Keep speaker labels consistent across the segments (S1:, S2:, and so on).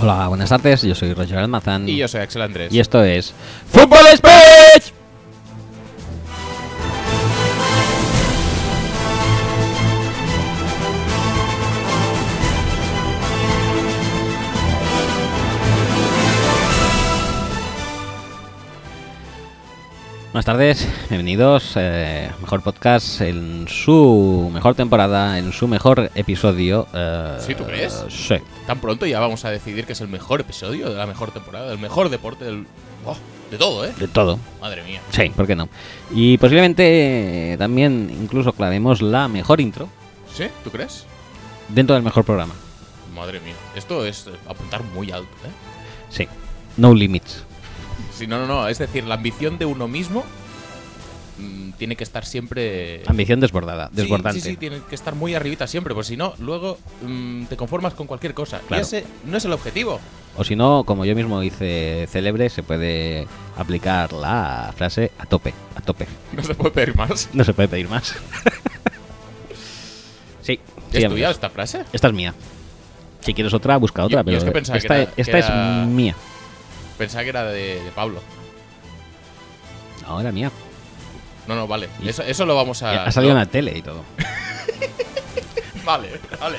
S1: Hola, buenas tardes. Yo soy Roger Almazán.
S2: Y yo soy Axel Andrés.
S1: Mm. Y esto es. ¡Fútbol Speech! Buenas tardes, bienvenidos. eh, mejor podcast en su mejor temporada, en su mejor episodio. eh,
S2: ¿Sí, tú crees?
S1: Sí.
S2: Tan pronto ya vamos a decidir que es el mejor episodio de la mejor temporada, del mejor deporte, del. ¡Oh! de todo, ¿eh?
S1: De todo.
S2: Madre mía.
S1: Sí, ¿por qué no? Y posiblemente eh, también incluso clavemos la mejor intro
S2: ¿Sí? ¿Tú crees?
S1: dentro del mejor programa.
S2: Madre mía. Esto es eh, apuntar muy alto, ¿eh?
S1: Sí. No limits.
S2: Sí, no, no, no. Es decir, la ambición de uno mismo mm, tiene que estar siempre.
S1: Ambición desbordada,
S2: Sí,
S1: desbordante.
S2: Sí, sí, tiene que estar muy arribita siempre, porque si no, luego mm, te conformas con cualquier cosa.
S1: Claro.
S2: Y ese no es el objetivo.
S1: O si no, como yo mismo hice célebre, se puede aplicar la frase a tope, a tope.
S2: No se puede pedir más.
S1: No se puede pedir más. sí. sí,
S2: ¿He
S1: amigos.
S2: estudiado esta frase?
S1: Esta es mía. Si quieres otra, busca otra,
S2: Yo- yo
S1: pero
S2: es que pensaba que
S1: esta, e-
S2: era- que
S1: esta
S2: era-
S1: es mía.
S2: Pensaba que era de, de Pablo.
S1: No, era mía.
S2: No, no, vale.
S1: Y-
S2: Eso, eso lo vamos a.
S1: ha salido
S2: lo-
S1: en la tele y todo.
S2: Vale, vale.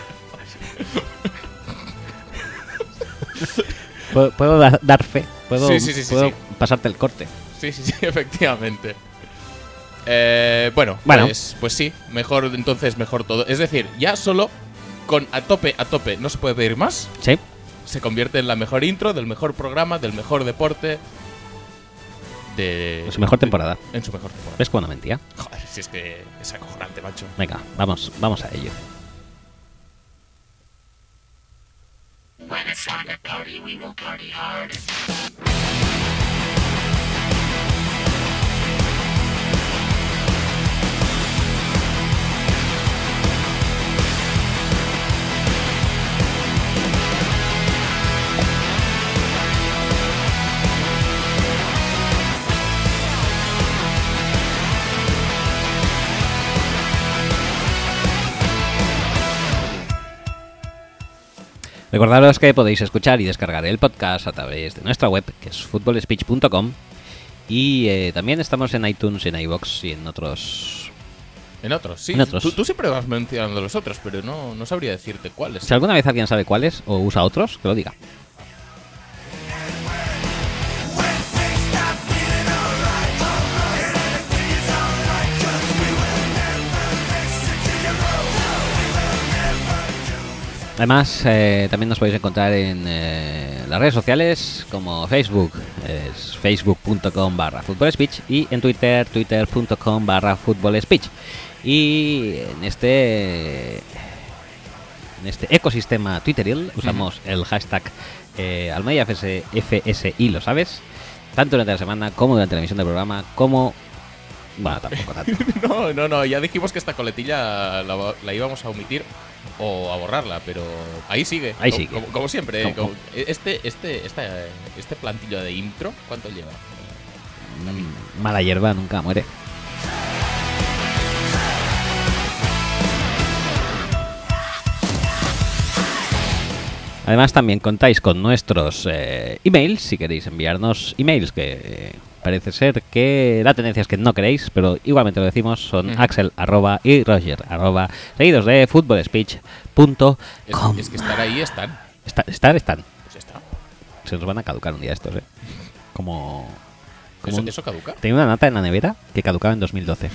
S1: Puedo, puedo da- dar fe, puedo,
S2: Sí, sí, sí, sí,
S1: puedo
S2: sí.
S1: pasarte el corte.
S2: Sí, sí, sí, efectivamente. Eh, bueno,
S1: Bueno.
S2: Pues, pues sí, mejor entonces, mejor todo. Es decir, ya solo con a tope, a tope, no se puede pedir más.
S1: Sí,
S2: Se convierte en la mejor intro, del mejor programa, del mejor deporte. De,
S1: es mejor temporada.
S2: En su mejor temporada.
S1: ¿Ves cuando mentía?
S2: Joder, si es que es acojonante, macho.
S1: Venga, vamos, vamos a ello. Recordaros que podéis escuchar y descargar el podcast a través de nuestra web, que es footballspeech.com. Y eh, también estamos en iTunes, en iBox y en otros.
S2: En otros, sí.
S1: En otros.
S2: Tú, tú siempre vas mencionando los otros, pero no, no sabría decirte cuáles.
S1: Si alguna vez alguien sabe cuáles o usa otros, que lo diga. Además, eh, también nos podéis encontrar en eh, las redes sociales como Facebook, es facebook.com barra Football speech y en Twitter, twitter.com barra Football speech. Y en este, en este ecosistema Twitteril usamos el hashtag eh, Almeida FS, FSI, lo sabes, tanto durante la semana como durante la emisión del programa, como... Bueno, tampoco tanto.
S2: No, no, no, ya dijimos que esta coletilla la, la íbamos a omitir o a borrarla, pero ahí sigue.
S1: Ahí
S2: como,
S1: sigue.
S2: Como, como siempre, eh,
S1: Como-
S2: como- este, este, esta- este plantillo de intro, ¿cuánto lleva?
S1: Mm, Mala hierba nunca muere. Además también contáis con nuestros eh, emails si queréis enviarnos emails que eh, parece ser que la tendencia es que no queréis, pero igualmente lo decimos son
S2: Ujú.
S1: axel arroba y roger arroba seguidos de footballspeech.com.
S2: Es, es que estar ahí están.
S1: Está- estar están,
S2: Pues ya está.
S1: se nos van a caducar un día estos, eh. Como, como
S2: ¿Eso,
S1: un-
S2: eso caduca?
S1: Tenía una nata en la nevera que caducaba en 2012.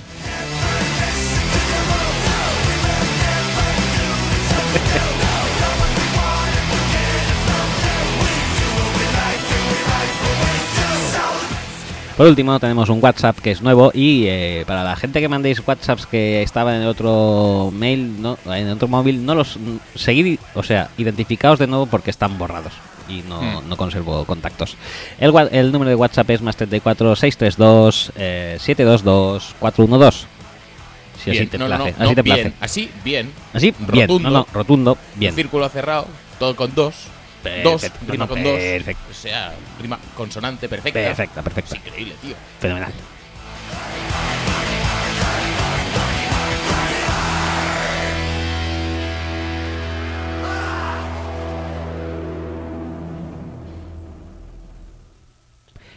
S1: Por último, tenemos un WhatsApp que es nuevo y eh, para la gente que mandéis WhatsApps que estaba en el otro mail, no, en el otro móvil, no los mm, seguid, o sea, identificaos de nuevo porque están borrados y no,
S2: Hmm.
S1: no conservo contactos. El, wa- el número de WhatsApp es más 34 632 eh, 722 412. Si así
S2: Bien,
S1: te
S2: no, no, no,
S1: place,
S2: no,
S1: así te
S2: bien,
S1: place.
S2: así, bien.
S1: Así, bien,
S2: Rotundo.
S1: no, no, rotundo, bien.
S2: Círculo cerrado, todo con dos.
S1: Perfecto,
S2: dos,
S1: no,
S2: rima
S1: no,
S2: con dos.
S1: perfecto.
S2: O sea, rima consonante perfecta.
S1: Perfecta, perfecta,
S2: Es increíble, tío.
S1: fenomenal.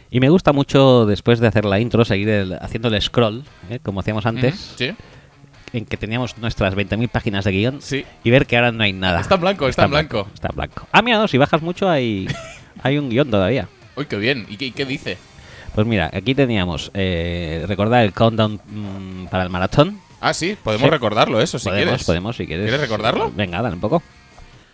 S1: Y me gusta mucho, después de hacer la intro, seguir el- haciendo el scroll, ¿eh? como hacíamos antes,
S2: Ujú, Sí.
S1: en que teníamos nuestras 20.000 páginas de guión
S2: Sí.
S1: y ver que ahora no hay nada.
S2: Está en blanco, está en blanco.
S1: Está en blanco. Ah, mira, no, si bajas mucho hay, hay un guión todavía.
S2: Uy, qué bien. ¿Y qué, y qué dice?
S1: Pues mira, aquí teníamos, eh, recordar el countdown mm, para el maratón.
S2: Ah, sí, podemos
S1: Sí.
S2: recordarlo, eso, Pues si
S1: podemos,
S2: quieres.
S1: podemos, si quieres.
S2: ¿Quieres recordarlo?
S1: Venga, dale un poco.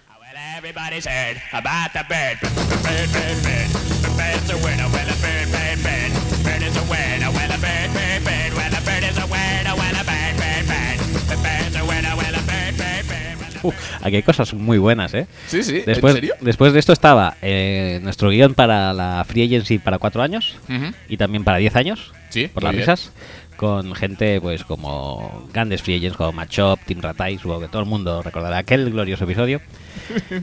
S3: Well, everybody's heard about the bird. The bird, bird, bird. The bird's a winner. Well, a bird, bird, bird. Bird is a winner. Well, a bird, bird, bird. Well, a bird is a winner. Well, a bird, bird, bird. The bird's a winner. Well, a bird, bird, bird. Well, a
S1: Uh, aquí hay cosas muy buenas, ¿eh?
S2: Sí, sí,
S1: Después,
S2: ¿en serio?
S1: después de esto estaba eh, nuestro guión para la Free Agency para cuatro años
S2: Ujú.
S1: y también para 10 años,
S2: Sí,
S1: por
S2: muy
S1: las
S2: bien.
S1: risas, con gente pues como grandes Free Agents como Machop, Tim Ratai, supongo que todo el mundo recordará aquel glorioso episodio.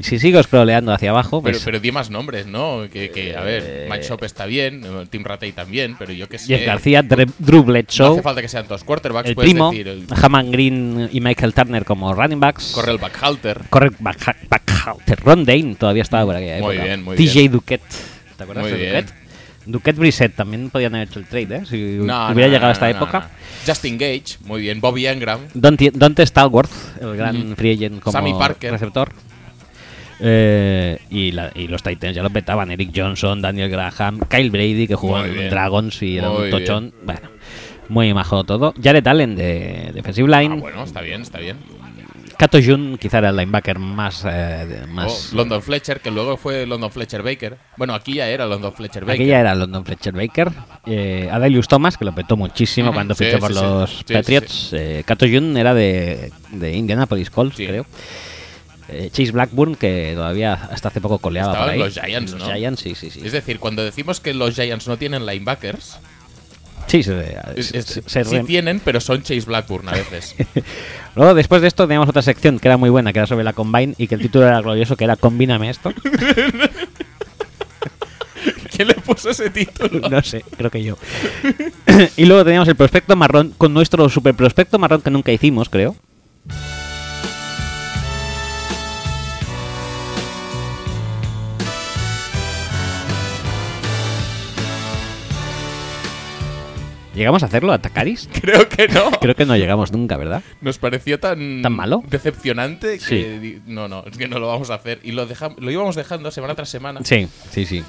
S1: si sigo scrolleando hacia abajo,
S2: Pero,
S1: pues, Eh,
S2: pero di más nombres, ¿no? Que, que, a ver, Mike Shop está bien, eh, Tim Ratey también, pero yo qué sé.
S1: Jeff García, Dre- Drew
S2: No
S1: Bledsoe,
S2: hace falta que sean todos quarterbacks,
S1: el
S2: puedes
S1: primo,
S2: decir el
S1: Hammond Green y Michael Turner como running backs.
S2: Correll Backhalter.
S1: Corre back, backhalter. Ron Dane todavía estaba por aquella
S2: Muy
S1: época.
S2: bien, muy
S1: TJ
S2: bien.
S1: Duquette. ¿Te acuerdas
S2: Muy
S1: de
S2: bien.
S1: Duquette? Duquette Brissett también podían haber hecho el trade, ¿eh? Si
S2: No, no,
S1: hubiera
S2: no,
S1: llegado a esta
S2: no, no,
S1: época.
S2: no. Justin Gage, muy bien. Bobby Engram. Ah,
S1: Dante, Dante Stallworth, el gran free agent como
S2: Sammy Parker.
S1: receptor. Eh, y, la- y los Titans ya los petaban. Eric Johnson, Daniel Graham, Kyle Brady, que jugó
S2: Muy
S1: en
S2: bien.
S1: Dragons y era
S2: Muy
S1: un
S2: bien.
S1: tochón. Bueno, muy majo todo. Jared Allen de Defensive
S2: Ah,
S1: Line.
S2: bueno, está bien, está bien.
S1: Kato Jun, quizá era el linebacker más. eh, de- más
S2: Oh, London Fletcher, que luego fue London Fletcher Baker. Bueno, aquí ya era London Fletcher Baker.
S1: Aquella era London Fletcher Baker. Eh, Adelius Thomas, que lo petó muchísimo
S2: Ujú,
S1: cuando
S2: sí,
S1: fichó
S2: sí,
S1: por
S2: sí.
S1: los
S2: Sí, sí,
S1: Patriots. Eh, Cato Jun era de, de Indianapolis Colts,
S2: Sí.
S1: creo. Eh, Chase Blackburn, que todavía hasta hace poco coleaba
S2: Estaban
S1: por ahí.
S2: los Giants,
S1: Los
S2: ¿no?
S1: Giants, sí, sí, sí.
S2: Es decir, cuando decimos que los Giants no tienen linebackers,
S1: Sí, se-
S2: es-
S1: se-
S2: es-
S1: se
S2: sí
S1: rem-
S2: tienen, pero son Chase Blackburn a veces.
S1: Luego, después de esto, teníamos otra sección que era muy buena, que era sobre la Combine, y que el título era glorioso, que era Combíname esto.
S2: ¿Quién le puso ese título?
S1: No sé, creo que yo. y luego teníamos el prospecto marrón con nuestro super prospecto marrón que nunca hicimos, creo. ¿Llegamos a hacerlo a Takaris?
S2: Creo que no.
S1: Creo que no llegamos nunca, ¿verdad?
S2: Nos pareció tan,
S1: ¿Tan malo?
S2: decepcionante que
S1: Sí.
S2: di- no, no, es que no lo vamos a hacer. Y lo, deja- lo íbamos dejando semana tras semana.
S1: Sí, sí, sí.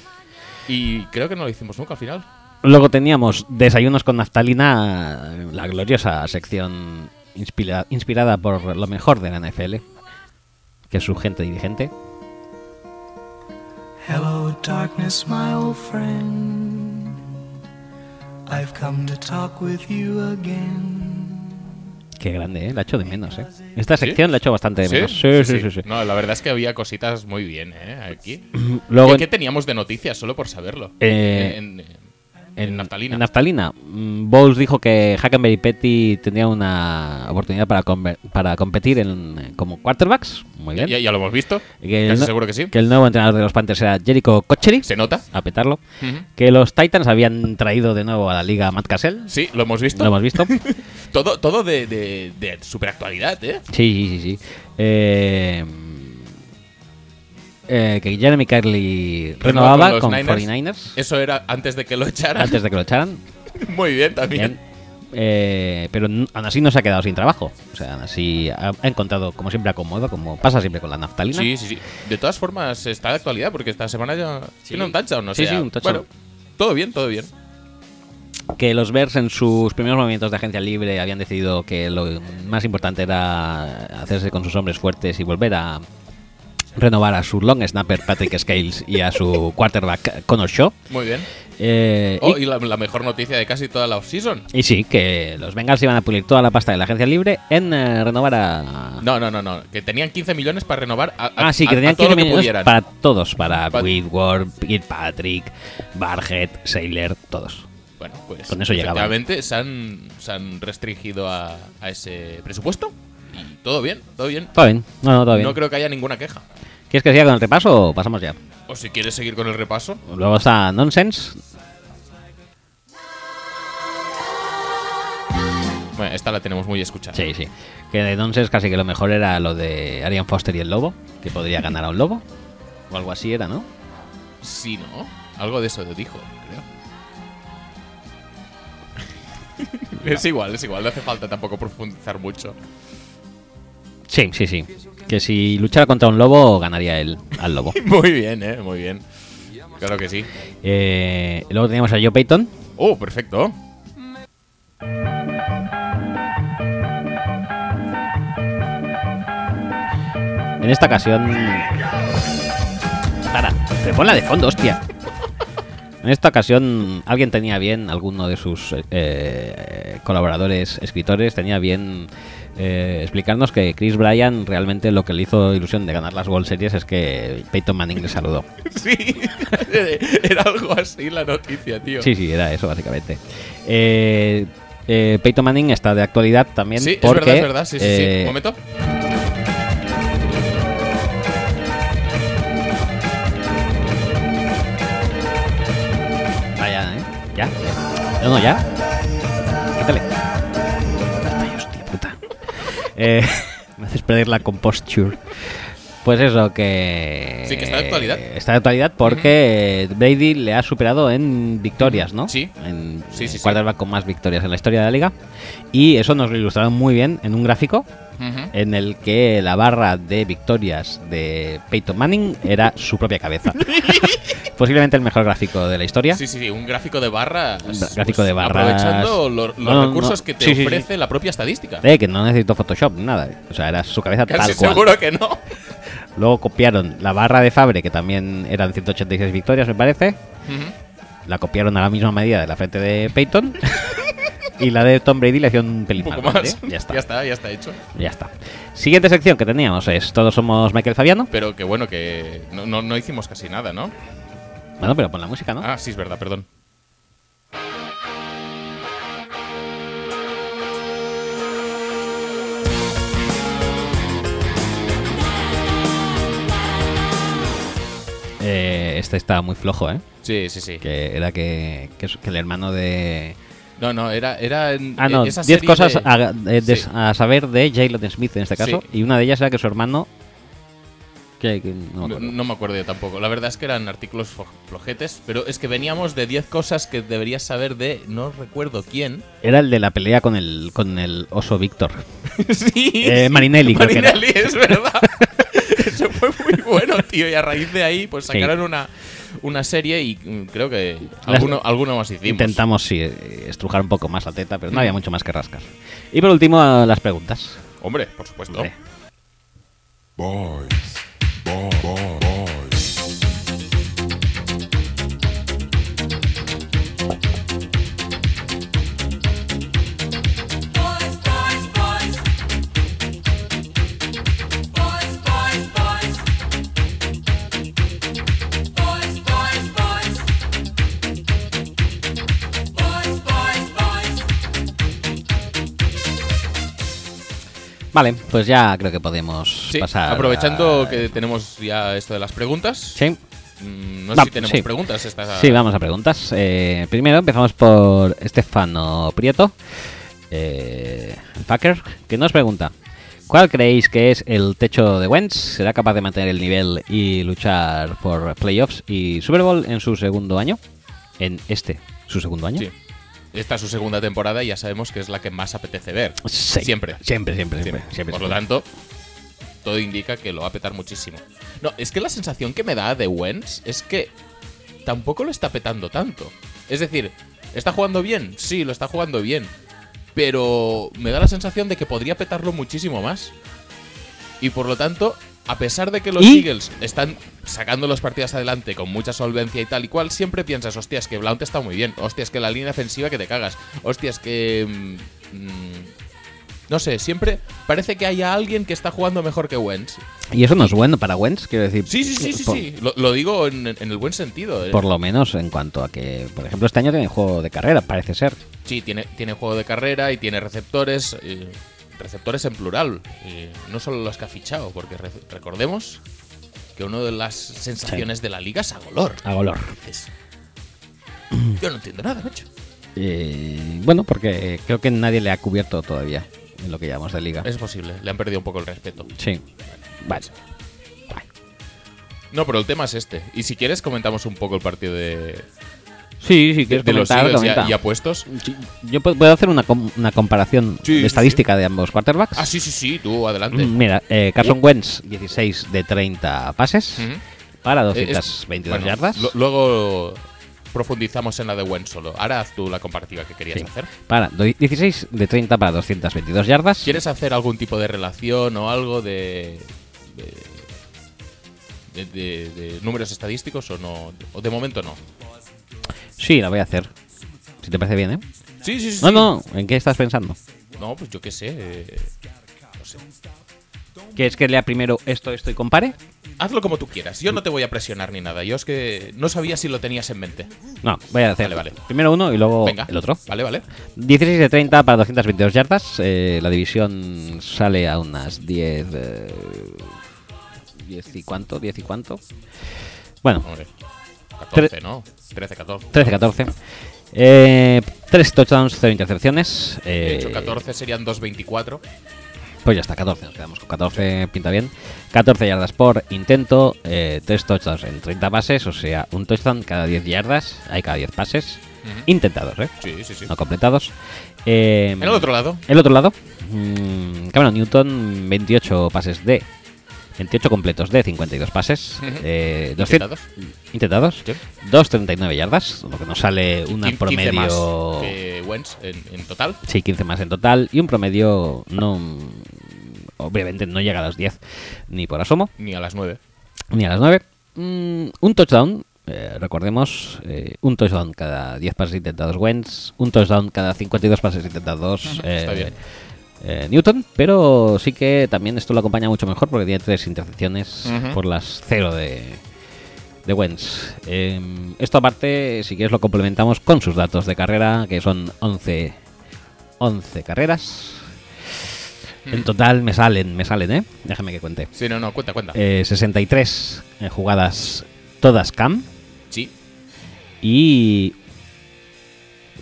S2: Y creo que no lo hicimos nunca al final.
S1: Luego teníamos Desayunos con Naftalina, la gloriosa sección inspira- inspirada por lo mejor de la NFL, que es su gente dirigente.
S4: Hello, darkness, my old friend. I've come to talk with you again.
S1: Qué grande, ¿eh? La echo de menos, ¿eh? Esta sección la echo bastante de menos. sí, sí. sí, sí.
S2: No, la verdad es que había cositas muy bien, ¿eh? Aquí.
S1: Luego
S2: ¿Qué, qué teníamos de noticias solo por saberlo?
S1: Eh,
S2: en, en- en naftalina.
S1: En Naftalina. Mm, Bowles dijo que Hackenberry Petty tenía una oportunidad para, conver- para competir en, como quarterbacks. Muy bien.
S2: ya, ya lo hemos visto.
S1: Y que el
S2: Casi
S1: no-
S2: seguro que sí.
S1: Que el nuevo entrenador de los Panthers era Jericho Cocheri.
S2: ¿Se nota?
S1: A petarlo.
S2: Ujú.
S1: Que los Titans habían traído de nuevo a la liga a Matt Cassell.
S2: Sí, lo hemos visto.
S1: Lo hemos visto. sí,
S2: Todo, todo de, de, de superactualidad, ¿eh?
S1: sí, sí, sí. Eh, eh, que Jeremy Carly renovaba con,
S2: los
S1: 49ers
S2: Niners. Eso era antes de que lo echaran.
S1: antes de que lo echaran.
S2: Muy bien también.
S1: Bien. Eh, pero n- aún así no se ha quedado sin trabajo. O sea, aún así ha, ha encontrado, como siempre, acomodo, como pasa siempre con la naftalina.
S2: Sí, sí, sí. De todas formas, está de actualidad porque esta semana ya tiene un touchdown, no
S1: Sí,
S2: sé.
S1: sí, un touchdown.
S2: Bueno, todo bien, todo bien.
S1: Que los Bears en sus primeros movimientos de agencia libre habían decidido que lo más importante era hacerse con sus hombres fuertes y volver a renovar a su long snapper Patrick Scales y a su quarterback Connor Shaw.
S2: Muy bien.
S1: Eh,
S2: Oh,
S1: y,
S2: y la, la mejor noticia de casi toda la offseason.
S1: y sí, que los Bengals iban a pulir toda la pasta de la agencia libre en eh, renovar a,
S2: No, no, no, no. Que tenían 15 millones para renovar a, a-
S1: Ah, sí, que
S2: a- a
S1: tenían 15
S2: todo lo que
S1: minutos
S2: pudieran.
S1: para todos, para
S2: Pa-
S1: Whitworth, Patrick, Barget, Sailor, todos.
S2: Bueno, pues.
S1: Con eso llegaban.
S2: efectivamente, se han, se han restringido a, a ese presupuesto. Y todo bien, todo bien.
S1: Todo bien, no, no, todo bien.
S2: No creo que haya ninguna queja.
S1: ¿Quieres que siga con el repaso o pasamos ya?
S2: O si quieres seguir con el repaso.
S1: Luego está Nonsense.
S2: Bueno, esta la tenemos muy escuchada.
S1: Sí, sí. Que de Nonsense casi que lo mejor era lo de Arian Foster y el lobo, que podría ganar a un lobo. O algo así era, ¿no?
S2: Sí, ¿no? Algo de eso dijo, creo. Es igual, es igual, no hace falta tampoco profundizar mucho.
S1: Sí, sí, sí. Que si luchara contra un lobo, ganaría él al lobo.
S2: Muy bien, eh, muy bien. Claro que sí.
S1: Eh, luego teníamos a Joe Payton.
S2: Oh, perfecto.
S1: En esta ocasión. Para, pero ponla de fondo, hostia. En esta ocasión, alguien tenía bien, alguno de sus eh, colaboradores, escritores, tenía bien eh, explicarnos que Chris Bryan realmente lo que le hizo ilusión de ganar las World Series es que Peyton Manning le saludó.
S2: Sí, era algo así la noticia, tío.
S1: Sí, sí, era eso básicamente. Eh, eh, Peyton Manning está de actualidad también
S2: Sí, es
S1: porque
S2: verdad, es verdad. Sí, sí, sí.
S1: eh,
S2: Un momento.
S1: Vaya, ¿eh? ¿Ya? No, no, ya. Quítale. Ay, hostia puta. Eh, me haces perder la composture. Pues eso, que...
S2: Sí, que está de actualidad.
S1: Está de actualidad porque Brady le ha superado en victorias, ¿no?
S2: Sí.
S1: En
S2: Sí, sí, sí.
S1: quarterback con más victorias en la historia de la liga. Y eso nos lo ilustraron muy bien en un gráfico
S2: Ujú.
S1: en el que la barra de victorias de Peyton Manning era su propia cabeza. Posiblemente el mejor gráfico de la historia.
S2: Sí, sí, sí, un gráfico de barras.
S1: Gra- gráfico de barras.
S2: Aprovechando lo- los
S1: No, no,
S2: recursos
S1: no.
S2: que te
S1: Sí, sí, sí.
S2: ofrece la propia estadística.
S1: Eh, que no necesito Photoshop, ni nada. O sea, era su cabeza
S2: Casi
S1: tal cual.
S2: seguro que no.
S1: Luego copiaron la barra de Fabre, que también eran 186 victorias, me parece.
S2: Ujú.
S1: La copiaron a la misma medida de la frente de Peyton. y la de Tom Brady le hacían un
S2: Un
S1: pelín
S2: poco
S1: más. grande.
S2: más.
S1: ¿eh? Ya está.
S2: ya está, ya está hecho.
S1: Ya está. Siguiente sección que teníamos es Todos somos Michael Fabiano.
S2: Pero que bueno, que no, no, no hicimos casi nada, ¿no?
S1: Bueno, pero pon la música, ¿no?
S2: Ah, sí, es verdad, perdón.
S1: Eh, este estaba muy flojo, ¿eh?
S2: Sí, sí, sí.
S1: Que era que, que, es- que el hermano de...
S2: No, no, era. era en-
S1: Ah, no,
S2: E-, esa
S1: 10
S2: serie
S1: cosas
S2: de-
S1: a, eh, de-
S2: Sí.
S1: a saber de Jalen Smith en este caso.
S2: Sí.
S1: Y una de ellas era que su hermano... Que, que no me
S2: No,
S1: acuerdo.
S2: no me acuerdo yo tampoco. La verdad es que eran artículos fo- flojetes, pero es que veníamos de 10 cosas que deberías saber de no recuerdo quién.
S1: Era el de la pelea con el, con el oso Víctor.
S2: sí.
S1: Eh, Marinelli, creo que era.
S2: Marinelli, es verdad. Eso fue muy bueno, tío. Y a raíz de ahí, pues
S1: Sí.
S2: sacaron una, una serie y mm, creo que alguno, alguno más hicimos.
S1: Intentamos sí, eh, estrujar un poco más la teta,
S2: Mm.
S1: pero no había mucho más que rascar. Y por último, eh, las preguntas.
S2: Hombre, por supuesto.
S1: Hombre.
S5: Boys. Boy, boy, boys.
S6: Boys, boys, boys. Boys, boys, boys. Boys, boys, boys. Boys, boys, boys.
S1: Vale, pues ya creo que podemos
S2: Sí,
S1: pues pasar.
S2: aprovechando
S1: a-
S2: que tenemos ya esto de las preguntas.
S1: Sí.
S2: mm, No sé
S1: Va-
S2: si tenemos
S1: sí.
S2: preguntas. Esta...
S1: Sí, vamos a preguntas. Eh, primero empezamos por Estefano Prieto, eh, el Packer, que nos pregunta: ¿Cuál creéis que es el techo de Wentz? ¿Será capaz de mantener el nivel y luchar por playoffs y Super Bowl en su segundo año? En este, su segundo año.
S2: Sí. Esta es su segunda temporada y ya sabemos que es la que más apetece ver.
S1: Sí.
S2: Siempre.
S1: Siempre, siempre, siempre.
S2: Siempre.
S1: siempre,
S2: Por lo
S1: siempre.
S2: tanto, todo indica que lo va a petar muchísimo. No, es que la sensación que me da de Wentz es que tampoco lo está petando tanto. Es decir, ¿está jugando bien? Sí, lo está jugando bien. Pero me da la sensación de que podría petarlo muchísimo más. Y por lo tanto, a pesar de que los
S1: ¿Y?
S2: Eagles están sacando los partidos adelante con mucha solvencia y tal y cual, siempre piensas, hostias, que Blount está muy bien, hostias, que la línea defensiva que te cagas, hostias, que... mm, mm, no sé, siempre parece que haya alguien que está jugando mejor que Wentz.
S1: Y eso no es bueno para Wentz, quiero decir. eh,
S2: Sí, sí, sí, sí,
S1: por-
S2: sí. Lo, lo digo en, en el buen sentido. eh.
S1: Por lo menos en cuanto a que, por ejemplo, este año tiene juego de carrera, parece ser.
S2: Sí, tiene, tiene juego de carrera y tiene receptores. eh, receptores en plural. eh, no solo los que ha fichado, porque re- recordemos que una de las sensaciones de la liga es Agolor.
S1: A golor.
S2: Dices, Yo no entiendo nada, macho.
S1: Eh, bueno, porque creo que nadie le ha cubierto todavía en lo que llamamos de liga.
S2: Es posible, le han perdido un poco el respeto.
S1: Sí. Vale. Vale.
S2: No, pero el tema es este. Y si quieres, comentamos un poco el partido de.
S1: Sí, sí, quieres
S2: de los
S1: comentar,
S2: Eagles
S1: comenta.
S2: y, y apuestos.
S1: Sí, Yo pu- puedo hacer una, com- una comparación
S2: Sí, sí,
S1: estadística de ambos quarterbacks.
S2: Ah, sí, sí, sí, tú, adelante.
S1: Mm, Mira, eh, Carson Wentz, 16 de 30 pases
S2: Uh. Ujú.
S1: para
S2: Eh, es-
S1: 222
S2: bueno,
S1: yardas.
S2: lo- luego profundizamos en la de Wen solo. Ahora haz tú la comparativa que querías
S1: Sí.
S2: hacer.
S1: Para, do- 16 de 30 para 222 yardas.
S2: ¿Quieres hacer algún tipo de relación o algo de. de, de- de- de números estadísticos o no? O de momento no.
S1: Sí, la voy a hacer. Si te parece bien, ¿eh?
S2: Sí, sí, sí.
S1: No,
S2: sí.
S1: no, ¿en qué estás pensando?
S2: No, pues yo qué sé. eh, No sé.
S1: ¿Quieres que lea primero esto, esto y compare?
S2: Hazlo como tú quieras. Yo no te voy a presionar ni nada. Yo es que no sabía si lo tenías en mente.
S1: No, voy a hacer
S2: Vale, vale.
S1: primero uno y luego
S2: Venga.
S1: Oh, el otro.
S2: Vale, vale.
S1: 16 de 30 para 222 yardas. Eh, la división sale a unas 10. eh, 10 y cuánto, 10 y cuánto. Bueno,
S2: Hombre. 14, ¿no? 13, 14.
S1: 13-14. Eh, 3 touchdowns, 0 intercepciones.
S2: De
S1: Eh,
S2: hecho, 14 serían 2.24.
S1: Pues ya está, 14. Nos quedamos con 14, pinta bien. 14 yardas por intento, eh, 3 touchdowns en 30 pases, o sea, un touchdown cada 10 yardas. Hay cada 10 pases.
S2: Ujú.
S1: Intentados, ¿eh?
S2: Sí, sí, sí.
S1: No completados. Eh,
S2: En el otro lado,
S1: El otro lado, mm, Cameron Newton, 28 pases de. 28 completos de 52 pases.
S2: Ujú.
S1: eh, 200 intentados.
S2: Sí.
S1: 2.39 yardas, lo que nos sale una
S2: 15
S1: promedio.
S2: más que Wentz en, en total.
S1: Sí, 15 más en total. Y un promedio no. Obviamente no llega a los 10, ni por asomo,
S2: Ni a las 9.
S1: ni a las 9. Mm, un touchdown, eh, recordemos, eh, un touchdown cada 10 pases intentados Wentz, un touchdown cada 52 pases intentados eh,
S2: está bien.
S1: eh, Newton, pero sí que también esto lo acompaña mucho mejor porque tiene tres intercepciones
S2: Ujú.
S1: por las 0 de, de Wentz. Eh, esto aparte, si quieres, lo complementamos con sus datos de carrera, que son 11, 11 carreras. En total me salen, me salen, ¿eh? Déjame que cuente.
S2: Sí, no, no, cuenta, cuenta.
S1: Eh, 63 eh, jugadas todas cam
S2: Sí,
S1: y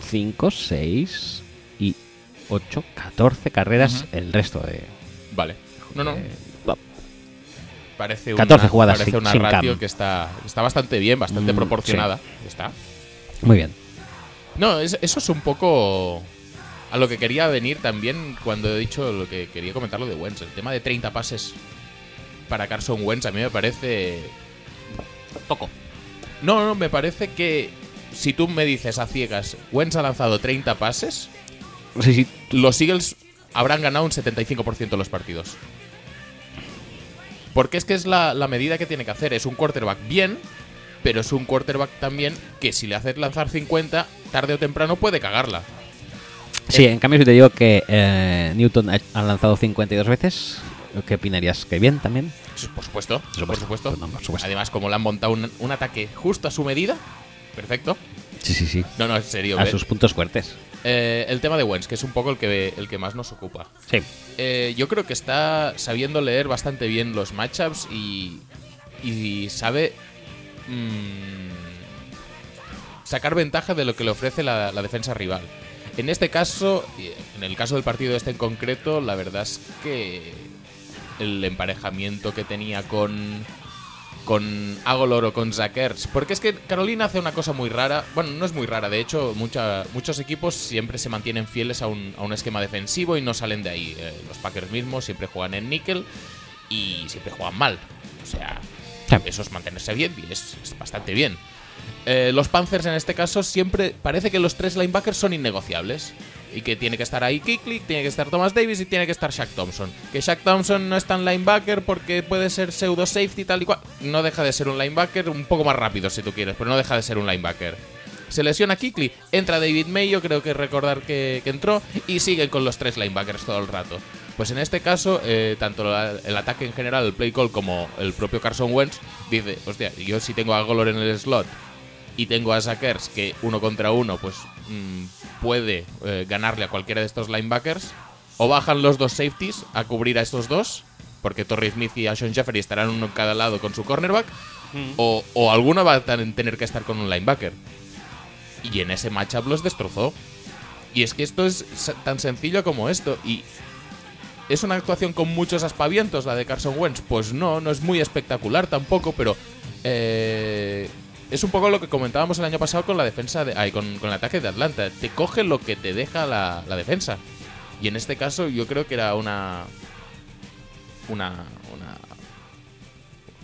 S1: 5, 6 y 8, 14 carreras el resto de...
S2: vale. No, no.
S1: eh, va-
S2: Parece
S1: 14
S2: una,
S1: jugadas
S2: parece
S1: sin-
S2: una
S1: sin
S2: ratio
S1: cam.
S2: que está, está bastante bien, bastante
S1: Mm,
S2: proporcionada. Está.
S1: Muy bien.
S2: No, es- eso es un poco a lo que quería venir también cuando he dicho lo que quería comentar lo de Wentz. El tema de 30 pases para Carson Wentz a mí me parece poco. No, no, me parece que si tú me dices a ciegas, Wentz ha lanzado 30 pases,
S1: Sí, sí.
S2: los Eagles habrán ganado un 75% de los partidos. Porque es que es la, la medida que tiene que hacer. Es un quarterback bien, pero es un quarterback también que si le haces lanzar 50, tarde o temprano puede cagarla.
S1: Sí, en cambio si te digo que eh, Newton ha, ha lanzado 52 veces, ¿qué opinarías? Que bien también.
S2: Sí, Por supuesto, por
S1: supuesto,
S2: supuesto.
S1: no, por supuesto.
S2: Además, como le han montado un, un ataque justo a su medida, perfecto.
S1: Sí, sí, sí.
S2: No, no, en serio.
S1: A
S2: ve-
S1: sus puntos fuertes.
S2: eh, el tema de Wentz, que es un poco el que, el que más nos ocupa.
S1: Sí.
S2: Eh, yo creo que está sabiendo leer bastante bien los matchups y, y sabe mm, sacar ventaja de lo que le ofrece la, la defensa rival. En este caso, y en el caso del partido este en concreto, la verdad es que el emparejamiento que tenía con con Agolor o con Zakers. Porque es que Carolina hace una cosa muy rara. Bueno, no es muy rara, de hecho, mucha- muchos equipos siempre se mantienen fieles a un, a un esquema defensivo y no salen de ahí. Eh, los Packers mismos siempre juegan en níquel y siempre juegan mal. O sea,
S1: Sí.
S2: eso es mantenerse bien y es, es bastante bien. Eh, los Panthers en este caso siempre parece que los tres linebackers son innegociables. Y que tiene que estar ahí Kiklik, tiene que estar Thomas Davis y tiene que estar Shaq Thompson. Que Shaq Thompson no es tan linebacker porque puede ser pseudo safety tal y cual. No deja de ser un linebacker, un poco más rápido si tú quieres, pero no deja de ser un linebacker. Se lesiona Kikli, entra David Mayo, creo que recordar que, que entró, y sigue con los tres linebackers todo el rato. Pues en este caso, eh, tanto la- el ataque en general, el play call, como el propio Carson Wentz, dice, hostia, yo si tengo a Golor en el slot y tengo a Sackers que uno contra uno, pues mm, puede eh, ganarle a cualquiera de estos linebackers, o bajan los dos safeties a cubrir a estos dos, porque Torrey Smith y Ashon Jeffery estarán uno en cada lado con su cornerback, o, o alguno va a tan- tener que estar con un linebacker. Y en ese matchup los destrozó. Y es que esto es sa- tan sencillo como esto. Y es una actuación con muchos aspavientos la de Carson Wentz. Pues no, no es muy espectacular tampoco, pero eh, es un poco lo que comentábamos el año pasado con la defensa de, ay, con, con el ataque de Atlanta. Te coge lo que te deja la, la defensa. Y en este caso yo creo que era una. Una. una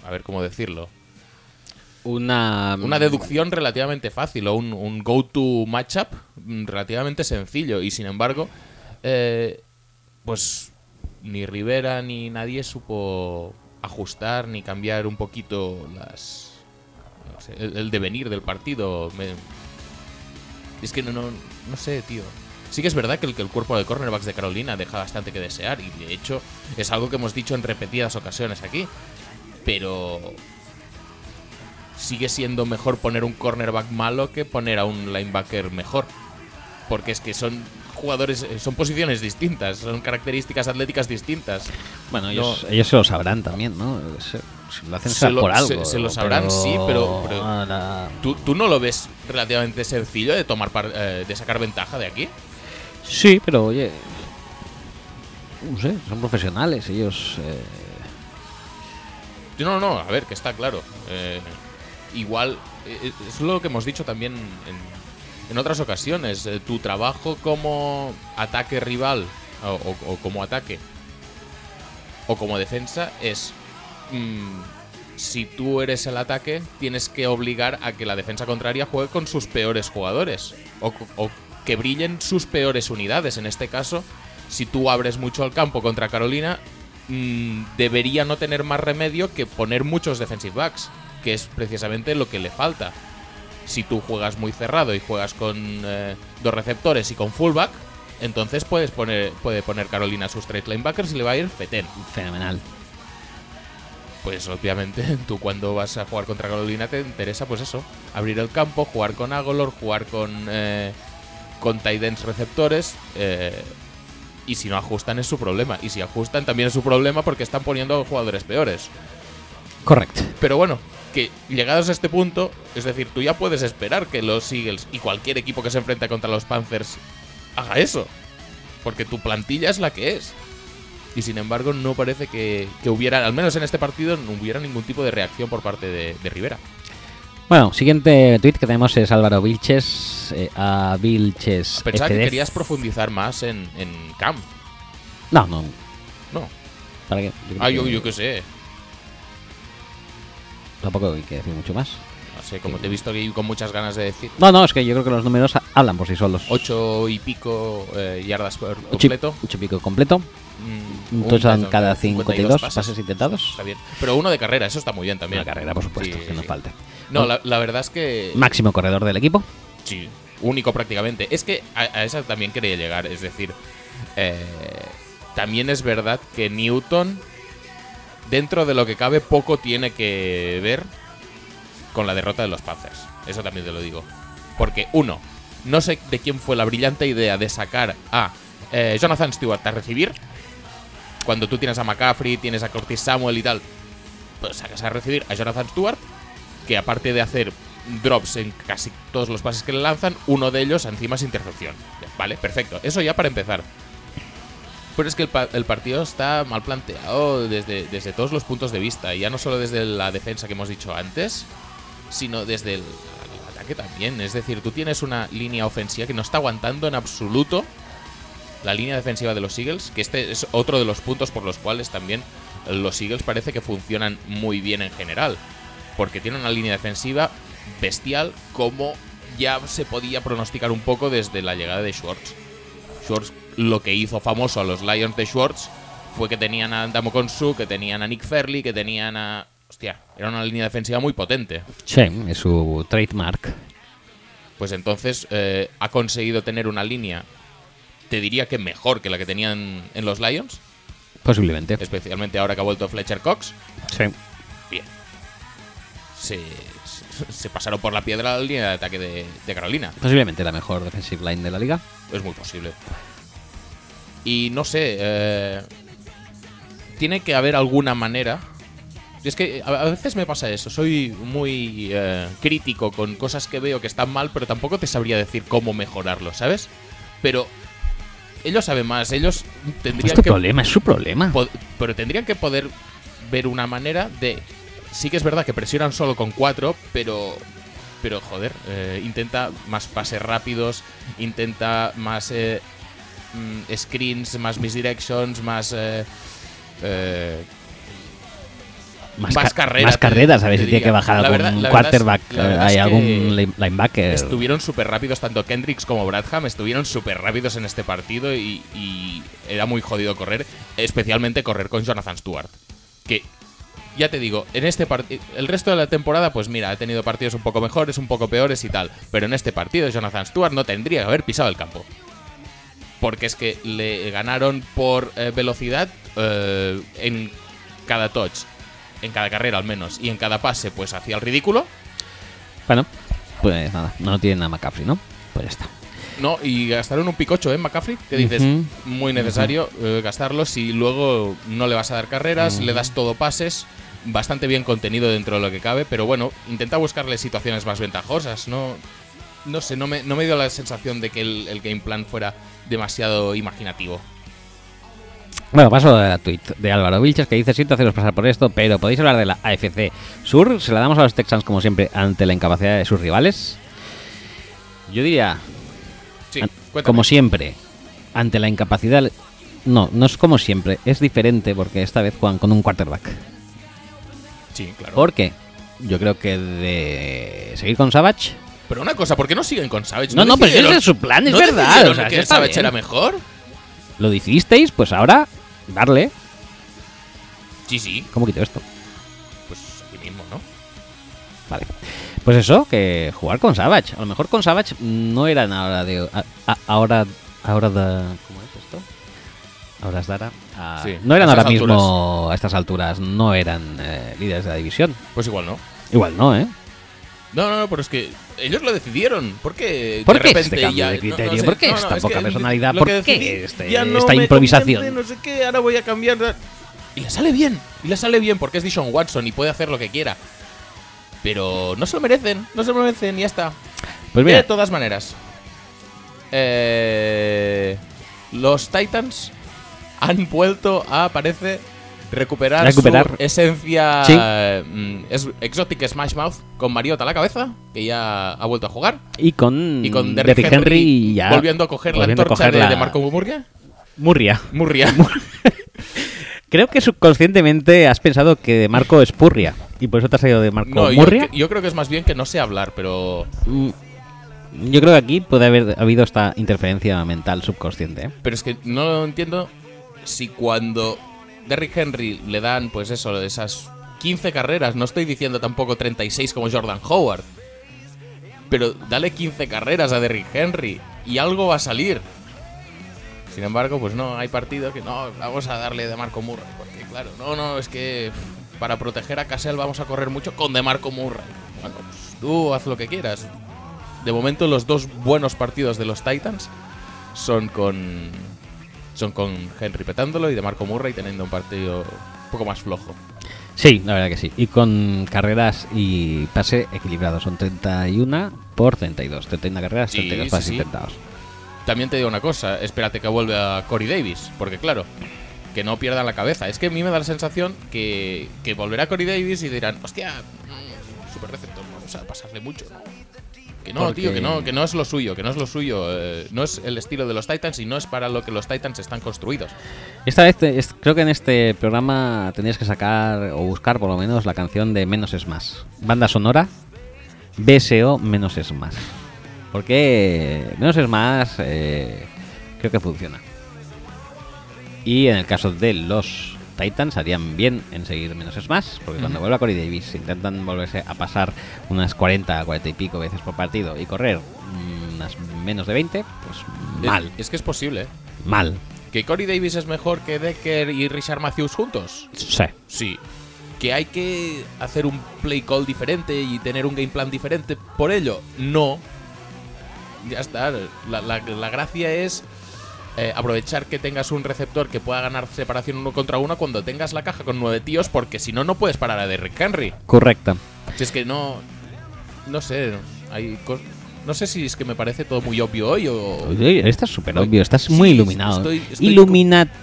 S2: a ver cómo decirlo.
S1: Una,
S2: Una deducción relativamente fácil o un, un go-to matchup mm, relativamente sencillo. Y sin embargo, eh, pues ni Rivera ni nadie supo ajustar ni cambiar un poquito las no sé, el, el devenir del partido. Me- es que no, no, no sé, tío. Sí que es verdad que el, que el cuerpo de cornerbacks de Carolina deja bastante que desear y de hecho es algo que hemos dicho en repetidas ocasiones aquí. Pero sigue siendo mejor poner un cornerback malo que poner a un linebacker mejor. Porque es que son jugadores, eh, son posiciones distintas, son características atléticas distintas.
S1: Bueno, ellos, ellos se lo sabrán también, ¿no? Se, se lo hacen
S2: Se lo-
S1: por algo.
S2: se- se lo sabrán, sí, pero- pero-
S1: ahora-
S2: ¿Tú, tú no lo ves relativamente sencillo de tomar par- eh, de sacar ventaja de aquí?
S1: Sí, pero oye. No sé, son profesionales. Ellos. eh,
S2: No, no, a ver, que está claro. Eh, igual, eh, es lo que hemos dicho también en, en otras ocasiones. eh, tu trabajo como ataque rival o, o- o como ataque o como defensa es... mm, si tú eres el ataque, tienes que obligar a que la defensa contraria juegue con sus peores jugadores o, co- o que brillen sus peores unidades. En este caso, si tú abres mucho al campo contra Carolina, mm, debería no tener más remedio que poner muchos defensive backs, que es precisamente lo que le falta. Si tú juegas muy cerrado y juegas con eh, dos receptores y con fullback, entonces puedes poner, puede poner Carolina sus tres linebackers y le va a ir fetén.
S1: fenomenal.
S2: Pues obviamente tú cuando vas a jugar contra Carolina te interesa pues eso, abrir el campo, jugar con Agolor, jugar con eh, con tight ends receptores eh, y si no ajustan es su problema y si ajustan también es su problema porque están poniendo jugadores peores.
S1: Correcto.
S2: Pero bueno, que llegados a este punto, es decir, tú ya puedes esperar que los Eagles y cualquier equipo que se enfrenta contra los Panthers haga eso. Porque tu plantilla es la que es. Y sin embargo, no parece que, que hubiera, al menos en este partido, no hubiera ningún tipo de reacción por parte de, de Rivera.
S1: Bueno, siguiente tweet que tenemos es Álvaro Vilches. eh, a Vilches.
S2: Pensaba que
S1: FD.
S2: querías profundizar más en, en Camp.
S1: No, no.
S2: No.
S1: ¿Para qué? creo
S2: Ah, yo,
S1: que
S2: yo qué sé.
S1: Tampoco hay que decir mucho más.
S2: No sé, como te he visto aquí con muchas ganas de decir.
S1: No, no, es que yo creo que los números ha- hablan por sí solos.
S2: Ocho y pico eh, yardas por
S1: Ocho y-
S2: completo.
S1: ocho y pico completo.
S2: Mm,
S1: Un touchdown
S2: touchdown
S1: cada
S2: cada
S1: 52
S2: pases.
S1: pases intentados.
S2: Está bien. Pero uno de carrera, eso está muy bien también.
S1: Una carrera, por supuesto,
S2: Sí,
S1: que nos
S2: sí.
S1: falta.
S2: No, la, la verdad es que.
S1: Máximo corredor del equipo.
S2: Sí, único prácticamente. Es que a, a esa también quería llegar. Es decir, eh, también es verdad que Newton, dentro de lo que cabe, poco tiene que ver con la derrota de los Panthers. Eso también te lo digo. Porque, uno, no sé de quién fue la brillante idea de sacar a eh, Jonathan Stewart a recibir. Cuando tú tienes a McCaffrey, tienes a Curtis Samuel y tal, pues sacas a recibir a Jonathan Stewart, que aparte de hacer drops en casi todos los pases que le lanzan, uno de ellos encima es intercepción. Vale, perfecto. Eso ya para empezar. Pero es que el, pa- el partido está mal planteado desde, desde todos los puntos de vista. Y ya no solo desde la defensa que hemos dicho antes, sino desde el, el ataque también. Es decir, tú tienes una línea ofensiva que no está aguantando en absoluto la línea defensiva de los Eagles, que este es otro de los puntos por los cuales también los Eagles parece que funcionan muy bien en general, porque tienen una línea defensiva bestial como ya se podía pronosticar un poco desde la llegada de Schwartz. Schwartz lo que hizo famoso a los Lions de Schwartz fue que tenían a Damo Konsu, que tenían a Nick Fairley, que tenían a... Hostia, era una línea defensiva muy potente.
S1: Sí, Mm, es su trademark.
S2: Pues entonces eh, ha conseguido tener una línea, te diría que mejor que la que tenían en los Lions,
S1: Posiblemente.
S2: especialmente ahora que ha vuelto Fletcher Cox.
S1: Sí.
S2: Bien. Se, se- se pasaron por la piedra la línea de ataque de, de Carolina.
S1: Posiblemente la mejor defensive line de la liga.
S2: Es muy posible. Y no sé, eh, tiene que haber alguna manera. Y Es que a a veces me pasa eso, soy muy eh, crítico con cosas que veo que están mal, pero tampoco te sabría decir cómo mejorarlo, ¿sabes? Pero ellos saben más, ellos
S1: No es
S2: tendrían
S1: tu
S2: que
S1: problema, es su problema.
S2: po- pero tendrían que poder ver una manera de. Sí que es verdad que presionan solo con cuatro, pero Pero joder, eh, intenta más pases rápidos, intenta más eh, mm, screens, más misdirections, más. eh, eh, más
S1: ca-
S2: carrera,
S1: Más
S2: te-
S1: carreras, a ver
S2: te
S1: si tiene que
S2: diría.
S1: bajar
S2: La
S1: algún
S2: verdad- la verdad es-
S1: quarterback.
S2: la verdad
S1: hay
S2: es que
S1: algún li- linebacker.
S2: Estuvieron súper rápidos, tanto Kendricks como Bradham estuvieron súper rápidos en este partido y, y era muy jodido correr, especialmente correr con Jonathan Stewart. Que, ya te digo, en este partido, el resto de la temporada, pues mira, ha tenido partidos un poco mejores, un poco peores y tal, pero en este partido Jonathan Stewart no tendría que haber pisado el campo. Porque es que le ganaron por eh, velocidad eh, en cada touch, en cada carrera al menos, y en cada pase, pues hacía el ridículo.
S1: Bueno, pues nada, no tiene nada McCaffrey, ¿no? Pues ya está.
S2: No, y gastaron un picocho, ¿eh, McCaffrey? Que dices,
S1: Ujú.
S2: muy necesario eh, gastarlo si luego no le vas a dar
S1: Mm.
S2: carreras, le das todo pases, bastante bien contenido dentro de lo que cabe, pero bueno, intenta buscarle situaciones más ventajosas, ¿no? No sé, no me, no me dio la sensación de que el, el game plan fuera demasiado imaginativo.
S1: Bueno, paso a la tweet de Álvaro Vilches que dice: Siento haceros pasar por esto, pero podéis hablar de la AFC Sur. Se la damos a los Texans, como siempre, ante la incapacidad de sus rivales. Yo diría,
S2: Sí,
S1: An-
S2: cuéntame.
S1: Ah, como siempre, ante la incapacidad. No, no es como siempre, es diferente porque esta vez juegan con un quarterback.
S2: Sí, claro.
S1: Porque yo creo que de seguir con Savage.
S2: Pero una cosa, ¿por qué no siguen con Savage?
S1: No, no, pero
S2: decidieron-
S1: ese es su plan, es
S2: ¿no
S1: verdad,
S2: decidieron
S1: o sea, sí
S2: que
S1: está
S2: Savage
S1: bien.
S2: era mejor.
S1: Lo decidisteis, pues ahora darle.
S2: Sí, sí,
S1: ¿Cómo quito esto?
S2: pues aquí mismo, ¿no?
S1: Vale. Pues eso, que jugar con Savage. A lo mejor con Savage no eran ahora de. a- a- ahora. Ahora de. ¿Cómo es esto? Ahora es Dara. Ah,
S2: Sí,
S1: no eran
S2: a estas
S1: ahora mismo, a estas alturas, no eran eh, líderes de la división.
S2: Pues igual no.
S1: Igual no, ¿eh?
S2: No, no, no, pero es que ellos lo decidieron. ¿Por qué?
S1: ¿Por
S2: de
S1: qué este
S2: repente
S1: cambio
S2: ya-
S1: de
S2: no-
S1: criterio?
S2: no sé.
S1: ¿Por qué
S2: No, no,
S1: esta
S2: es
S1: poca
S2: que el-
S1: personalidad?
S2: lo que
S1: ¿Por qué
S2: decidí,
S1: este-
S2: ya no
S1: esta
S2: me
S1: improvisación?
S2: convence, no sé qué, ahora voy a cambiar. Y le sale bien. Y le sale bien porque es Dishon Watson y puede hacer lo que quiera. Pero no se lo merecen. No se lo merecen y ya está.
S1: Pues mira,
S2: De todas maneras. eh, los Titans han vuelto a, parece, recuperar,
S1: Recuperar.
S2: su esencia
S1: Sí.
S2: mm, es- Exotic Smash Mouth con Mariota a la cabeza, que ya ha vuelto a jugar.
S1: y con,
S2: Y con
S1: Mm, Derrick
S2: Derrick
S1: Henry,
S2: Henry
S1: ya.
S2: volviendo a coger
S1: volviendo a
S2: la antorcha
S1: coger
S2: de,
S1: la-
S2: de Marco Murria.
S1: Murria.
S2: Murria.
S1: Creo que subconscientemente has pensado que de Marco es Purria. Y por eso te has salido de Marco
S2: No, yo,
S1: Murria.
S2: cre- yo creo que es más bien que no sé hablar, pero
S1: Mm, Yo creo que aquí puede haber habido esta interferencia mental subconsciente. ¿eh?
S2: pero es que no entiendo si cuando Derrick Henry le dan pues eso, esas 15 carreras, no estoy diciendo tampoco 36 como Jordan Howard. Pero dale 15 carreras a Derrick Henry y algo va a salir. Sin embargo, pues no, hay partido que no, vamos a darle de Marco Murray, porque claro, no, no, es que pff, para proteger a Cassell vamos a correr mucho con de Marco Murray. Bueno, pues tú haz lo que quieras. De momento los dos buenos partidos de los Titans son con son con Henry petándolo y de Marco Murray teniendo un partido un poco más flojo.
S1: Sí, la verdad que sí. Y con carreras y pase equilibrado. Son 31 por 32. 31 carreras,
S2: Sí,
S1: 32
S2: sí,
S1: pases
S2: sí.
S1: intentados.
S2: También te digo una cosa, espérate que vuelva Corey Davis, porque claro, que no pierdan la cabeza. Es que a mí me da la sensación que, que volverá Corey Davis y dirán, hostia, mm, super receptor, vamos a pasarle mucho. ¿no? Que no,
S1: Porque-
S2: tío, que no, que no es lo suyo, que no es lo suyo, eh, no es el estilo de los Titans y no es para lo que los Titans están construidos.
S1: Esta vez te- es- creo que en este programa tendrías que sacar o buscar por lo menos la canción de Menos es más. Banda sonora BSO Menos es más. Porque Menos es más eh, creo que funciona. Y en el caso de los Titans harían bien en seguir Menos es más. Porque cuando vuelva Corey Davis intentan volverse a pasar unas 40, 40 y pico veces por partido y correr mm, unas menos de 20, pues
S2: Es-
S1: mal,
S2: Es, que es posible. ¿eh?
S1: mal.
S2: ¿Que Corey Davis es mejor que Decker y Richard Matthews juntos?
S1: Sí.
S2: Sí. ¿Que hay que hacer un play call diferente y tener un game plan diferente por ello? No. Ya está. La, la- la gracia es eh, aprovechar que tengas un receptor que pueda ganar separación uno contra uno cuando tengas la caja con nueve tíos, porque si no, no puedes parar a Derrick Henry.
S1: Correcto.
S2: Si es que no. No sé. Hay cos- no sé si es que me parece todo muy obvio hoy o.
S1: Oye, Estás súper
S2: Oye,
S1: obvio, estás
S2: sí,
S1: muy iluminado.
S2: estoy- estoy
S1: Illuminati.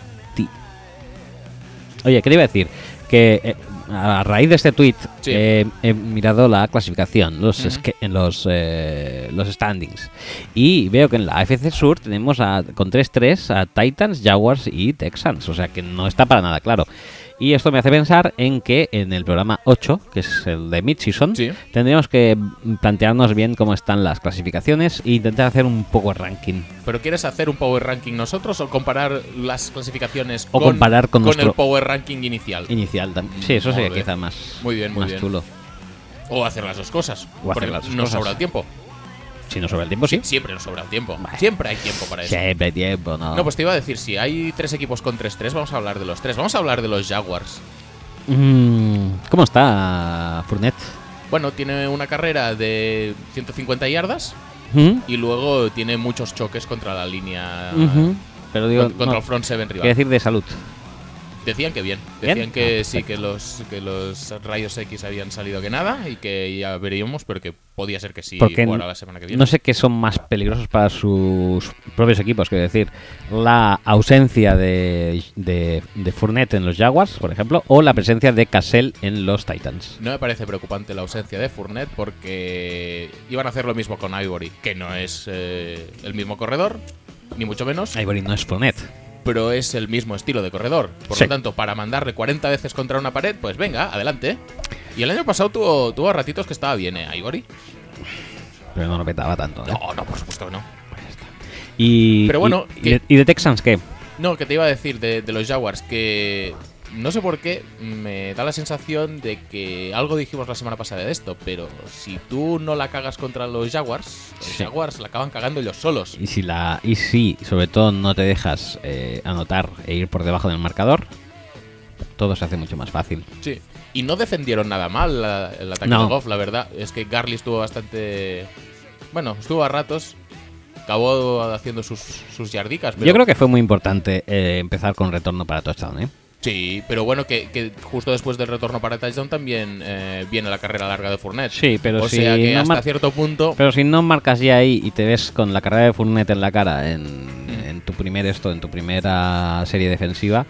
S1: Oye, ¿qué te iba a decir? Que eh, a a raíz de este tweet
S2: Sí.
S1: eh, he mirado la clasificación, los, esque- en los, eh, los standings. Y veo que en la AFC Sur tenemos a- con 3-3 a Titans, Jaguars y Texans. O sea que no está para nada claro. Y esto me hace pensar en que en el programa 8, que es el de Mid-Season,
S2: Sí.
S1: tendríamos que plantearnos bien cómo están las clasificaciones e intentar hacer un poco de ranking.
S2: ¿Pero quieres hacer un power ranking nosotros o comparar las clasificaciones
S1: O comparar con nuestro-
S2: el power ranking inicial?
S1: Inicial también. Sí, eso sería
S2: Molt bé.
S1: quizá más,
S2: Muy bien, muy
S1: más
S2: bien.
S1: chulo.
S2: o hacer las dos cosas.
S1: O hacer
S2: porque
S1: las dos
S2: nos
S1: cosas.
S2: sobra el tiempo.
S1: Si no sobre el tiempo, sí.
S2: Siempre nos sobra el tiempo.
S1: Vale.
S2: Siempre hay tiempo para eso.
S1: Siempre hay tiempo, ¿no?
S2: No, pues te iba a decir, si hay tres equipos con 3-3, vamos a hablar de los tres. Vamos a hablar de los Jaguars.
S1: Mm, ¿Cómo está Furnet?
S2: Bueno, tiene una carrera de 150 yardas
S1: ¿Mm?
S2: y luego tiene muchos choques contra la línea.
S1: Ujú. Ah, Pero digo,
S2: con- contra
S1: no,
S2: el front seven rival.
S1: quiero decir de salud.
S2: Decían que bien.
S1: ¿Bien?
S2: Decían que
S1: Ah,
S2: sí, que los, que los rayos X habían salido que nada y que ya veríamos, pero que podía ser que sí
S1: Porque
S2: jugara la semana que viene.
S1: no sé qué son más peligrosos para sus propios equipos. Quiero decir, la ausencia de, de, de Fournette en los Jaguars, por ejemplo, o la presencia de Cassell en los Titans.
S2: No me parece preocupante la ausencia de Fournette porque iban a hacer lo mismo con Ivory, que no es eh, el mismo corredor, ni mucho menos,
S1: Ah, Ivory no es Fournette.
S2: pero es el mismo estilo de corredor. Por
S1: Sí.
S2: lo tanto, para mandarle 40 veces contra una pared, pues venga, adelante. Y el año pasado tuvo, tuvo ratitos que estaba bien, ¿eh? Ivory.
S1: Pero no lo petaba tanto. ¿eh?
S2: No, no, por supuesto que no.
S1: Y,
S2: Pero bueno,
S1: y, y
S2: que-
S1: de, y de Texans qué?
S2: No, que te iba a decir de, de los Jaguars que no sé por qué me da la sensación de que algo dijimos la semana pasada de esto, pero si tú no la cagas contra los Jaguars, los
S1: Sí.
S2: Jaguars la acaban cagando ellos solos.
S1: Y si la y si sobre todo no te dejas eh, anotar e ir por debajo del marcador, todo se hace mucho más fácil.
S2: Sí. Y no defendieron nada mal la- el ataque
S1: No.
S2: de Goff, la verdad. Es que Garly estuvo bastante. Bueno, estuvo a ratos. Acabó haciendo sus, sus yardicas. Pero,
S1: Yo creo que fue muy importante eh, empezar con retorno para touchdown, ¿eh?
S2: Sí, pero bueno, que, que justo después del retorno para touchdown también eh, viene la carrera larga de Fournette.
S1: Sí, pero
S2: o
S1: si
S2: sea que
S1: no
S2: hasta
S1: mar-
S2: cierto punto.
S1: Pero si no marcas ya ahí y te ves con la carrera de Fournette en la cara en,
S2: Mm.
S1: en tu primer esto, en tu primera serie defensiva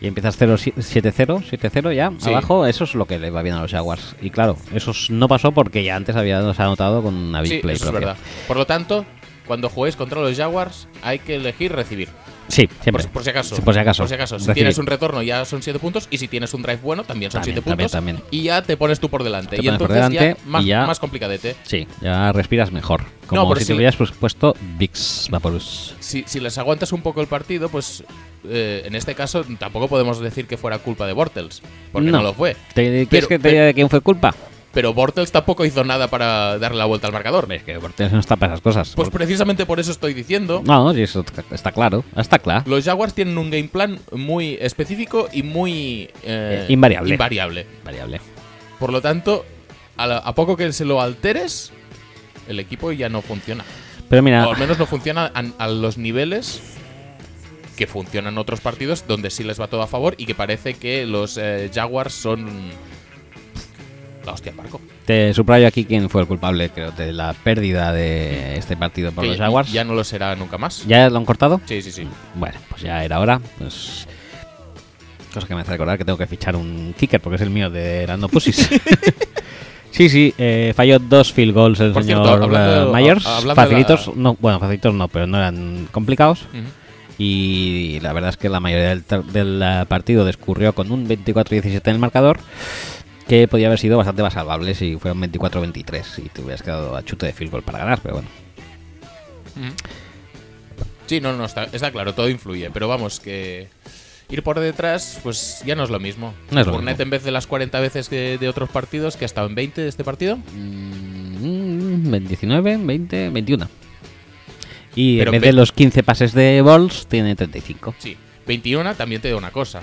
S1: y empiezas 0 si- 7-0, 7-0 ya
S2: Mm. Sí.
S1: abajo, eso es lo que le va bien a los Jaguars. Y claro, eso s- no pasó porque ya antes habíamos anotado con una big
S2: Sí,
S1: play
S2: eso es
S1: propia.
S2: verdad. Por lo tanto, cuando juguéis contra los Jaguars, hay que elegir recibir.
S1: Sí,
S2: Por,
S1: siempre.
S2: si- por si acaso.
S1: Sí, por si acaso.
S2: Si
S1: Recibir.
S2: tienes un retorno ya son 7 puntos. Y si tienes un drive bueno, también son
S1: También,
S2: 7
S1: también,
S2: puntos.
S1: también.
S2: Y ya te pones tú por delante.
S1: Te
S2: y
S1: pones por
S2: entonces
S1: delante
S2: ya, más,
S1: y ya-
S2: más complicadete.
S1: Sí, ya respiras mejor. Como
S2: pero
S1: si
S2: sí.
S1: te hubieras pues, puesto Vix Vaporus.
S2: Si, si les aguantas un poco el partido, pues eh, en este caso tampoco podemos decir que fuera culpa de Bortels. Porque no,
S1: No.
S2: lo fue.
S1: ¿Te, ¿Quieres
S2: Pero-
S1: que te
S2: pero-
S1: diga de quién fue culpa?
S2: Pero Bortels tampoco hizo nada para darle la vuelta al marcador.
S1: Es que Bortles no está para esas cosas.
S2: Pues
S1: Bort-
S2: precisamente por eso estoy diciendo
S1: no, sí, eso t- está claro. Está claro.
S2: Los Jaguars tienen un game plan muy específico y muy.
S1: Eh,
S2: eh,
S1: invariable.
S2: Invariable.
S1: Variable.
S2: Por lo tanto, a, la- a poco que se lo alteres, el equipo ya no funciona.
S1: Pero mira,
S2: O al menos no funciona a, a los niveles que funcionan otros partidos donde sí les va todo a favor y que parece que los eh, Jaguars son. La hostia, Marco.
S1: te subrayo aquí quién fue el culpable, creo, de la pérdida de este partido por
S2: Que
S1: los Jaguars.
S2: Ya no lo será nunca más.
S1: ¿Ya lo han cortado?
S2: Sí, sí, sí.
S1: Bueno, pues ya era hora. Pues. Cosa que me hace recordar que tengo que fichar un kicker porque es el mío de Random Pussies. sí, sí, eh, falló dos field goals el
S2: Por
S1: señor
S2: cierto, hablando-
S1: eh, Myers.
S2: ha- hablando de
S1: Facilitos,
S2: la-
S1: no, bueno, facilitos no, pero no eran complicados.
S2: Ujú.
S1: Y la verdad es que la mayoría del, ter- del, eh, partido descurrió con un 24-17 en el marcador, que podía haber sido bastante más salvable si fuera un 24-23 y te hubieras quedado a chute de field goal para ganar, pero bueno.
S2: Sí, no, no, está, está claro, todo influye, pero vamos, que ir por detrás, pues ya no es lo mismo.
S1: No es lo
S2: Fournette
S1: mismo.
S2: en vez de las 40 veces que de otros partidos, que ha estado en 20 de este partido,
S1: Mm, 19, 20, 21. Y
S2: Pero
S1: en vez
S2: ve-
S1: de los 15 pases de balls, tiene 35.
S2: sí. 21 también te da una cosa,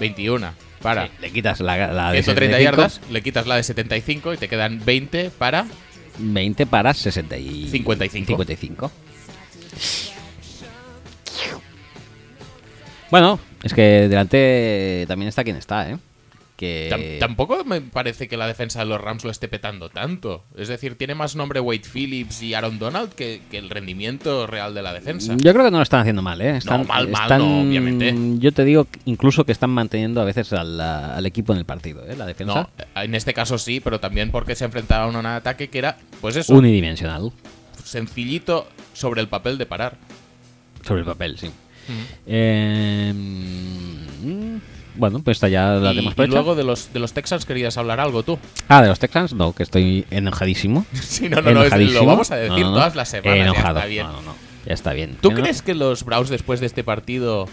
S2: 21, para.
S1: Sí, le quitas la, la de
S2: 130
S1: 75,
S2: yardas, le quitas la de 75 y te quedan 20 para...
S1: 20 para 60 y
S2: 55.
S1: 55. Bueno, es que delante también está quien está, ¿eh? que...
S2: Tam- tampoco me parece que la defensa de los Rams lo esté petando tanto. Es decir, tiene más nombre Wade Phillips y Aaron Donald que, que el rendimiento real de la defensa.
S1: Yo creo que no lo están haciendo mal, ¿eh? Están,
S2: mal, mal,
S1: están-
S2: no, obviamente.
S1: Yo te digo que incluso que están manteniendo a veces al, a- al equipo en el partido, ¿eh? La defensa.
S2: No, en este caso sí, pero también porque se enfrentaron a un ataque que era, pues eso,
S1: Unidimensional,
S2: sencillito sobre el papel de parar.
S1: sobre el papel, sí. Eh, mm, bueno, pues está ya la
S2: y,
S1: demás
S2: y luego de los, de los Texans querías hablar algo tú.
S1: Ah, de los Texans, no, que estoy enojadísimo.
S2: Sí, no, no, no, es- lo
S1: Enojadísimo.
S2: vamos a decir
S1: No, no, no.
S2: todas las semanas. ya
S1: Enojado.
S2: está bien.
S1: No, no, no, Ya está bien.
S2: ¿Tú
S1: Yo no-
S2: crees que los Browns después de este partido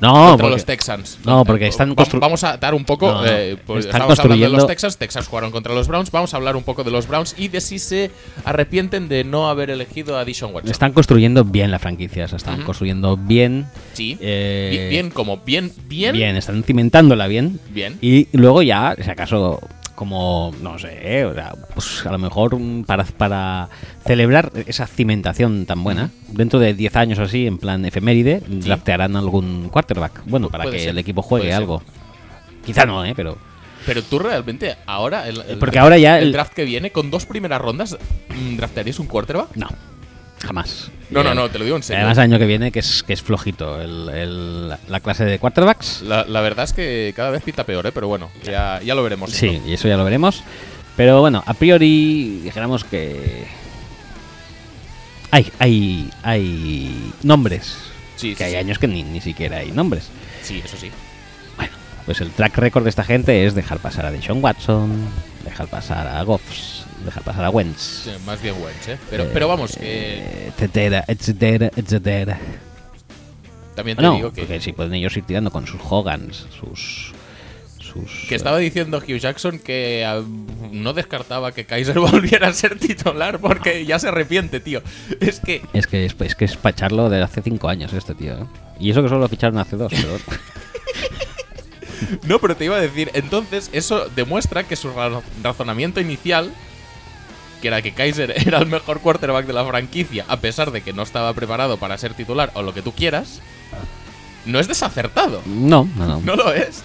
S1: No,
S2: contra los
S1: porque-
S2: Texans?
S1: no, porque están
S2: Va-
S1: constru-
S2: Vamos a dar un poco.
S1: No, no,
S2: eh, pues
S1: están
S2: estamos hablando de
S1: construyendo-
S2: los Texans. Texans jugaron contra los Browns. Vamos a hablar un poco de los Browns y de si se arrepienten de no haber elegido a Dishon Watson.
S1: están construyendo bien la franquicia, se están construyendo bien.
S2: Sí.
S1: eh,
S2: Bi- bien, como bien, bien,
S1: Bien, están cimentándola bien.
S2: Bien.
S1: Y luego ya, si acaso, como, no sé, o sea, pues a lo mejor mm, para, para celebrar esa cimentación tan buena, dentro de 10 años o así, en plan efeméride, draftearán algún quarterback. Bueno,
S2: Pu-
S1: para
S2: puede
S1: que
S2: ser,
S1: el equipo juegue
S2: puede ser.
S1: algo. Quizá no, ¿eh? Pero...
S2: Pero tú realmente ahora. El, el-
S1: Porque ahora ya
S2: El,
S1: el-
S2: draft que viene, con dos primeras rondas, mm, ¿draftarías un quarterback?
S1: No, jamás.
S2: No,
S1: Y
S2: no,
S1: ad-
S2: no, te lo digo en serio. ¿eh?
S1: Además, el año que viene, que es, que es flojito el- el- la clase de quarterbacks.
S2: La, la verdad es que cada vez pinta peor, ¿eh? pero bueno, ya, ya lo veremos.
S1: Sí, y eso ya lo veremos. Pero bueno, a priori, dijéramos que. Hay, hay, hay nombres.
S2: Sí,
S1: que
S2: sí,
S1: hay
S2: sí.
S1: años que ni, ni siquiera hay nombres.
S2: Sí, eso sí.
S1: Bueno, pues el track record de esta gente es dejar pasar a Deshaun Watson, dejar pasar a Goffs, dejar pasar a Wentz.
S2: Sí, eh, Más bien Wentz, ¿eh? Pero, pero
S1: eh,
S2: vamos, que
S1: etcétera, etcétera, etcétera.
S2: también te
S1: No,
S2: digo que,
S1: porque si pueden ellos ir tirando con sus Hogans, sus. sus
S2: que estaba diciendo Hugh Jackson que ah, no descartaba que Kaiser volviera a ser titular porque ya se arrepiente, tío. Es que
S1: Es que es, es que es pa' echarlo de hace 5 años este tío. ¿eh? Y eso que solo lo ficharon hace 2, pero...
S2: No, pero te iba a decir, entonces eso demuestra que su ra- razonamiento inicial, que era que Kaiser era el mejor quarterback de la franquicia, a pesar de que no estaba preparado para ser titular o lo que tú quieras, no es desacertado.
S1: No, no, no.
S2: No lo es.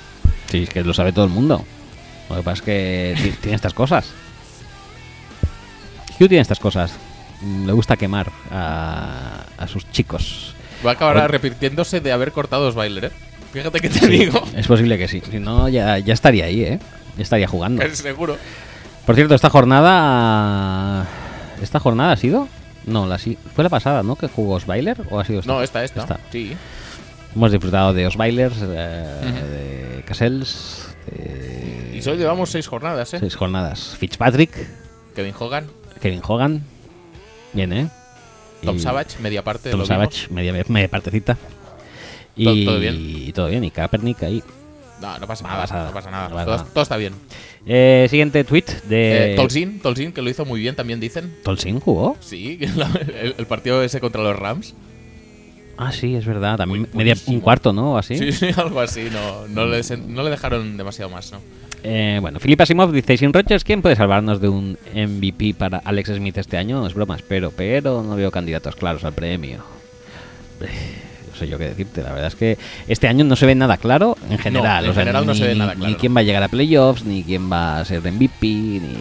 S1: Sí, es que lo sabe todo el mundo. Lo que pasa es que ti- tiene estas cosas. Hugh tiene estas cosas. Mm, Le gusta quemar a, a sus chicos.
S2: Va a acabar
S1: Bueno.
S2: arrepintiéndose de haber cortado a Osweiler, ¿eh? Fíjate que te digo.
S1: Es posible que sí. Si no, ya, ya estaría ahí, ¿eh? Ya estaría jugando.
S2: Es seguro.
S1: Por cierto, esta jornada... ¿Esta jornada ha sido? No, la sí. Fue la pasada, ¿no? Que jugó Osweiler o ha sido esta?
S2: No, esta, esta.
S1: Esta.
S2: Sí.
S1: Hemos disfrutado de Osweiler, eh, de Casells, de
S2: Y solo llevamos seis jornadas, ¿eh?
S1: seis jornadas. Fitzpatrick,
S2: Kevin Hogan,
S1: Kevin Hogan, bien, ¿eh?
S2: Tom
S1: Y
S2: Savage, media parte.
S1: Tom
S2: lo vimos.
S1: Savage, media, media partecita. Y
S2: Todo- todo bien.
S1: Y todo bien, y Kaepernick ahí.
S2: No, no pasa
S1: No
S2: nada.
S1: pasa nada.
S2: No pasa nada.
S1: No pasa
S2: todo,
S1: nada.
S2: todo está bien.
S1: Eh, siguiente tweet de.
S2: Eh, Tolzin, Tolzin, que lo hizo muy bien también, dicen.
S1: ¿Tolsín jugó?
S2: Sí, la- el, el partido ese contra los Rams.
S1: Ah, sí, es verdad. También
S2: Buen-
S1: media,
S2: buenísimo.
S1: un cuarto, ¿no? O así.
S2: Sí, sí, algo así. No, no, le, sen- no le dejaron demasiado más, ¿no?
S1: Eh, bueno, Philip Asimov dice: Sin Rogers, ¿quién puede salvarnos de un MVP para Alex Smith este año? No es broma, espero, pero no veo candidatos claros al premio. Eh, No sé yo qué decirte, la verdad es que este año no se ve nada claro en general.
S2: en
S1: o sea,
S2: general no
S1: ni-
S2: se ve nada
S1: ni
S2: claro.
S1: quién va a llegar a playoffs, ni quién va a ser MVP, ni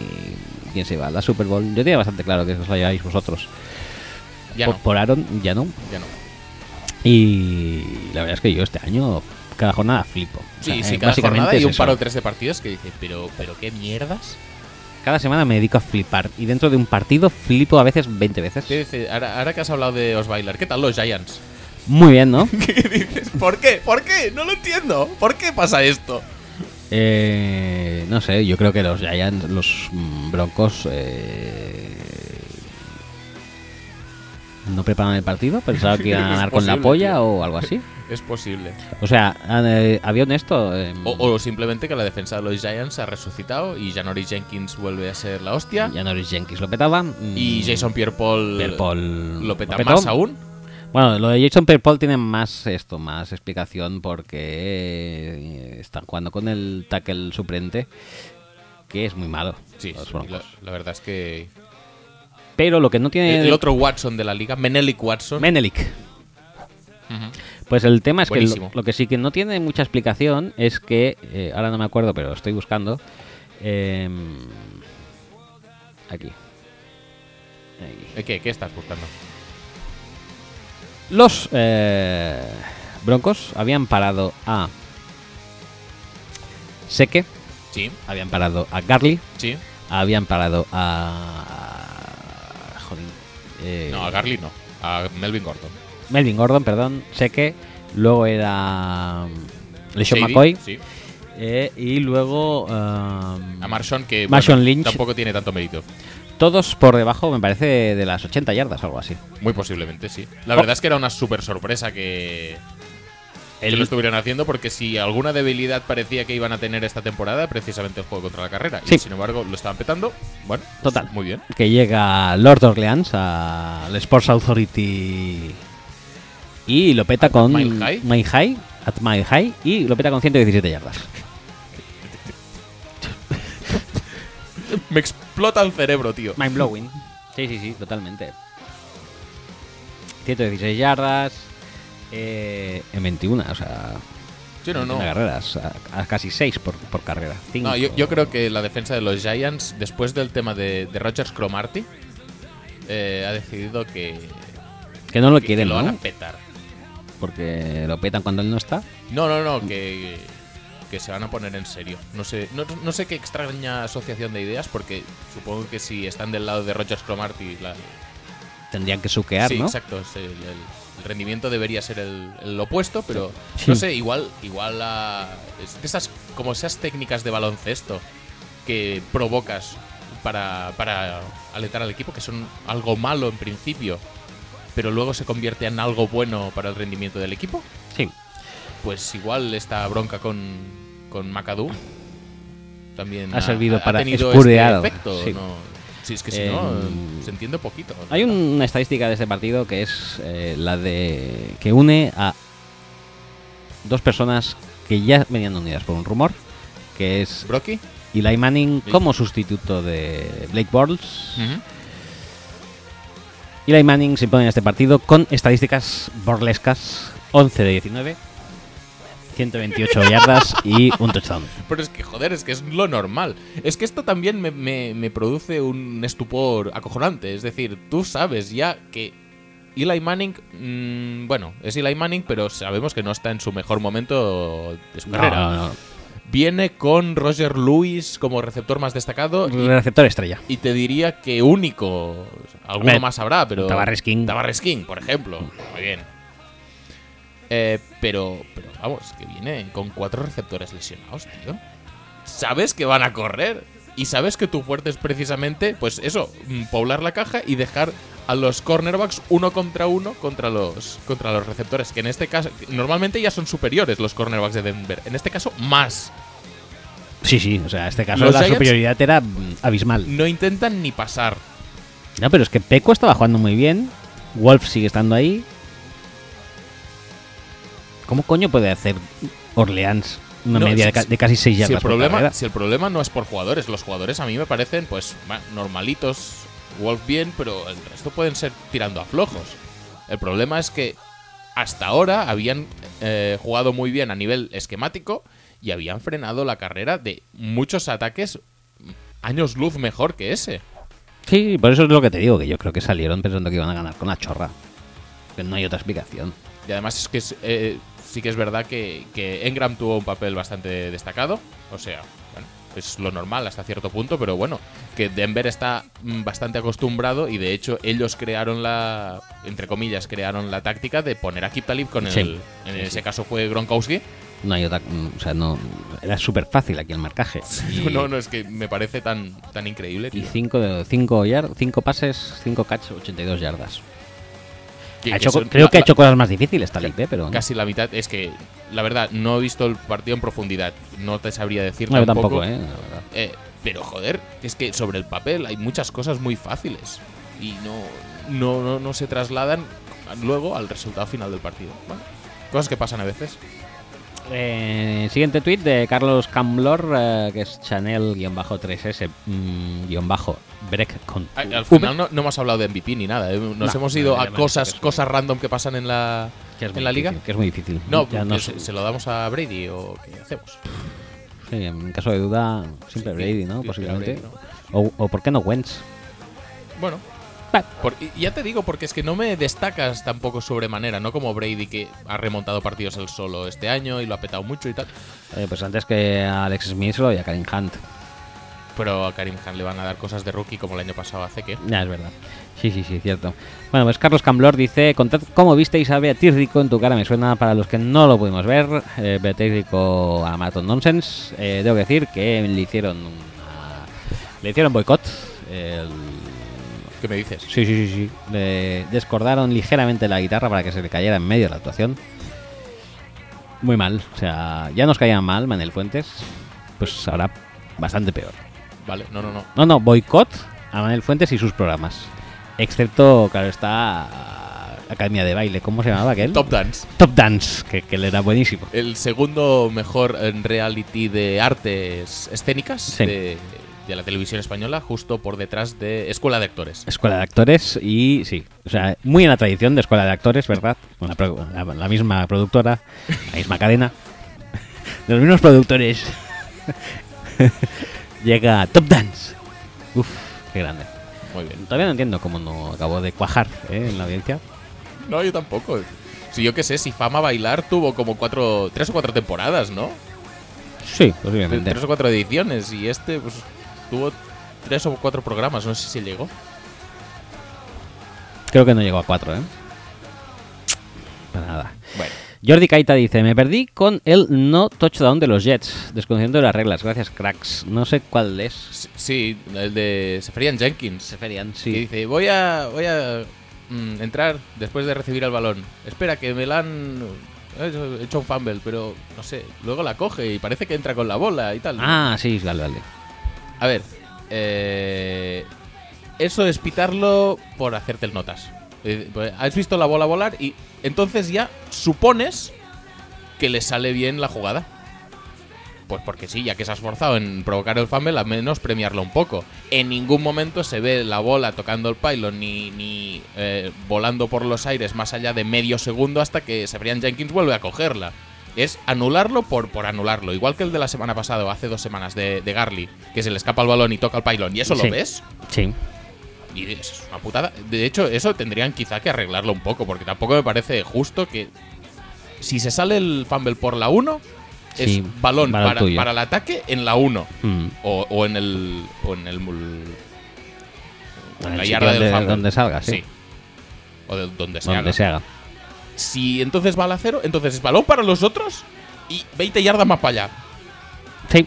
S1: quién se va a la Super Bowl. Yo tenía bastante claro que eso lo lleváis vosotros.
S2: Ya
S1: por,
S2: no,
S1: por Aaron, ya no.
S2: ya no.
S1: Y la verdad es que yo este año, cada jornada flipo. O
S2: Sí,
S1: sea,
S2: sí,
S1: eh,
S2: cada
S1: básicamente
S2: jornada
S1: es
S2: hay un
S1: eso.
S2: par o tres de partidos que dice, pero, pero qué mierdas.
S1: Cada semana me dedico a flipar y dentro de un partido flipo a veces 20 veces.
S2: ¿Qué dice? Ahora, ahora que has hablado de Osweiler, ¿qué tal los Giants?
S1: Muy bien, ¿no?
S2: ¿Qué dices? ¿Por qué? ¿Por qué? No lo entiendo. ¿Por qué pasa esto?
S1: Eh, no sé, yo creo que los Giants, los mm, Broncos eh, no preparan el partido, pensaban que iban a
S2: Es
S1: ganar con la
S2: posible,
S1: polla
S2: tío.
S1: o algo así.
S2: Es posible.
S1: O sea, eh, avión esto. eh,
S2: O, o simplemente que la defensa de los Giants ha resucitado y Janoris Jenkins vuelve a ser la hostia.
S1: ya Norris Jenkins lo petaba. mm,
S2: Y Jason Pierre-Paul
S1: Pierre-Paul
S2: lo peta
S1: petó.
S2: más aún.
S1: Bueno, lo de Jason Pierre-Paul tiene más esto, más explicación porque eh, están jugando con el tackle suplente, que es muy malo.
S2: Sí,
S1: los
S2: sí,
S1: Broncos.
S2: la, la verdad es que
S1: Pero lo que no tiene eh,
S2: El, el otro Watson de la liga, Menelik Watson.
S1: Menelik. Pues el tema es
S2: Buenísimo.
S1: que lo, lo que sí que no tiene mucha explicación es que, eh, ahora no me acuerdo, pero lo estoy buscando. eh, aquí. Aquí.
S2: ¿Eh, ¿Qué, ¿Qué estás buscando?
S1: Los eh, Broncos habían parado a Seque,
S2: Sí,
S1: habían parado a Garly,
S2: sí.
S1: habían parado a. Jolín. eh,
S2: No, a Garly no. A Melvin Gordon.
S1: Melvin Gordon, perdón, Seque. Luego era. mm, LeSean
S2: Shady,
S1: McCoy.
S2: Sí.
S1: eh, y luego. um,
S2: A Marshawn, que
S1: Marshawn Lynch.
S2: tampoco tiene tanto mérito.
S1: todos por debajo, me parece, de las 80 yardas o algo así.
S2: Muy posiblemente, sí. La
S1: Oh.
S2: verdad es que era una súper sorpresa que, que
S1: El-
S2: lo estuvieran haciendo, porque si alguna debilidad parecía que iban a tener esta temporada, precisamente el juego contra la carrera.
S1: Sí.
S2: Y sin embargo, lo estaban petando. Bueno, pues
S1: Total.
S2: Muy bien.
S1: Que llega Lord Orleans al Sports Authority. Y lo peta con.
S2: Mile High.
S1: Mile High, At Mile High. Y lo peta con 117 yardas.
S2: Me explota el cerebro, tío.
S1: Mind blowing. Sí, sí, sí, totalmente. 116 yardas. eh, en 21, o sea.
S2: Sí, no, no.
S1: 21 carreras. A, a casi 6 por, por carrera.
S2: No, yo,
S1: Cinco.
S2: yo creo que la defensa de los Giants, después del tema de, de Rogers Cromarty, eh, ha decidido que,
S1: Que no lo
S2: que-
S1: quieren,
S2: que lo van
S1: ¿no?
S2: a petar.
S1: Porque lo petan cuando él no está.
S2: No, no, no, que, que se van a poner en serio. No sé, no, no sé qué extraña asociación de ideas, porque supongo que si están del lado de Rogers Cromarty, la,
S1: Tendrían que suquear,
S2: sí,
S1: ¿no?
S2: exacto, es el, el- el rendimiento debería ser el, el opuesto, pero
S1: Sí.
S2: no sé, igual, igual a, es de esas como esas técnicas de baloncesto que provocas para, para alentar al equipo, que son algo malo en principio, pero luego se convierte en algo bueno para el rendimiento del equipo.
S1: Sí.
S2: Pues igual esta bronca con, con McAdoo también
S1: Ha servido para
S2: tenido
S1: espuriar algo,
S2: este efecto.
S1: sí.
S2: ¿no? Si es que si
S1: Eh,
S2: no, se entiende poquito.
S1: Hay un- una estadística de este partido que es eh, la de que une a dos personas que ya venían unidas por un rumor, que es
S2: Brocky.
S1: Eli Manning
S2: Sí.
S1: como sustituto de Blake Bortles. Eli Manning se impone en este partido con estadísticas burlescas, 11 de 19, 128 yardas y un touchdown.
S2: Pero es que, joder, es que es lo normal. Es que esto también me, me- me produce un estupor acojonante. Es decir, tú sabes ya que Eli Manning, mm, bueno, es Eli Manning, pero sabemos que no está en su mejor momento de su carrera.
S1: No,
S2: Viene con Roger Lewis como receptor más destacado
S1: no, no. Receptor estrella.
S2: y te diría que único. O sea, Alguno
S1: Hombre,
S2: más habrá, pero.
S1: Tavares King.
S2: Tavares King, por ejemplo. Muy bien. Eh, pero, pero vamos, que viene con cuatro receptores lesionados, tío. Sabes que van a correr. Y sabes que tu fuerte es precisamente, pues eso, mm, poblar la caja y dejar a los cornerbacks uno contra uno contra los, contra los receptores. Que en este caso, normalmente ya son superiores los cornerbacks de Denver. En este caso, más.
S1: Sí, sí, o sea, en este caso
S2: Los
S1: la
S2: Giants-
S1: superioridad era mm, abismal.
S2: No intentan ni pasar.
S1: No, pero es que Peco estaba jugando muy bien. Wolf sigue estando ahí. ¿Cómo coño puede hacer Orleans una
S2: No,
S1: media
S2: si-
S1: de, ca-
S2: si-
S1: de casi 6
S2: si
S1: yardas
S2: el,
S1: por
S2: problema,
S1: carrera?
S2: si el problema no es por jugadores, los jugadores a mí me parecen pues ma- normalitos, Wolf bien, pero el resto pueden ser tirando a flojos. El problema es que hasta ahora habían eh, jugado muy bien a nivel esquemático y habían frenado la carrera de muchos ataques años luz mejor que ese.
S1: Sí, por eso es lo que te digo, que yo creo que salieron pensando que iban a ganar con la chorra. Que no hay otra explicación.
S2: Y además es que es, eh, sí que es verdad que, que Engram tuvo un papel bastante destacado. O sea, bueno, es lo normal hasta cierto punto, pero bueno, que Denver está mm, bastante acostumbrado y de hecho ellos crearon la, entre comillas, crearon la táctica de poner a Kip Talib con el,
S1: Sí.
S2: en
S1: Sí,
S2: ese
S1: sí.
S2: caso fue Gronkowski.
S1: No hay otra. mm, O sea, no. Era súper fácil aquí el marcaje. Y-
S2: No, no, es que me parece tan, tan increíble,
S1: Y
S2: tío.
S1: 5 cinco yar- cinco pases, 5 catch, 82 yardas. Ha
S2: Que- que
S1: hecho co-
S2: son-
S1: creo
S2: la-
S1: que ha
S2: la-
S1: hecho cosas más difíciles, Talib, ¿eh? pero. no.
S2: Casi la mitad, es que la verdad, no he visto el partido en profundidad, no te sabría decir
S1: No, yo
S2: tampoco,
S1: tampoco, ¿eh? La verdad.
S2: Eh, pero joder, es que sobre el papel hay muchas cosas muy fáciles y no, no, no, no se trasladan luego al resultado final del partido. Bueno, cosas que pasan a veces.
S1: Eh, siguiente tweet de Carlos Camblor, eh, que es mm, Chanel-3S-Break con.
S2: Ay, Al
S1: V.
S2: final no, no hemos hablado de MVP ni nada. eh, Nos
S1: No,
S2: hemos
S1: no,
S2: ido
S1: no,
S2: a
S1: no, no,
S2: cosas,
S1: no, no.
S2: cosas random que pasan en la,
S1: Que es muy
S2: en la liga.
S1: difícil, Que es muy difícil.
S2: No,
S1: Ya
S2: que
S1: sé.
S2: se, se lo damos a Brady o qué hacemos.
S1: Sí, en caso de duda, siempre
S2: Sí,
S1: Brady, ¿no?
S2: sí,
S1: Posiblemente.
S2: Brady,
S1: O, o ¿por qué no Wentz?
S2: Bueno.
S1: Vale.
S2: por- y ya te digo, porque es que no me destacas tampoco sobremanera, no como Brady que ha remontado partidos él solo este año y lo ha petado mucho y tal.
S1: Eh, pues antes que a Alex Smith se lo doy a Karen Hunt.
S2: Pero a Karim Khan le van a dar cosas de rookie como el año pasado hace que.
S1: Ya, es verdad. Sí, sí, sí, cierto. Bueno, pues Carlos Camblor dice, contad cómo visteis a Beatírico en tu cara, me suena para los que no lo pudimos ver. Eh, Beatírico a Marathon Nonsense. Eh, tengo que decir que le hicieron una- le hicieron boicot. El-
S2: ¿Qué me dices?
S1: Sí, sí, sí, sí. Le descordaron ligeramente la guitarra para que se le cayera en medio de la actuación. Muy mal. O sea, ya nos caía mal Manel Fuentes. Pues ahora bastante peor.
S2: Vale, no, no, no.
S1: No, no, boicot a Manel Fuentes y sus programas. Excepto, claro, está Academia de Baile. ¿Cómo se llamaba aquel?
S2: Top Dance,
S1: Top Dance, que, que le era buenísimo.
S2: el segundo mejor en reality de artes escénicas
S1: Sí.
S2: de, de la televisión española, justo por detrás de Escuela de Actores.
S1: Escuela de actores y sí, o sea, muy en la tradición de escuela de actores, ¿verdad? Con La, pro- la- la misma productora, la misma cadena, de los mismos productores. Llega Top Dance. Uf, qué grande.
S2: Muy bien.
S1: Todavía no entiendo cómo no acabó de cuajar ¿eh? en la audiencia.
S2: No, yo tampoco. Si yo qué sé, si Fama Bailar tuvo como cuatro, tres o cuatro temporadas, ¿no?
S1: Sí,
S2: Tre-
S1: posiblemente.
S2: Tres o cuatro ediciones y este pues tuvo tres o cuatro programas, no sé si llegó.
S1: Creo que no llegó a cuatro, ¿eh? Para nada.
S2: Bueno,
S1: Jordi Caita dice, me perdí con el no touchdown de los Jets, desconociendo las reglas. Gracias, cracks. No sé cuál es.
S2: s- sí, el de Seferian Jenkins.
S1: Se ferían,
S2: que
S1: sí.
S2: dice, voy a, voy a mm, entrar después de recibir el balón. Espera, que me la han eh, hecho un fumble, pero no sé, luego la coge y parece que entra con la bola y tal.
S1: Ah, sí, vale, vale.
S2: A ver, eh, eso es pitarlo por hacerte el notas. Eh, pues, Has visto la bola volar y entonces ya supones que le sale bien la jugada. Pues porque sí, ya que se ha esforzado en provocar el fumble, al menos premiarlo un poco. En ningún momento se ve la bola tocando el pylon ni, ni eh, volando por los aires más allá de medio segundo hasta que Sebrian Jenkins vuelve a cogerla. Es anularlo por, por anularlo. Igual que el de la semana pasada, o hace dos semanas, de, de Garly, que se le escapa el balón y toca el pylon. ¿Y eso
S1: Sí.
S2: lo ves?
S1: Sí.
S2: Y eso es una putada. De hecho, eso tendrían quizá que arreglarlo un poco, porque tampoco me parece justo que. Si se sale el fumble por la 1,
S1: Sí,
S2: es
S1: balón
S2: balón para,
S1: tuyo.
S2: para el ataque en la 1.
S1: Mm.
S2: O, o en el. O en el. mul- o en
S1: el
S2: la
S1: sitio
S2: yarda del
S1: donde-
S2: fumble.
S1: donde salga, Ah, sí.
S2: O de donde se
S1: Donde
S2: haga.
S1: se haga.
S2: Si entonces va a la 0, entonces es balón para los otros y 20 yardas más para allá.
S1: Sí.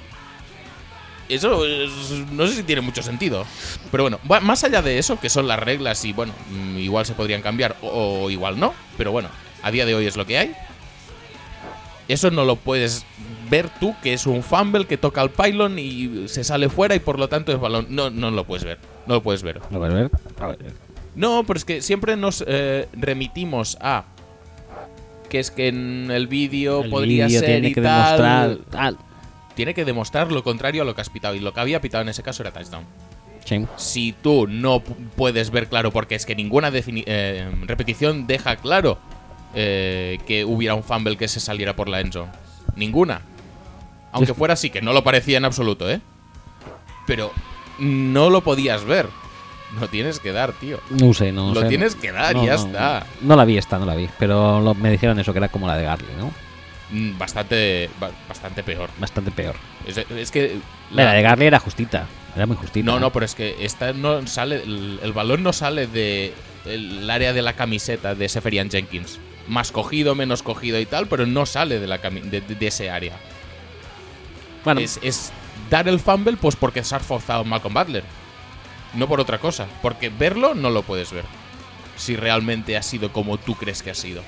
S2: Eso es- no sé si tiene mucho sentido. Pero bueno, va- más allá de eso, que son las reglas y bueno, mm, igual se podrían cambiar o, o igual no. Pero bueno, a día de hoy es lo que hay. Eso no lo puedes ver tú, que es un fumble que toca al pylon y se sale fuera y por lo tanto es balón. No, no lo puedes ver. No lo puedes ver.
S1: ¿Lo puedes ver? A ver.
S2: No, pero es que siempre nos eh, remitimos a que es que en el vídeo
S1: El
S2: podría
S1: vídeo
S2: ser
S1: tiene
S2: y
S1: que
S2: tal.
S1: demostrar tal.
S2: Tiene que demostrar lo contrario a lo que has pitado y lo que había pitado en ese caso era touchdown.
S1: Sí.
S2: Si tú no pu- puedes ver claro, porque es que ninguna defini- eh, repetición deja claro eh, que hubiera un fumble que se saliera por la endzone. Ninguna. Aunque fuera así, que no lo parecía en absoluto, ¿eh? Pero no lo podías ver. No tienes que dar, tío.
S1: No sé, no
S2: Lo
S1: sé.
S2: tienes que dar, ya está.
S1: No la vi esta, no la vi. Pero lo- me dijeron eso, que era como la de Garly, ¿no?
S2: Mm, bastante ba- bastante peor.
S1: Bastante peor.
S2: Es, es que
S1: La, de Garly era justita. Era muy justita.
S2: no, no, pero es que esta no sale el, el balón no sale de el área de la camiseta de Seferian Jenkins. Más cogido, menos cogido y tal, pero no sale de la cami- de, de- de ese área.
S1: Bueno,
S2: Es, es dar el fumble pues porque se ha forzado Malcolm Butler. No por otra cosa, porque verlo no lo puedes ver. Si realmente ha sido como tú crees que ha sido.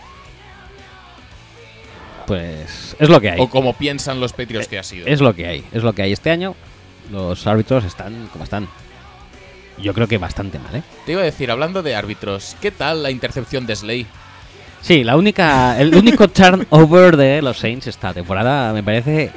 S1: pues es lo que hay.
S2: O como piensan los Patriots que ha sido.
S1: Es lo que hay. Es lo que hay. Este año los árbitros están como están. Yo creo que bastante mal, ¿eh?
S2: Te iba a decir, hablando de árbitros, ¿qué tal la intercepción de Slay?
S1: Sí, la única, el único turnover de los Saints esta temporada me parece,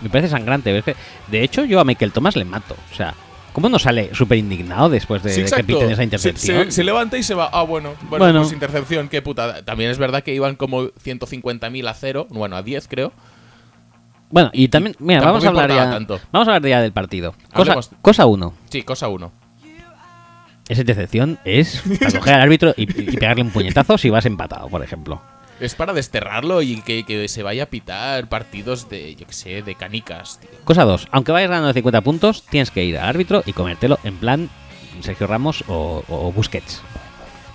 S1: me parece sangrante. pero es que, de hecho, yo a Michael Thomas le mato. O sea, ¿Cómo no sale súper indignado después de,
S2: Sí,
S1: de que
S2: exacto.
S1: piten esa
S2: Se-
S1: intercepción?
S2: Se, se levanta y se va. Ah, bueno, bueno,
S1: Bueno.
S2: pues intercepción, qué putada. También es verdad que iban como 150.000 a cero, bueno, a 10 creo.
S1: Bueno, y también, mira, vamos
S2: Tampoco
S1: a hablar
S2: importaba
S1: ya.
S2: tanto.
S1: Vamos a hablar ya del partido. Cosa,
S2: Hablemos.
S1: cosa uno.
S2: Sí, cosa uno.
S1: Esa intercepción es para coger al árbitro y, y pegarle un puñetazo si vas empatado, por ejemplo.
S2: Es para desterrarlo y que, que se vaya a pitar partidos de, yo qué sé, de canicas, tío.
S1: Cosa 2. Aunque vayas ganando de 50 puntos, tienes que ir al árbitro y comértelo en plan Sergio Ramos o, o Busquets.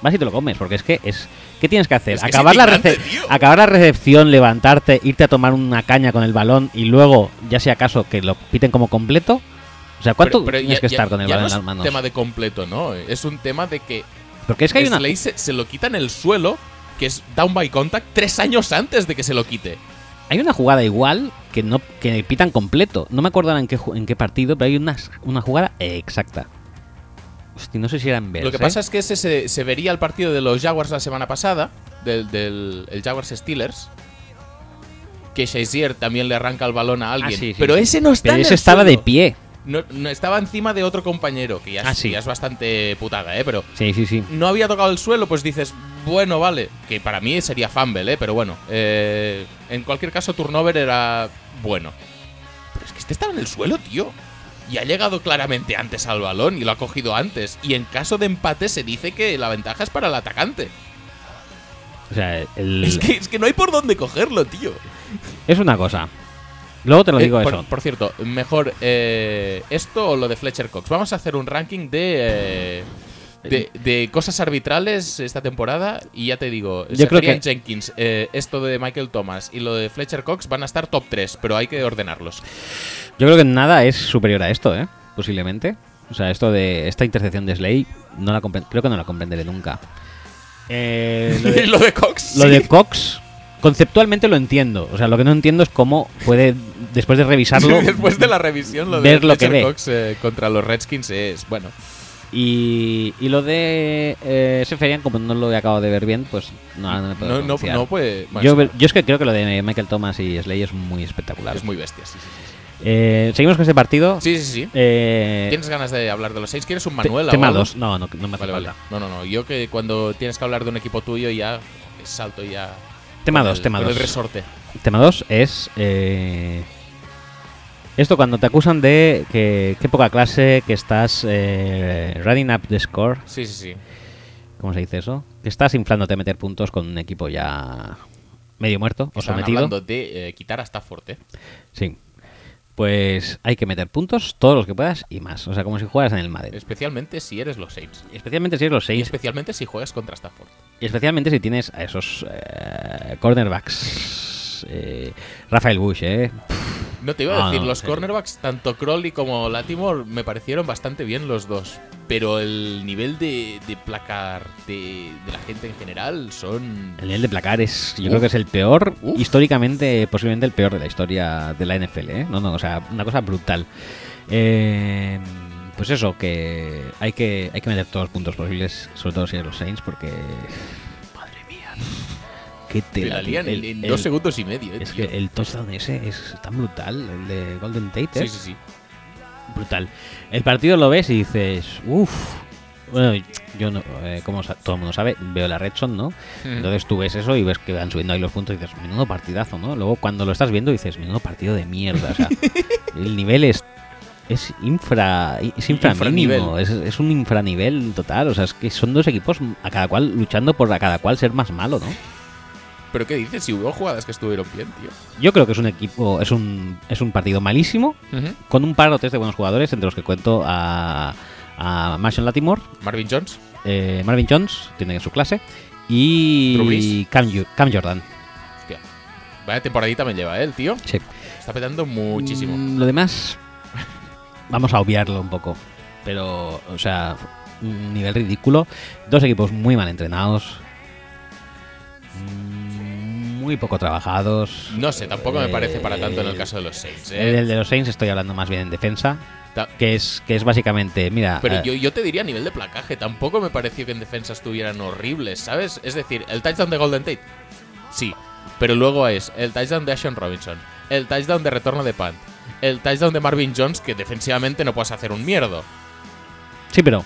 S1: Vas y te lo comes, porque es que es. ¿Qué tienes que hacer?
S2: Es que es
S1: acabar, la
S2: indignante,
S1: rece-
S2: tío.
S1: acabar la recepción, levantarte, irte a tomar una caña con el balón y luego, ya sea acaso, que lo piten como completo. O sea, ¿cuánto
S2: Pero- pero
S1: tienes
S2: ya-
S1: que
S2: ya-
S1: estar con el
S2: ya
S1: balón
S2: no
S1: en las manos?
S2: Es un tema de completo, ¿no? Es un tema de que
S1: Porque es que hay una.
S2: Slade se, se lo quita en el suelo, que es down by contact, tres años antes de que se lo quite.
S1: Hay una jugada igual que no que pitan completo. No me acuerdo ahora en qué, ju- en qué partido, pero hay una, una jugada exacta. Hostia, no sé si era en Bels,
S2: Lo que
S1: ¿eh?
S2: pasa es que ese se, se vería el partido de los Jaguars la semana pasada, del, del el Jaguars Steelers. Que Shazier también le arranca el balón a alguien.
S1: Ah, sí, sí,
S2: pero
S1: sí.
S2: ese no está
S1: Pero
S2: en
S1: ese
S2: el
S1: estaba de
S2: suelo.
S1: pie.
S2: No, no, estaba encima de otro compañero, que ya, es-
S1: Ah, sí.
S2: ya es bastante putada, ¿eh? Pero
S1: Sí, sí, sí.
S2: no había tocado el suelo, pues dices, bueno, vale. Que para mí sería fumble, ¿eh? Pero bueno. eh, en cualquier caso, turnover era bueno. Pero es que este estaba en el suelo, tío. Y ha llegado claramente antes al balón y lo ha cogido antes. Y en caso de empate se dice que la ventaja es para el atacante.
S1: O sea, el-
S2: Es que, es que no hay por dónde cogerlo, tío.
S1: es una cosa. Luego te lo
S2: Eh,
S1: digo
S2: por,
S1: eso.
S2: por cierto, mejor eh, esto o lo de Fletcher Cox. Vamos a hacer un ranking de, eh, de, de cosas arbitrales esta temporada y ya te digo,
S1: Yo creo
S2: Zacharian
S1: que-
S2: Jenkins, eh, esto de Michael Thomas y lo de Fletcher Cox van a estar top 3, pero hay que ordenarlos.
S1: Yo creo que nada es superior a esto, ¿eh? Posiblemente. O sea, esto de esta intercepción de Slay, no la compre- creo que no la comprenderé nunca. Eh, lo, de,
S2: lo de Cox.
S1: lo
S2: sí.
S1: de Cox, conceptualmente lo entiendo. O sea, lo que no entiendo es cómo puede, después de revisarlo,
S2: Después de la revisión, lo
S1: ver
S2: de
S1: lo que
S2: Fletcher
S1: ve.
S2: Cox eh, contra los Redskins es bueno.
S1: Y, y lo de eh, Seferian, como no lo he acabado de ver bien, pues no, no me puedo
S2: No, no,
S1: pronunciar.
S2: no puede. bueno,
S1: yo,
S2: es-
S1: ve- yo es que creo que lo de Michael Thomas y Slay es muy espectacular.
S2: es muy bestia. Sí, sí, sí.
S1: Eh, Seguimos con este partido.
S2: Sí, sí, sí.
S1: Eh,
S2: ¿Tienes ganas de hablar de los seis? ¿Quieres un
S1: te-
S2: Manuel? o
S1: tema
S2: algo?
S1: 2. No, no, no me hace
S2: Vale, vale.
S1: falta.
S2: No, no, no. Yo que cuando tienes que hablar de un equipo tuyo ya salto ya.
S1: Tema
S2: con
S1: 2,
S2: el-
S1: tema
S2: con el
S1: 2.
S2: resorte.
S1: Tema 2 es. eh, esto cuando te acusan de que, que poca clase, que estás eh, running up the score.
S2: Sí, sí, sí.
S1: ¿Cómo se dice eso? Que estás inflándote a meter puntos con un equipo ya medio muerto o
S2: Estaban
S1: sometido.
S2: hablando de eh, quitar hasta fuerte.
S1: Sí. Pues hay que meter puntos, todos los que puedas y más. O sea, como si jugaras en el Madrid.
S2: Especialmente si eres los Saints.
S1: Especialmente si es los
S2: Y
S1: 6.
S2: especialmente si juegas contra Stafford.
S1: Y especialmente si tienes a esos eh, cornerbacks. Eh, Rafael Bush, ¿eh?
S2: No te iba a
S1: Ah,
S2: decir,
S1: no,
S2: los
S1: sí.
S2: cornerbacks, tanto Crowley como Latimore, me parecieron bastante bien los dos. Pero el nivel de, de placar de, de la gente en general son.
S1: El nivel de placar es, yo
S2: Uf.
S1: creo que es el peor,
S2: Uf.
S1: históricamente, posiblemente el peor de la historia de la NFL, ¿eh? No, no, o sea, una cosa brutal. Eh, pues eso, que hay, que hay que meter todos los puntos posibles, sobre todo si eres los Saints, porque... Madre mía. Qué
S2: Te
S1: tela,
S2: la
S1: tío.
S2: lían en,
S1: El-
S2: en
S1: el-
S2: dos segundos y medio. eh,
S1: Es que
S2: tío.
S1: el touchdown ese es tan brutal, el de Golden Tate,
S2: Sí,
S1: es
S2: sí, sí.
S1: brutal. El partido lo ves y dices, uff. Bueno, yo no, eh, como sa- todo el mundo sabe, veo la Redson, ¿no? Entonces tú ves eso y ves que van subiendo ahí los puntos y dices, menudo partidazo, ¿no? Luego cuando lo estás viendo dices, menudo partido de mierda, o sea, el nivel es es infra es inframínimo,
S2: Infranivel.
S1: es, es un infranivel total, o sea, es que son dos equipos a cada cual luchando por a cada cual ser más malo, ¿no?
S2: Pero ¿qué dices? Si hubo jugadas que estuvieron bien, tío.
S1: Yo creo que es un equipo, es un es un partido malísimo con un par o tres de buenos jugadores entre los que cuento a a Mason Latimore,
S2: Marvin Jones.
S1: eh, Marvin Jones, tiene su clase
S2: Drew
S1: y
S2: Brees.
S1: Cam, Ju- Cam Jordan.
S2: Hostia. Vaya temporadita me lleva, ¿eh, el tío.
S1: Sí.
S2: Está petando muchísimo.
S1: Mm, lo demás, vamos a obviarlo un poco. Pero, o sea, un nivel ridículo. Dos equipos muy mal entrenados. Mm, Muy poco trabajados.
S2: No sé, tampoco me parece para tanto en el
S1: Eh,
S2: caso de los Saints. ¿eh?
S1: El, el de los Saints estoy hablando más bien en defensa.
S2: Ta-
S1: Que es, que es básicamente, mira.
S2: Pero
S1: eh,
S2: yo, yo te diría a nivel de placaje, tampoco me pareció que en defensa estuvieran horribles, ¿sabes? Es decir, el touchdown de Golden Tate, sí, pero luego es el touchdown de Ashon Robinson, el touchdown de retorno de punt, el touchdown de Marvin Jones, que defensivamente no puedes hacer un mierdo.
S1: Sí, pero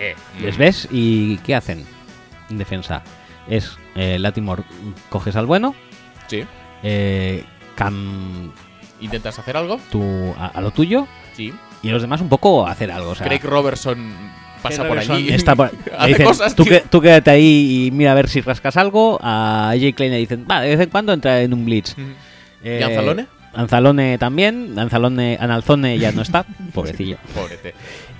S2: Eh, mm.
S1: les ves y ¿qué hacen en defensa? Es eh, Latimore, coges al bueno,
S2: Sí.
S1: eh, Cam
S2: ¿Intentas hacer algo?
S1: tú a, a lo tuyo
S2: Sí.
S1: y los demás un poco a hacer algo. O sea,
S2: Craig Robertson
S1: Craig
S2: pasa por
S1: Robertson
S2: allí.
S1: Está por, le
S2: Hace
S1: dicen,
S2: cosas,
S1: tú,
S2: tío.
S1: que- tú quédate ahí y mira a ver si rascas algo. A Jay Klein le dicen, va, de vez en cuando entra en un blitz.
S2: Mm.
S1: Eh,
S2: ¿Y Anzalone?
S1: Anzalone también. Anzalone, Analzone ya no está, pobrecillo.
S2: Pobrete.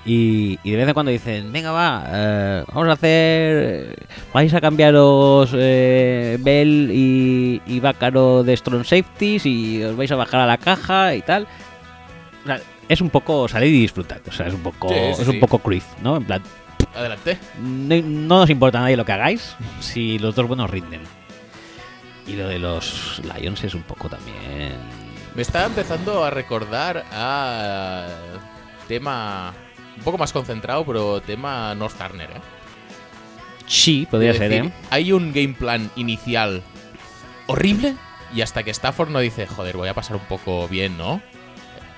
S1: Y, y de vez en cuando dicen, venga va, eh, vamos a hacer... eh, Vais a cambiaros eh, Bell y, y Bácaro de Strong Safeties y os vais a bajar a la caja y tal. O sea, es un poco salir y disfrutar. O sea, es un poco,
S2: Sí, sí,
S1: es
S2: sí.
S1: un poco cruif, ¿no? En plan,
S2: Adelante.
S1: no, no nos importa a nadie lo que hagáis si los dos buenos rinden. Y lo de los Lions es un poco también...
S2: Me está empezando a recordar a tema un poco más concentrado, pero tema North Turner, ¿eh?
S1: Sí, podría
S2: Es
S1: ser,
S2: decir,
S1: ¿eh?
S2: Hay un game plan inicial horrible y hasta que Stafford no dice, joder, voy a pasar un poco bien, ¿no?